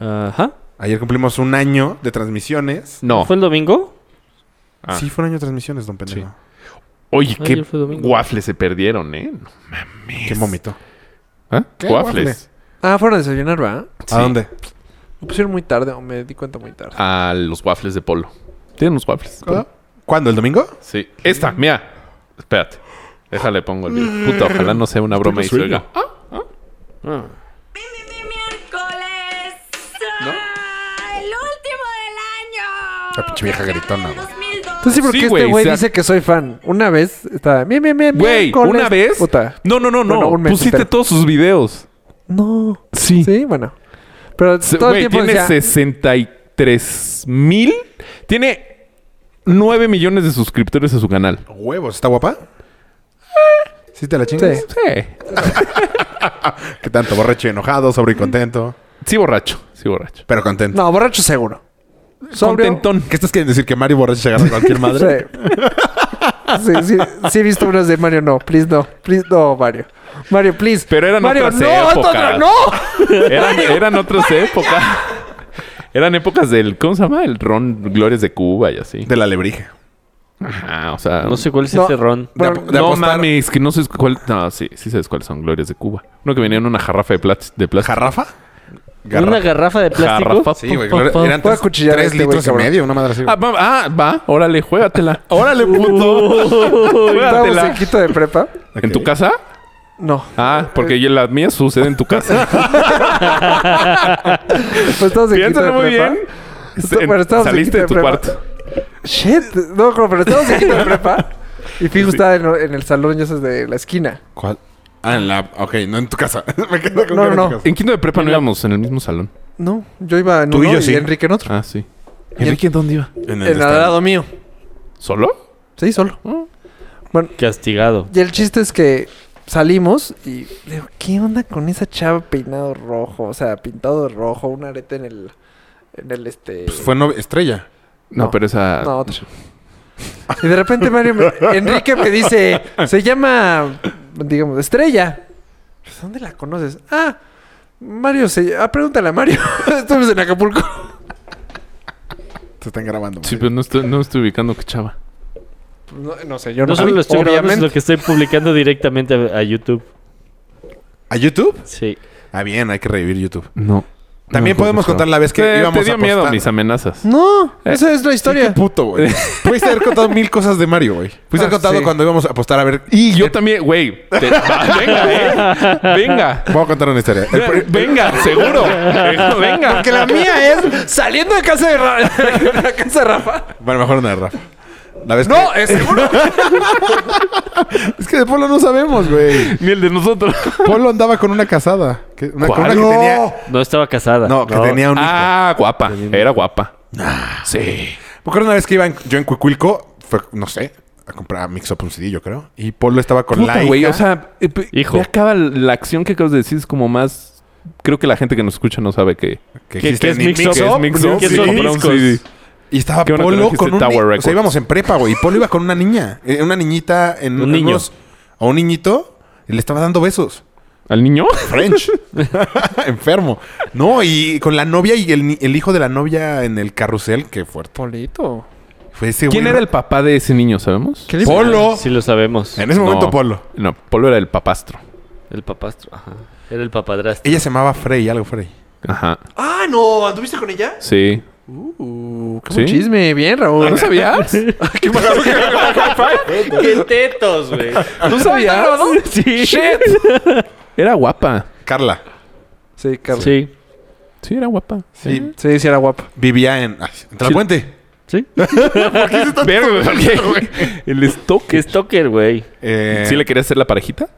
[SPEAKER 2] Ajá.
[SPEAKER 3] Ayer cumplimos un año de transmisiones.
[SPEAKER 4] No.
[SPEAKER 2] ¿Fue el domingo?
[SPEAKER 4] Ah.
[SPEAKER 3] Sí, fue un año de transmisiones, don pendejo.
[SPEAKER 4] Oye, qué
[SPEAKER 2] Ayer fue domingo.
[SPEAKER 4] waffles se perdieron, ¿eh? No mames.
[SPEAKER 3] Qué momento.
[SPEAKER 4] ¿Ah?
[SPEAKER 3] ¿Qué
[SPEAKER 4] Waffles.
[SPEAKER 1] Ah, fueron a desayunar, ¿va?
[SPEAKER 4] Sí.
[SPEAKER 3] ¿A dónde?
[SPEAKER 1] Me pusieron muy tarde o me di cuenta muy tarde.
[SPEAKER 4] A los waffles de polo. Tienen unos waffles. de polo.
[SPEAKER 3] ¿Cuándo? ¿El domingo?
[SPEAKER 4] Sí. Esta, mira. Espérate. Déjale, pongo el video. Puta, ojalá no sea una broma y se oiga.
[SPEAKER 2] Ah.
[SPEAKER 6] miércoles. Ah, El último del año.
[SPEAKER 3] La pinche vieja gritona, güey.
[SPEAKER 1] Entonces sí, porque
[SPEAKER 4] Sí,
[SPEAKER 1] este
[SPEAKER 4] güey,
[SPEAKER 1] güey
[SPEAKER 4] se ha-
[SPEAKER 1] dice que soy fan. Una vez estaba... Bien, bien, bien,
[SPEAKER 4] Güey,
[SPEAKER 1] miércoles.
[SPEAKER 4] una vez.
[SPEAKER 1] Puta.
[SPEAKER 4] No, no, no, no.
[SPEAKER 1] Bueno, un mes
[SPEAKER 4] Pusiste
[SPEAKER 1] entero.
[SPEAKER 4] todos sus videos.
[SPEAKER 1] No.
[SPEAKER 4] Sí.
[SPEAKER 1] Sí, bueno. Pero
[SPEAKER 4] Se-
[SPEAKER 1] todo
[SPEAKER 4] Güey,
[SPEAKER 1] el tiempo
[SPEAKER 4] tiene
[SPEAKER 1] decía...
[SPEAKER 4] 63 mil. Tiene 9 millones de suscriptores a su canal.
[SPEAKER 3] Huevos. ¿Está guapa? ¿Sí te la chingas?
[SPEAKER 1] Sí.
[SPEAKER 4] Sí.
[SPEAKER 3] ¿Qué tanto? Borracho y enojado, sobre y contento.
[SPEAKER 4] Sí, borracho. Sí, borracho.
[SPEAKER 3] Pero contento.
[SPEAKER 1] No, borracho seguro. Sobrio.
[SPEAKER 4] Contentón.
[SPEAKER 3] ¿Qué estás queriendo decir? ¿Que Mario borracho se agarra a cualquier madre?
[SPEAKER 1] Sí. sí, sí, sí he visto unas de Mario, no, please no, please no, Mario. Mario, please.
[SPEAKER 4] Pero eran
[SPEAKER 1] Mario,
[SPEAKER 4] otras
[SPEAKER 1] no,
[SPEAKER 4] épocas.
[SPEAKER 1] otra- no.
[SPEAKER 4] Eran, eran otras épocas. Eran épocas del, ¿cómo se llama? El Ron Glorias de Cuba y así.
[SPEAKER 3] De la lebrija.
[SPEAKER 4] Ajá, o sea.
[SPEAKER 2] No sé cuál es
[SPEAKER 1] No.
[SPEAKER 2] ese ron.
[SPEAKER 3] De,
[SPEAKER 1] Bueno,
[SPEAKER 3] ap- de
[SPEAKER 4] no
[SPEAKER 3] apostar-
[SPEAKER 4] mames, que no sé cuál. No, sí, sí sabes cuáles son glorias de Cuba. Uno que venía en una jarrafa de, plat- de plástico.
[SPEAKER 3] ¿Jarrafa?
[SPEAKER 2] ¿Una garrafa de plástico?
[SPEAKER 4] Jarrafa.
[SPEAKER 3] Sí, güey.
[SPEAKER 2] Pa, pa, pa.
[SPEAKER 3] Eran
[SPEAKER 1] Voy a
[SPEAKER 3] tres,
[SPEAKER 1] cuchillar a
[SPEAKER 3] tres
[SPEAKER 1] este güey,
[SPEAKER 3] litros y
[SPEAKER 1] cabrón.
[SPEAKER 3] medio, una madre así.
[SPEAKER 4] Ah, va, ah, va, órale, juégatela.
[SPEAKER 3] ¡Órale,
[SPEAKER 1] Estábamos
[SPEAKER 4] Juégatela.
[SPEAKER 1] en quinto de prepa.
[SPEAKER 4] ¿En tu casa?
[SPEAKER 1] No,
[SPEAKER 4] Ah, porque yo- la mía sucede en tu casa.
[SPEAKER 1] pues estábamos en quinto de
[SPEAKER 4] Piénsalo
[SPEAKER 1] prepa.
[SPEAKER 4] muy bien.
[SPEAKER 1] Esto-
[SPEAKER 4] En-
[SPEAKER 1] bueno, estábamos en
[SPEAKER 4] saliste de tu
[SPEAKER 1] quinto de
[SPEAKER 4] cuarto.
[SPEAKER 1] Shit, no, me acuerdo, pero estábamos en quinto de prepa. Y Fijo estaba en, en el salón, ya sabes, de la esquina.
[SPEAKER 3] ¿Cuál? Ah, en la... Ok, no en tu casa. Me quedo con
[SPEAKER 1] No,
[SPEAKER 3] que era
[SPEAKER 1] no,
[SPEAKER 3] tu
[SPEAKER 1] no.
[SPEAKER 3] casa.
[SPEAKER 4] En quinto de prepa no íbamos en el mismo salón.
[SPEAKER 1] No, yo iba en
[SPEAKER 3] Tú y
[SPEAKER 1] uno y,
[SPEAKER 3] yo sí.
[SPEAKER 1] Enrique en otro.
[SPEAKER 4] Ah, sí. ¿Enrique dónde iba?
[SPEAKER 3] En
[SPEAKER 1] en el
[SPEAKER 3] stand.
[SPEAKER 1] lado mío. Mm.
[SPEAKER 4] ¿Solo?
[SPEAKER 1] Sí, solo.
[SPEAKER 2] Castigado.
[SPEAKER 1] Y el chiste es que salimos y digo, ¿qué onda con esa chava peinado rojo? O sea, pintado de rojo, un arete en el. En el este.
[SPEAKER 3] Pues fue no- estrella.
[SPEAKER 4] No,
[SPEAKER 1] No.
[SPEAKER 4] pero esa.
[SPEAKER 1] No, otra. Y de repente Mario me- Enrique me dice, se llama digamos, estrella. Pues, ¿Dónde la conoces? Ah, Mario se... Ah, pregúntale a Mario. Estamos en Acapulco.
[SPEAKER 3] Te están grabando.
[SPEAKER 4] Sí,
[SPEAKER 3] Mario.
[SPEAKER 4] pero no estoy, no estoy ubicando qué chava.
[SPEAKER 1] No, no sé, yo no,
[SPEAKER 2] No solo
[SPEAKER 1] soy,
[SPEAKER 2] lo estoy grabando, es
[SPEAKER 1] obviamente.
[SPEAKER 2] lo que estoy publicando directamente a, a YouTube.
[SPEAKER 3] ¿A YouTube?
[SPEAKER 2] Sí.
[SPEAKER 3] Ah, bien, hay que revivir YouTube.
[SPEAKER 4] No.
[SPEAKER 3] También podemos contar la vez que
[SPEAKER 4] Eh, Te,
[SPEAKER 3] íbamos
[SPEAKER 4] te dio
[SPEAKER 3] a
[SPEAKER 4] miedo
[SPEAKER 3] apostar.
[SPEAKER 4] mis amenazas.
[SPEAKER 1] No, esa es la
[SPEAKER 3] Sí, qué
[SPEAKER 1] historia.
[SPEAKER 3] puto, güey. Pudiste haber contado mil cosas de Mario, güey.
[SPEAKER 1] Ah,
[SPEAKER 3] Pudiste haber contado
[SPEAKER 1] sí.
[SPEAKER 3] cuando íbamos a apostar a ver.
[SPEAKER 4] Y
[SPEAKER 1] Eh,
[SPEAKER 4] yo también, güey. te- va, venga, eh. Venga.
[SPEAKER 3] Voy a contar una historia. El pri-
[SPEAKER 4] Venga, seguro. Venga.
[SPEAKER 1] Porque la mía es saliendo de casa de, Ra- de la casa de Rafa.
[SPEAKER 3] Bueno, mejor una de Rafa. La vez
[SPEAKER 1] No,
[SPEAKER 3] que...
[SPEAKER 1] es seguro.
[SPEAKER 3] es que de Polo no sabemos, güey.
[SPEAKER 4] Ni el de nosotros.
[SPEAKER 3] Polo andaba con una casada. Que, una, con una
[SPEAKER 4] ¿Cuál?
[SPEAKER 3] que tenía.
[SPEAKER 2] No estaba casada.
[SPEAKER 3] No, que tenía un hijo.
[SPEAKER 4] Ah, guapa. Era guapa.
[SPEAKER 1] Ah,
[SPEAKER 4] Sí.
[SPEAKER 3] Me acuerdo una vez que iba en- yo en Cuicuilco, fue, no sé, a comprar a Mix Up un CD, yo creo. Y Polo estaba con
[SPEAKER 4] Puta,
[SPEAKER 3] la
[SPEAKER 4] güey.
[SPEAKER 3] hija.
[SPEAKER 4] O sea, eh, pe-
[SPEAKER 2] Hijo.
[SPEAKER 4] ve acaba la acción que acabas de decir es como más. Creo que la gente que nos escucha no sabe que.
[SPEAKER 2] ¿Qué-
[SPEAKER 3] que existe
[SPEAKER 2] qué es
[SPEAKER 3] ni
[SPEAKER 2] Mix Up?
[SPEAKER 3] Mix Up,
[SPEAKER 2] ¿Mix
[SPEAKER 3] ni
[SPEAKER 2] Up?
[SPEAKER 3] un
[SPEAKER 2] ¿Qué
[SPEAKER 3] CD.
[SPEAKER 2] son
[SPEAKER 4] Compré un
[SPEAKER 2] discos?
[SPEAKER 4] CD.
[SPEAKER 3] Y estaba
[SPEAKER 4] ¿Qué onda que no
[SPEAKER 3] Polo
[SPEAKER 4] dijiste
[SPEAKER 3] con un...
[SPEAKER 4] Tower
[SPEAKER 3] ni- O
[SPEAKER 4] Records?
[SPEAKER 3] sea, íbamos en prepa, güey. Y Polo iba con una niña. eh, Una niñita en
[SPEAKER 2] Un
[SPEAKER 3] en
[SPEAKER 2] niño.
[SPEAKER 3] unos- A un niñito. Y le estaba dando besos.
[SPEAKER 4] ¿Al niño?
[SPEAKER 3] French. Enfermo. No, y con la novia y el, ni- el hijo de la novia en el carrusel. Qué fuerte.
[SPEAKER 1] Polito.
[SPEAKER 3] Fue ese
[SPEAKER 4] ¿Quién
[SPEAKER 3] güey-
[SPEAKER 4] era el papá de ese niño, sabemos?
[SPEAKER 1] ¿Qué le-
[SPEAKER 3] Polo.
[SPEAKER 2] Sí lo sabemos.
[SPEAKER 3] En ese momento,
[SPEAKER 4] No.
[SPEAKER 3] Polo.
[SPEAKER 4] No, Polo era el papastro.
[SPEAKER 2] El papastro. Ajá. Era el papadrastro.
[SPEAKER 3] Ella se llamaba Frey, algo Frey.
[SPEAKER 4] Ajá.
[SPEAKER 1] Ah, no, ¿anduviste con ella?
[SPEAKER 4] Sí.
[SPEAKER 1] Uh, qué
[SPEAKER 4] ¿Sí?
[SPEAKER 1] buen chisme, bien, Raúl. ¿No sabías?
[SPEAKER 2] ¡Qué tetos, güey!
[SPEAKER 4] ¿No sabías?
[SPEAKER 2] Sí.
[SPEAKER 4] Era guapa.
[SPEAKER 3] Carla.
[SPEAKER 1] Sí, Carlos. Sí.
[SPEAKER 2] Sí.
[SPEAKER 4] Sí, era guapa.
[SPEAKER 3] Sí.
[SPEAKER 1] sí, era guapa.
[SPEAKER 3] Vivía en... Ay, en Tlalpuente.
[SPEAKER 2] Sí.
[SPEAKER 4] Verga, güey. El
[SPEAKER 2] Qué
[SPEAKER 4] stalker.
[SPEAKER 2] stalker, güey.
[SPEAKER 3] Eh,
[SPEAKER 4] ¿Sí le quería hacer la parejita?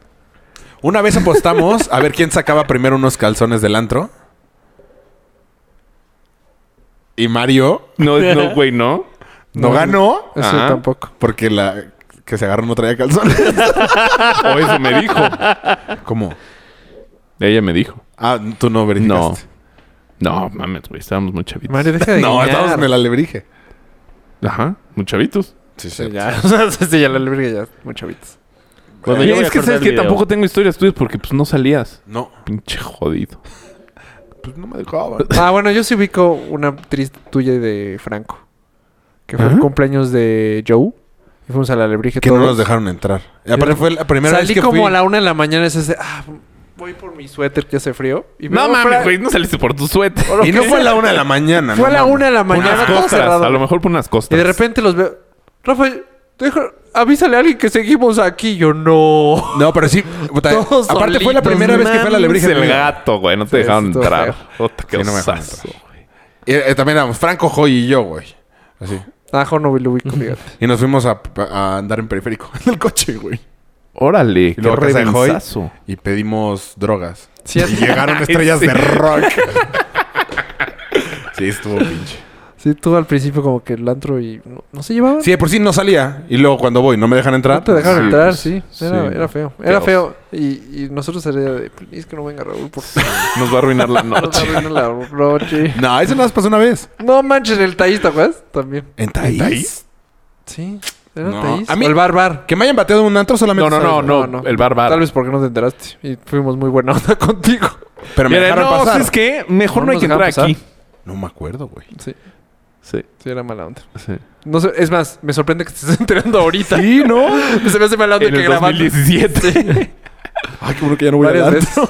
[SPEAKER 3] Una vez apostamos a ver quién sacaba primero unos calzones del antro. Y Mario
[SPEAKER 4] No, no, güey, no.
[SPEAKER 3] no,
[SPEAKER 1] No.
[SPEAKER 3] ganó
[SPEAKER 1] Eso
[SPEAKER 4] Ah.
[SPEAKER 1] tampoco.
[SPEAKER 3] porque la que se agarró no traía calzones.
[SPEAKER 4] O eso me dijo.
[SPEAKER 3] ¿Cómo?
[SPEAKER 4] Ella me dijo.
[SPEAKER 3] Ah, tú no verificaste.
[SPEAKER 4] No, mames, güey. Estábamos muy chavitos.
[SPEAKER 1] Mario, deja
[SPEAKER 3] No,
[SPEAKER 1] de
[SPEAKER 3] estábamos en el alebrije.
[SPEAKER 4] Ajá, muy chavitos.
[SPEAKER 3] Sí, sí.
[SPEAKER 1] Sí, ya, o sea, sí, ya la albergue ya, muy chavitos.
[SPEAKER 2] Bueno,
[SPEAKER 4] Y
[SPEAKER 2] yo voy
[SPEAKER 4] es
[SPEAKER 2] a
[SPEAKER 4] que
[SPEAKER 2] cortar
[SPEAKER 4] sabes
[SPEAKER 2] el
[SPEAKER 4] que
[SPEAKER 2] video.
[SPEAKER 4] tampoco tengo historias tuyas porque pues no salías.
[SPEAKER 3] No,
[SPEAKER 4] Pinche jodido.
[SPEAKER 3] pues no me dejaba.
[SPEAKER 1] Ah, bueno, yo sí ubico una triste tuya y de Franco. Que fue
[SPEAKER 4] Ajá.
[SPEAKER 1] el cumpleaños de Joe. Y fuimos a la alebrije
[SPEAKER 3] Que no
[SPEAKER 1] todos.
[SPEAKER 3] nos dejaron entrar. Y aparte fue la primera
[SPEAKER 1] Salí
[SPEAKER 3] vez que
[SPEAKER 1] como
[SPEAKER 3] fui.
[SPEAKER 1] a la una de la mañana. Es ese, ah, voy por mi suéter que hace frío. Y
[SPEAKER 4] No
[SPEAKER 1] veo
[SPEAKER 4] mames,
[SPEAKER 1] Fra-
[SPEAKER 4] güey. No saliste por tu suéter.
[SPEAKER 1] Por lo que
[SPEAKER 3] Y no
[SPEAKER 1] sea.
[SPEAKER 3] fue a la una de la mañana.
[SPEAKER 1] Fue a la
[SPEAKER 3] no mames.
[SPEAKER 1] una de la mañana.
[SPEAKER 4] Unas
[SPEAKER 1] Todo
[SPEAKER 4] costras.
[SPEAKER 1] cerrado.
[SPEAKER 4] A lo mejor por unas
[SPEAKER 1] Y
[SPEAKER 4] costas.
[SPEAKER 1] de repente los veo. Rafael, deja- avísale a alguien que seguimos aquí. Yo no.
[SPEAKER 3] No, pero sí. puta,
[SPEAKER 1] Todos
[SPEAKER 3] aparte fue la
[SPEAKER 1] solitos,
[SPEAKER 3] primera vez que fue a la
[SPEAKER 4] Mames,
[SPEAKER 3] alebrije.
[SPEAKER 4] el gato, güey. No te
[SPEAKER 1] Sí,
[SPEAKER 4] dejaron
[SPEAKER 1] estuvo
[SPEAKER 4] entrar.
[SPEAKER 1] feo.
[SPEAKER 4] Puta, qué
[SPEAKER 3] Sí, no me dejaron
[SPEAKER 4] osazo.
[SPEAKER 3] Eh, eh, también éramos Franco, Joy y yo, güey. Así.
[SPEAKER 1] Ah, jo, no lo ubico, fíjate.
[SPEAKER 3] Y nos fuimos a, a andar en periférico en el coche, güey.
[SPEAKER 4] Órale,
[SPEAKER 3] Y
[SPEAKER 4] qué
[SPEAKER 3] luego a casa de Joy
[SPEAKER 4] rebensazo.
[SPEAKER 3] y pedimos drogas.
[SPEAKER 1] Sí,
[SPEAKER 3] Y llegaron estrellas de rock. sí, estuvo pinche.
[SPEAKER 1] sí, tú al principio como que el antro y no, no se llevaban.
[SPEAKER 3] Sí, de por sí no salía. Y luego cuando voy no me dejan entrar.
[SPEAKER 1] No te dejaron
[SPEAKER 4] Sí,
[SPEAKER 1] entrar,
[SPEAKER 4] pues,
[SPEAKER 1] sí.
[SPEAKER 4] sí,
[SPEAKER 1] Era,
[SPEAKER 4] no.
[SPEAKER 1] era feo.
[SPEAKER 4] Qué
[SPEAKER 1] Era
[SPEAKER 4] oso.
[SPEAKER 1] feo. Y, y nosotros sería de, "Pues, es que no venga Raúl, por favor.
[SPEAKER 4] Nos va a arruinar la
[SPEAKER 1] No nos
[SPEAKER 4] noche.
[SPEAKER 1] arruina la noche.
[SPEAKER 3] No, eso nada más pasó una vez.
[SPEAKER 1] No manches, el Taís, ¿te acuerdas? También.
[SPEAKER 3] ¿En Thaís?
[SPEAKER 1] Sí. Era
[SPEAKER 3] No,
[SPEAKER 1] Taís.
[SPEAKER 3] a mí-
[SPEAKER 1] O el Bar Bar.
[SPEAKER 3] Que me hayan bateado un antro solamente.
[SPEAKER 4] No, no, no,
[SPEAKER 3] sabes,
[SPEAKER 4] no,
[SPEAKER 1] No, no.
[SPEAKER 4] El barbar.
[SPEAKER 1] Tal vez porque no te enteraste. Y fuimos muy buena onda contigo.
[SPEAKER 3] güey. Pero me
[SPEAKER 4] Mira,
[SPEAKER 3] dejaron
[SPEAKER 4] no,
[SPEAKER 3] pasar.
[SPEAKER 4] ¿sabes qué? Mejor
[SPEAKER 1] No
[SPEAKER 4] no, hay
[SPEAKER 1] nos
[SPEAKER 4] que entrar
[SPEAKER 1] dejaron pasar.
[SPEAKER 4] aquí.
[SPEAKER 3] No me acuerdo, güey.
[SPEAKER 1] Sí,
[SPEAKER 4] Sí,
[SPEAKER 1] sí, era mala onda.
[SPEAKER 4] sí.
[SPEAKER 1] No sé, es más, me sorprende que te estés enterando ahorita.
[SPEAKER 4] Sí, ¿no?
[SPEAKER 1] Se me hace mala onda
[SPEAKER 4] en
[SPEAKER 1] que
[SPEAKER 4] el
[SPEAKER 1] grabando.
[SPEAKER 4] 2017.
[SPEAKER 3] Ay, qué bueno que ya no voy
[SPEAKER 1] Varias
[SPEAKER 3] a
[SPEAKER 1] veces.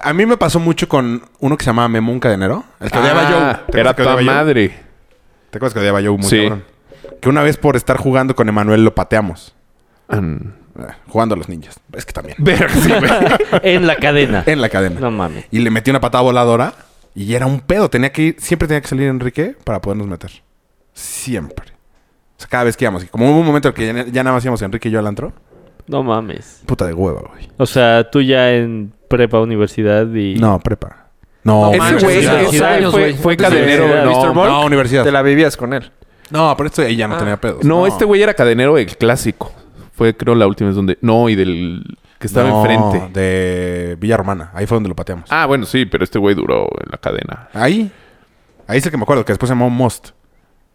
[SPEAKER 3] A mí me pasó mucho con uno que se llamaba Memo, un cadenero. El que odiaba yo.
[SPEAKER 4] Ah, Era tu madre.
[SPEAKER 3] ¿Te acuerdas que odiaba Joe muy
[SPEAKER 4] Sí.
[SPEAKER 3] cabrón? Que una vez por estar jugando con Emanuel lo pateamos.
[SPEAKER 4] Mm.
[SPEAKER 3] Eh, Jugando a los ninjas. Es que también.
[SPEAKER 4] Verga, sí, güey.
[SPEAKER 2] En la cadena.
[SPEAKER 3] En la cadena.
[SPEAKER 2] No mames.
[SPEAKER 3] Y le metí una patada voladora y era un pedo. Tenía que ir, siempre tenía que salir Enrique para podernos meter. Siempre. O sea, cada vez que íbamos. Y como hubo un momento en que ya, ya nada más íbamos Enrique y yo al antro.
[SPEAKER 2] No mames.
[SPEAKER 3] Puta de hueva, güey.
[SPEAKER 2] O sea, tú ya en prepa, universidad y...
[SPEAKER 3] No, prepa. No,
[SPEAKER 1] Ese
[SPEAKER 4] manches,
[SPEAKER 1] güey,
[SPEAKER 4] o sea,
[SPEAKER 1] esos
[SPEAKER 4] sí,
[SPEAKER 1] años,
[SPEAKER 4] fue-
[SPEAKER 1] güey.
[SPEAKER 4] fue
[SPEAKER 1] Antes de-
[SPEAKER 4] cadenero,
[SPEAKER 1] de
[SPEAKER 4] no,
[SPEAKER 1] Mr. Monk,
[SPEAKER 3] no, universidad.
[SPEAKER 1] Te la vivías con él.
[SPEAKER 3] No, pero esto ahí ya no tenía pedos.
[SPEAKER 4] No, este güey era cadenero el clásico. Fue, creo, la última vez donde. No, y del que estaba
[SPEAKER 3] No,
[SPEAKER 4] enfrente.
[SPEAKER 3] De Villa Romana. Ahí fue donde lo pateamos.
[SPEAKER 4] Ah, bueno, sí, pero este güey duró en la cadena.
[SPEAKER 3] Ahí. Ahí es el que me acuerdo, que después se llamó Most.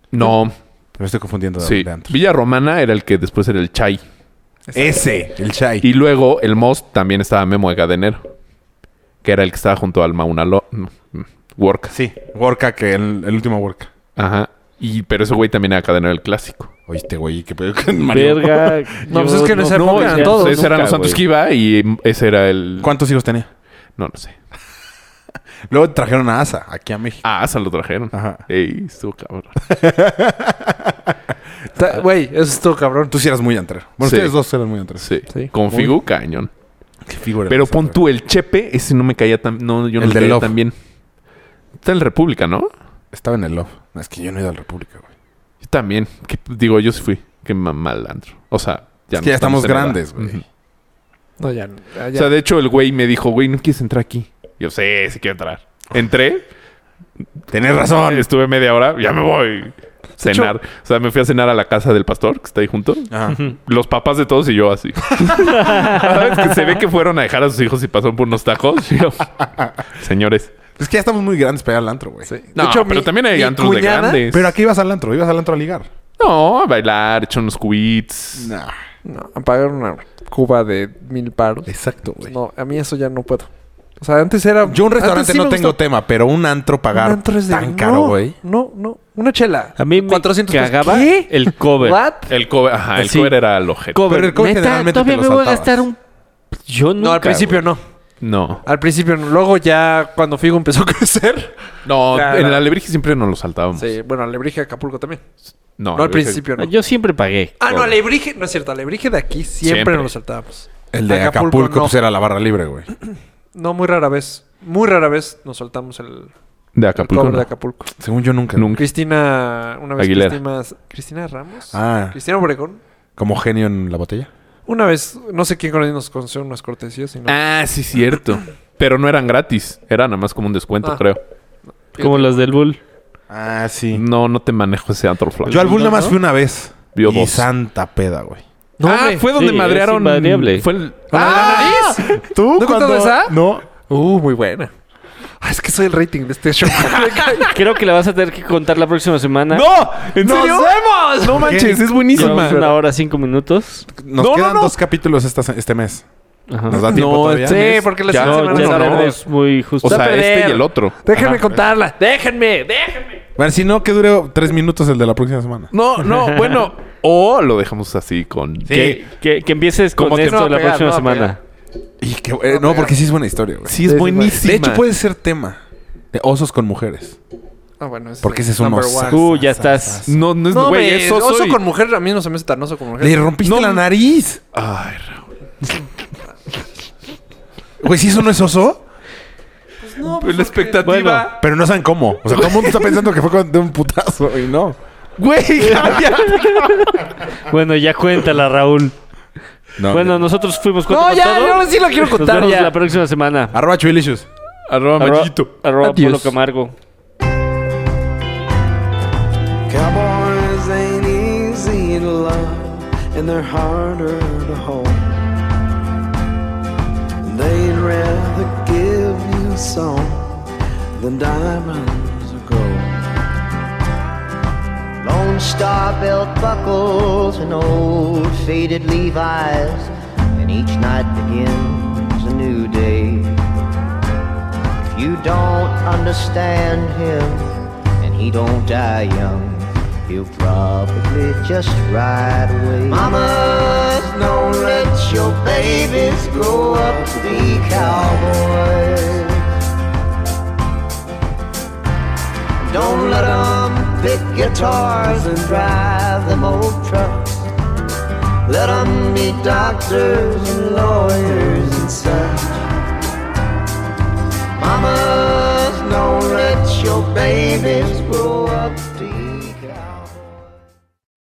[SPEAKER 4] No,
[SPEAKER 3] Me estoy confundiendo de,
[SPEAKER 4] sí.
[SPEAKER 3] de antro.
[SPEAKER 4] Villa Romana era el que después era el Chai.
[SPEAKER 3] Ese, el Chai.
[SPEAKER 4] Y luego el Most también estaba Memo de Cadenero, que era el que estaba junto al Mauna Lo- no, mm, Worka.
[SPEAKER 3] Sí, Worka, que el, el último Worka.
[SPEAKER 4] Ajá. Y, pero ese güey también era Cadenero del Clásico.
[SPEAKER 3] Oíste, güey, qué pedo con Mario.
[SPEAKER 2] Verga.
[SPEAKER 1] No, pues
[SPEAKER 2] yo
[SPEAKER 1] es que en esa época eran
[SPEAKER 2] ya
[SPEAKER 1] todos,
[SPEAKER 2] sé,
[SPEAKER 4] Entonces, ese eran los
[SPEAKER 2] nunca,
[SPEAKER 4] Santos
[SPEAKER 2] güey.
[SPEAKER 4] que iba y mm, ese era el...
[SPEAKER 3] ¿Cuántos hijos tenía?
[SPEAKER 4] No, no sé.
[SPEAKER 3] Luego trajeron a Asa, aquí a México.
[SPEAKER 4] Ah, se lo trajeron.
[SPEAKER 3] Ajá.
[SPEAKER 4] Ey, estuvo cabrón.
[SPEAKER 1] Ta- Güey, eso estuvo cabrón.
[SPEAKER 3] Tú sí eras muy antrero. Bueno,
[SPEAKER 4] Sí.
[SPEAKER 3] ustedes dos eran muy antreros.
[SPEAKER 4] Sí.
[SPEAKER 1] Sí.
[SPEAKER 4] Con
[SPEAKER 3] Muy-
[SPEAKER 4] Figu, cañón.
[SPEAKER 3] Qué figura.
[SPEAKER 4] Pero pon tú el Chepe, ese no me caía tan... No, yo no
[SPEAKER 3] El
[SPEAKER 4] me
[SPEAKER 3] de
[SPEAKER 4] caía
[SPEAKER 3] Love.
[SPEAKER 4] tan bien. Está en República, ¿no?
[SPEAKER 3] Estaba en el Love. No, es que yo no he ido a la República, güey.
[SPEAKER 4] Yo también. Que- digo, yo sí fui. Qué malandro. O sea,
[SPEAKER 3] Es que ya estamos
[SPEAKER 4] en edad.
[SPEAKER 3] grandes, güey.
[SPEAKER 4] Ujú.
[SPEAKER 1] No, ya.
[SPEAKER 2] Ah,
[SPEAKER 1] ya-
[SPEAKER 4] O sea, de hecho, el güey me dijo, güey, ¿no quieres entrar aquí? Yo, sí, sí quiero entrar. Entré.
[SPEAKER 3] Tenés razón.
[SPEAKER 4] Estuve media hora. Ya me voy. Cenar. O sea, me fui a cenar a la casa del pastor, que está ahí junto.
[SPEAKER 3] Ajá.
[SPEAKER 4] Los papás de todos y yo así. ¿Sabes? Que se ve que fueron a dejar a sus hijos y pasaron por unos tacos. Y yo, Señores.
[SPEAKER 3] Es que ya estamos muy grandes para ir al antro, güey.
[SPEAKER 4] No,
[SPEAKER 1] hecho,
[SPEAKER 4] pero
[SPEAKER 1] mi-
[SPEAKER 4] también hay
[SPEAKER 1] mi
[SPEAKER 4] antros
[SPEAKER 1] cuñada-
[SPEAKER 4] de grandes.
[SPEAKER 3] Pero aquí ibas al antro, ibas al antro a ligar.
[SPEAKER 4] No, a bailar, echar unos cubitos.
[SPEAKER 3] Nah.
[SPEAKER 1] No, pagar una cuba de mil paros.
[SPEAKER 3] Exacto, Este güey.
[SPEAKER 1] No, a mí eso ya no puedo. O sea, antes era.
[SPEAKER 3] Yo un restaurante
[SPEAKER 1] antes sí
[SPEAKER 3] no
[SPEAKER 1] me
[SPEAKER 3] tengo
[SPEAKER 1] gustaba.
[SPEAKER 3] tema, pero un antro pagar
[SPEAKER 1] Un antro es de-
[SPEAKER 3] tan
[SPEAKER 1] no,
[SPEAKER 3] caro, güey.
[SPEAKER 1] No, no, una chela.
[SPEAKER 2] A mí me
[SPEAKER 1] 400 pesos.
[SPEAKER 2] cagaba
[SPEAKER 1] ¿Qué?
[SPEAKER 2] el cover.
[SPEAKER 1] ¿What?
[SPEAKER 4] El cover, ajá, el
[SPEAKER 2] Sí.
[SPEAKER 4] cover era el objeto.
[SPEAKER 2] Cover.
[SPEAKER 3] Pero el cover
[SPEAKER 2] Neta,
[SPEAKER 3] generalmente
[SPEAKER 2] todavía
[SPEAKER 3] te
[SPEAKER 2] me
[SPEAKER 3] lo
[SPEAKER 2] voy a
[SPEAKER 3] saltabas.
[SPEAKER 2] gastar un... Yo nunca,
[SPEAKER 1] No, al principio no.
[SPEAKER 4] No.
[SPEAKER 1] Al principio no. Luego ya cuando Figo empezó a crecer.
[SPEAKER 4] No,
[SPEAKER 1] Claro.
[SPEAKER 4] en el alebrije siempre nos lo saltábamos.
[SPEAKER 1] Sí, bueno, Alebrije de Acapulco también.
[SPEAKER 4] No,
[SPEAKER 1] No, al
[SPEAKER 4] Alebrije-
[SPEAKER 1] principio no.
[SPEAKER 2] güey. Yo siempre pagué.
[SPEAKER 1] Ah, no, Alebrije, no es cierto, Alebrije de aquí siempre,
[SPEAKER 4] Siempre.
[SPEAKER 1] nos lo saltábamos.
[SPEAKER 3] El de Acapulco,
[SPEAKER 1] no.
[SPEAKER 3] pues era la barra libre, güey.
[SPEAKER 1] No, muy rara vez. Muy rara vez nos soltamos el
[SPEAKER 4] De Acapulco.
[SPEAKER 1] cover
[SPEAKER 4] no.
[SPEAKER 1] de Acapulco.
[SPEAKER 3] Según yo nunca.
[SPEAKER 4] Nunca.
[SPEAKER 1] Cristina, una vez
[SPEAKER 4] Aguilera.
[SPEAKER 1] Cristina, Cristina Ramos.
[SPEAKER 3] Ah.
[SPEAKER 1] Cristina Obregón.
[SPEAKER 3] Como genio en la botella.
[SPEAKER 1] Una vez, no sé quién con ellos nos concedió unas cortesías. Y no,
[SPEAKER 4] Ah, sí, cierto. Pero no eran gratis. Era nada más como un descuento,
[SPEAKER 1] Ah.
[SPEAKER 4] creo.
[SPEAKER 2] Como las del Bull.
[SPEAKER 3] Ah, sí.
[SPEAKER 4] No, no te manejo ese antro flaco.
[SPEAKER 3] Yo al Bull nada más fui una vez.
[SPEAKER 4] Vio
[SPEAKER 3] y
[SPEAKER 4] dos.
[SPEAKER 3] santa peda, güey.
[SPEAKER 1] No,
[SPEAKER 4] ah,
[SPEAKER 1] hombre.
[SPEAKER 4] fue donde
[SPEAKER 2] Sí, es
[SPEAKER 4] madrearon.
[SPEAKER 2] invariable.
[SPEAKER 4] Fue el.
[SPEAKER 1] ¡Ah!
[SPEAKER 3] ¿Tú
[SPEAKER 1] ¿No cuando- contaba esa?
[SPEAKER 3] No.
[SPEAKER 1] Uh, muy buena. Ah, es que soy el rating de este show.
[SPEAKER 2] Creo que la vas a tener que contar la próxima semana.
[SPEAKER 4] ¡No! ¿En
[SPEAKER 1] ¡Nos
[SPEAKER 4] serio?
[SPEAKER 1] vemos!
[SPEAKER 4] No manches, es buenísima.
[SPEAKER 2] Llevamos una hora, cinco minutos.
[SPEAKER 3] Nos
[SPEAKER 4] No,
[SPEAKER 3] quedan
[SPEAKER 4] no, no.
[SPEAKER 3] dos capítulos esta se- este mes.
[SPEAKER 2] Ajá.
[SPEAKER 3] Nos da tiempo
[SPEAKER 4] No,
[SPEAKER 3] todavía.
[SPEAKER 4] sí.
[SPEAKER 1] Sí, porque la
[SPEAKER 4] Ya,
[SPEAKER 1] siguiente
[SPEAKER 2] No,
[SPEAKER 1] semana
[SPEAKER 2] ya
[SPEAKER 1] no,
[SPEAKER 4] no, no.
[SPEAKER 2] tenemos muy justo.
[SPEAKER 4] O sea, este
[SPEAKER 1] perder.
[SPEAKER 4] y el otro.
[SPEAKER 1] Déjenme contarla. Déjenme, déjenme.
[SPEAKER 3] Bueno, si no, que dure tres minutos el de la próxima semana.
[SPEAKER 4] No, no, bueno. O lo dejamos así con.
[SPEAKER 2] que, que- que empieces con
[SPEAKER 4] Como que
[SPEAKER 2] esto
[SPEAKER 1] no va a
[SPEAKER 2] la
[SPEAKER 1] pegar,
[SPEAKER 2] próxima
[SPEAKER 1] no va a
[SPEAKER 2] semana.
[SPEAKER 3] Y que, eh, no, porque sí es buena historia, güey.
[SPEAKER 4] Sí, es
[SPEAKER 1] Sí, sí,
[SPEAKER 4] buenísima.
[SPEAKER 3] De hecho, puede ser tema de osos con mujeres.
[SPEAKER 1] Ah, bueno, ese
[SPEAKER 3] Porque
[SPEAKER 1] es
[SPEAKER 3] ese es un
[SPEAKER 1] number
[SPEAKER 3] oso.
[SPEAKER 1] one.
[SPEAKER 2] Uh, ya estás.
[SPEAKER 4] No, no es.
[SPEAKER 1] No,
[SPEAKER 4] Güey,
[SPEAKER 1] hombre,
[SPEAKER 4] es oso.
[SPEAKER 1] oso,
[SPEAKER 4] y-
[SPEAKER 1] con mujer a mí no se me hace tan oso con mujer.
[SPEAKER 3] Le rompiste la nariz.
[SPEAKER 4] Ay, Raúl.
[SPEAKER 3] Güey, si eso no es oso,
[SPEAKER 1] Pues
[SPEAKER 4] Pero la expectativa.
[SPEAKER 3] pero no saben cómo. O sea, todo el mundo está pensando que fue con- de un putazo y no.
[SPEAKER 4] Güey, cambia.
[SPEAKER 2] Bueno, ya cuéntala, Raúl.
[SPEAKER 3] No.
[SPEAKER 2] Bueno, nosotros fuimos con
[SPEAKER 1] No, ya,
[SPEAKER 2] todo.
[SPEAKER 1] yo sí lo quiero
[SPEAKER 2] Nos
[SPEAKER 1] contar
[SPEAKER 2] vemos
[SPEAKER 1] ya.
[SPEAKER 2] la próxima semana.
[SPEAKER 3] Arroba chubilicious.
[SPEAKER 4] Arroba
[SPEAKER 2] Arroba-
[SPEAKER 4] machito.
[SPEAKER 2] Arroba
[SPEAKER 1] Adiós.
[SPEAKER 2] Polo Camargo.
[SPEAKER 7] Cowboys ain't easy to love, and they're harder to hold. They'd rather give you some than diamonds or gold.
[SPEAKER 8] Lone Star belt buckles and old faded Levi's, and each night begins a new day. If you don't understand him, and he don't die young, he'll probably just ride away. Mamas, don't let your babies grow up to be cowboys. Don't let 'em pick guitars and drive them old trucks. Let 'em be doctors and lawyers and such.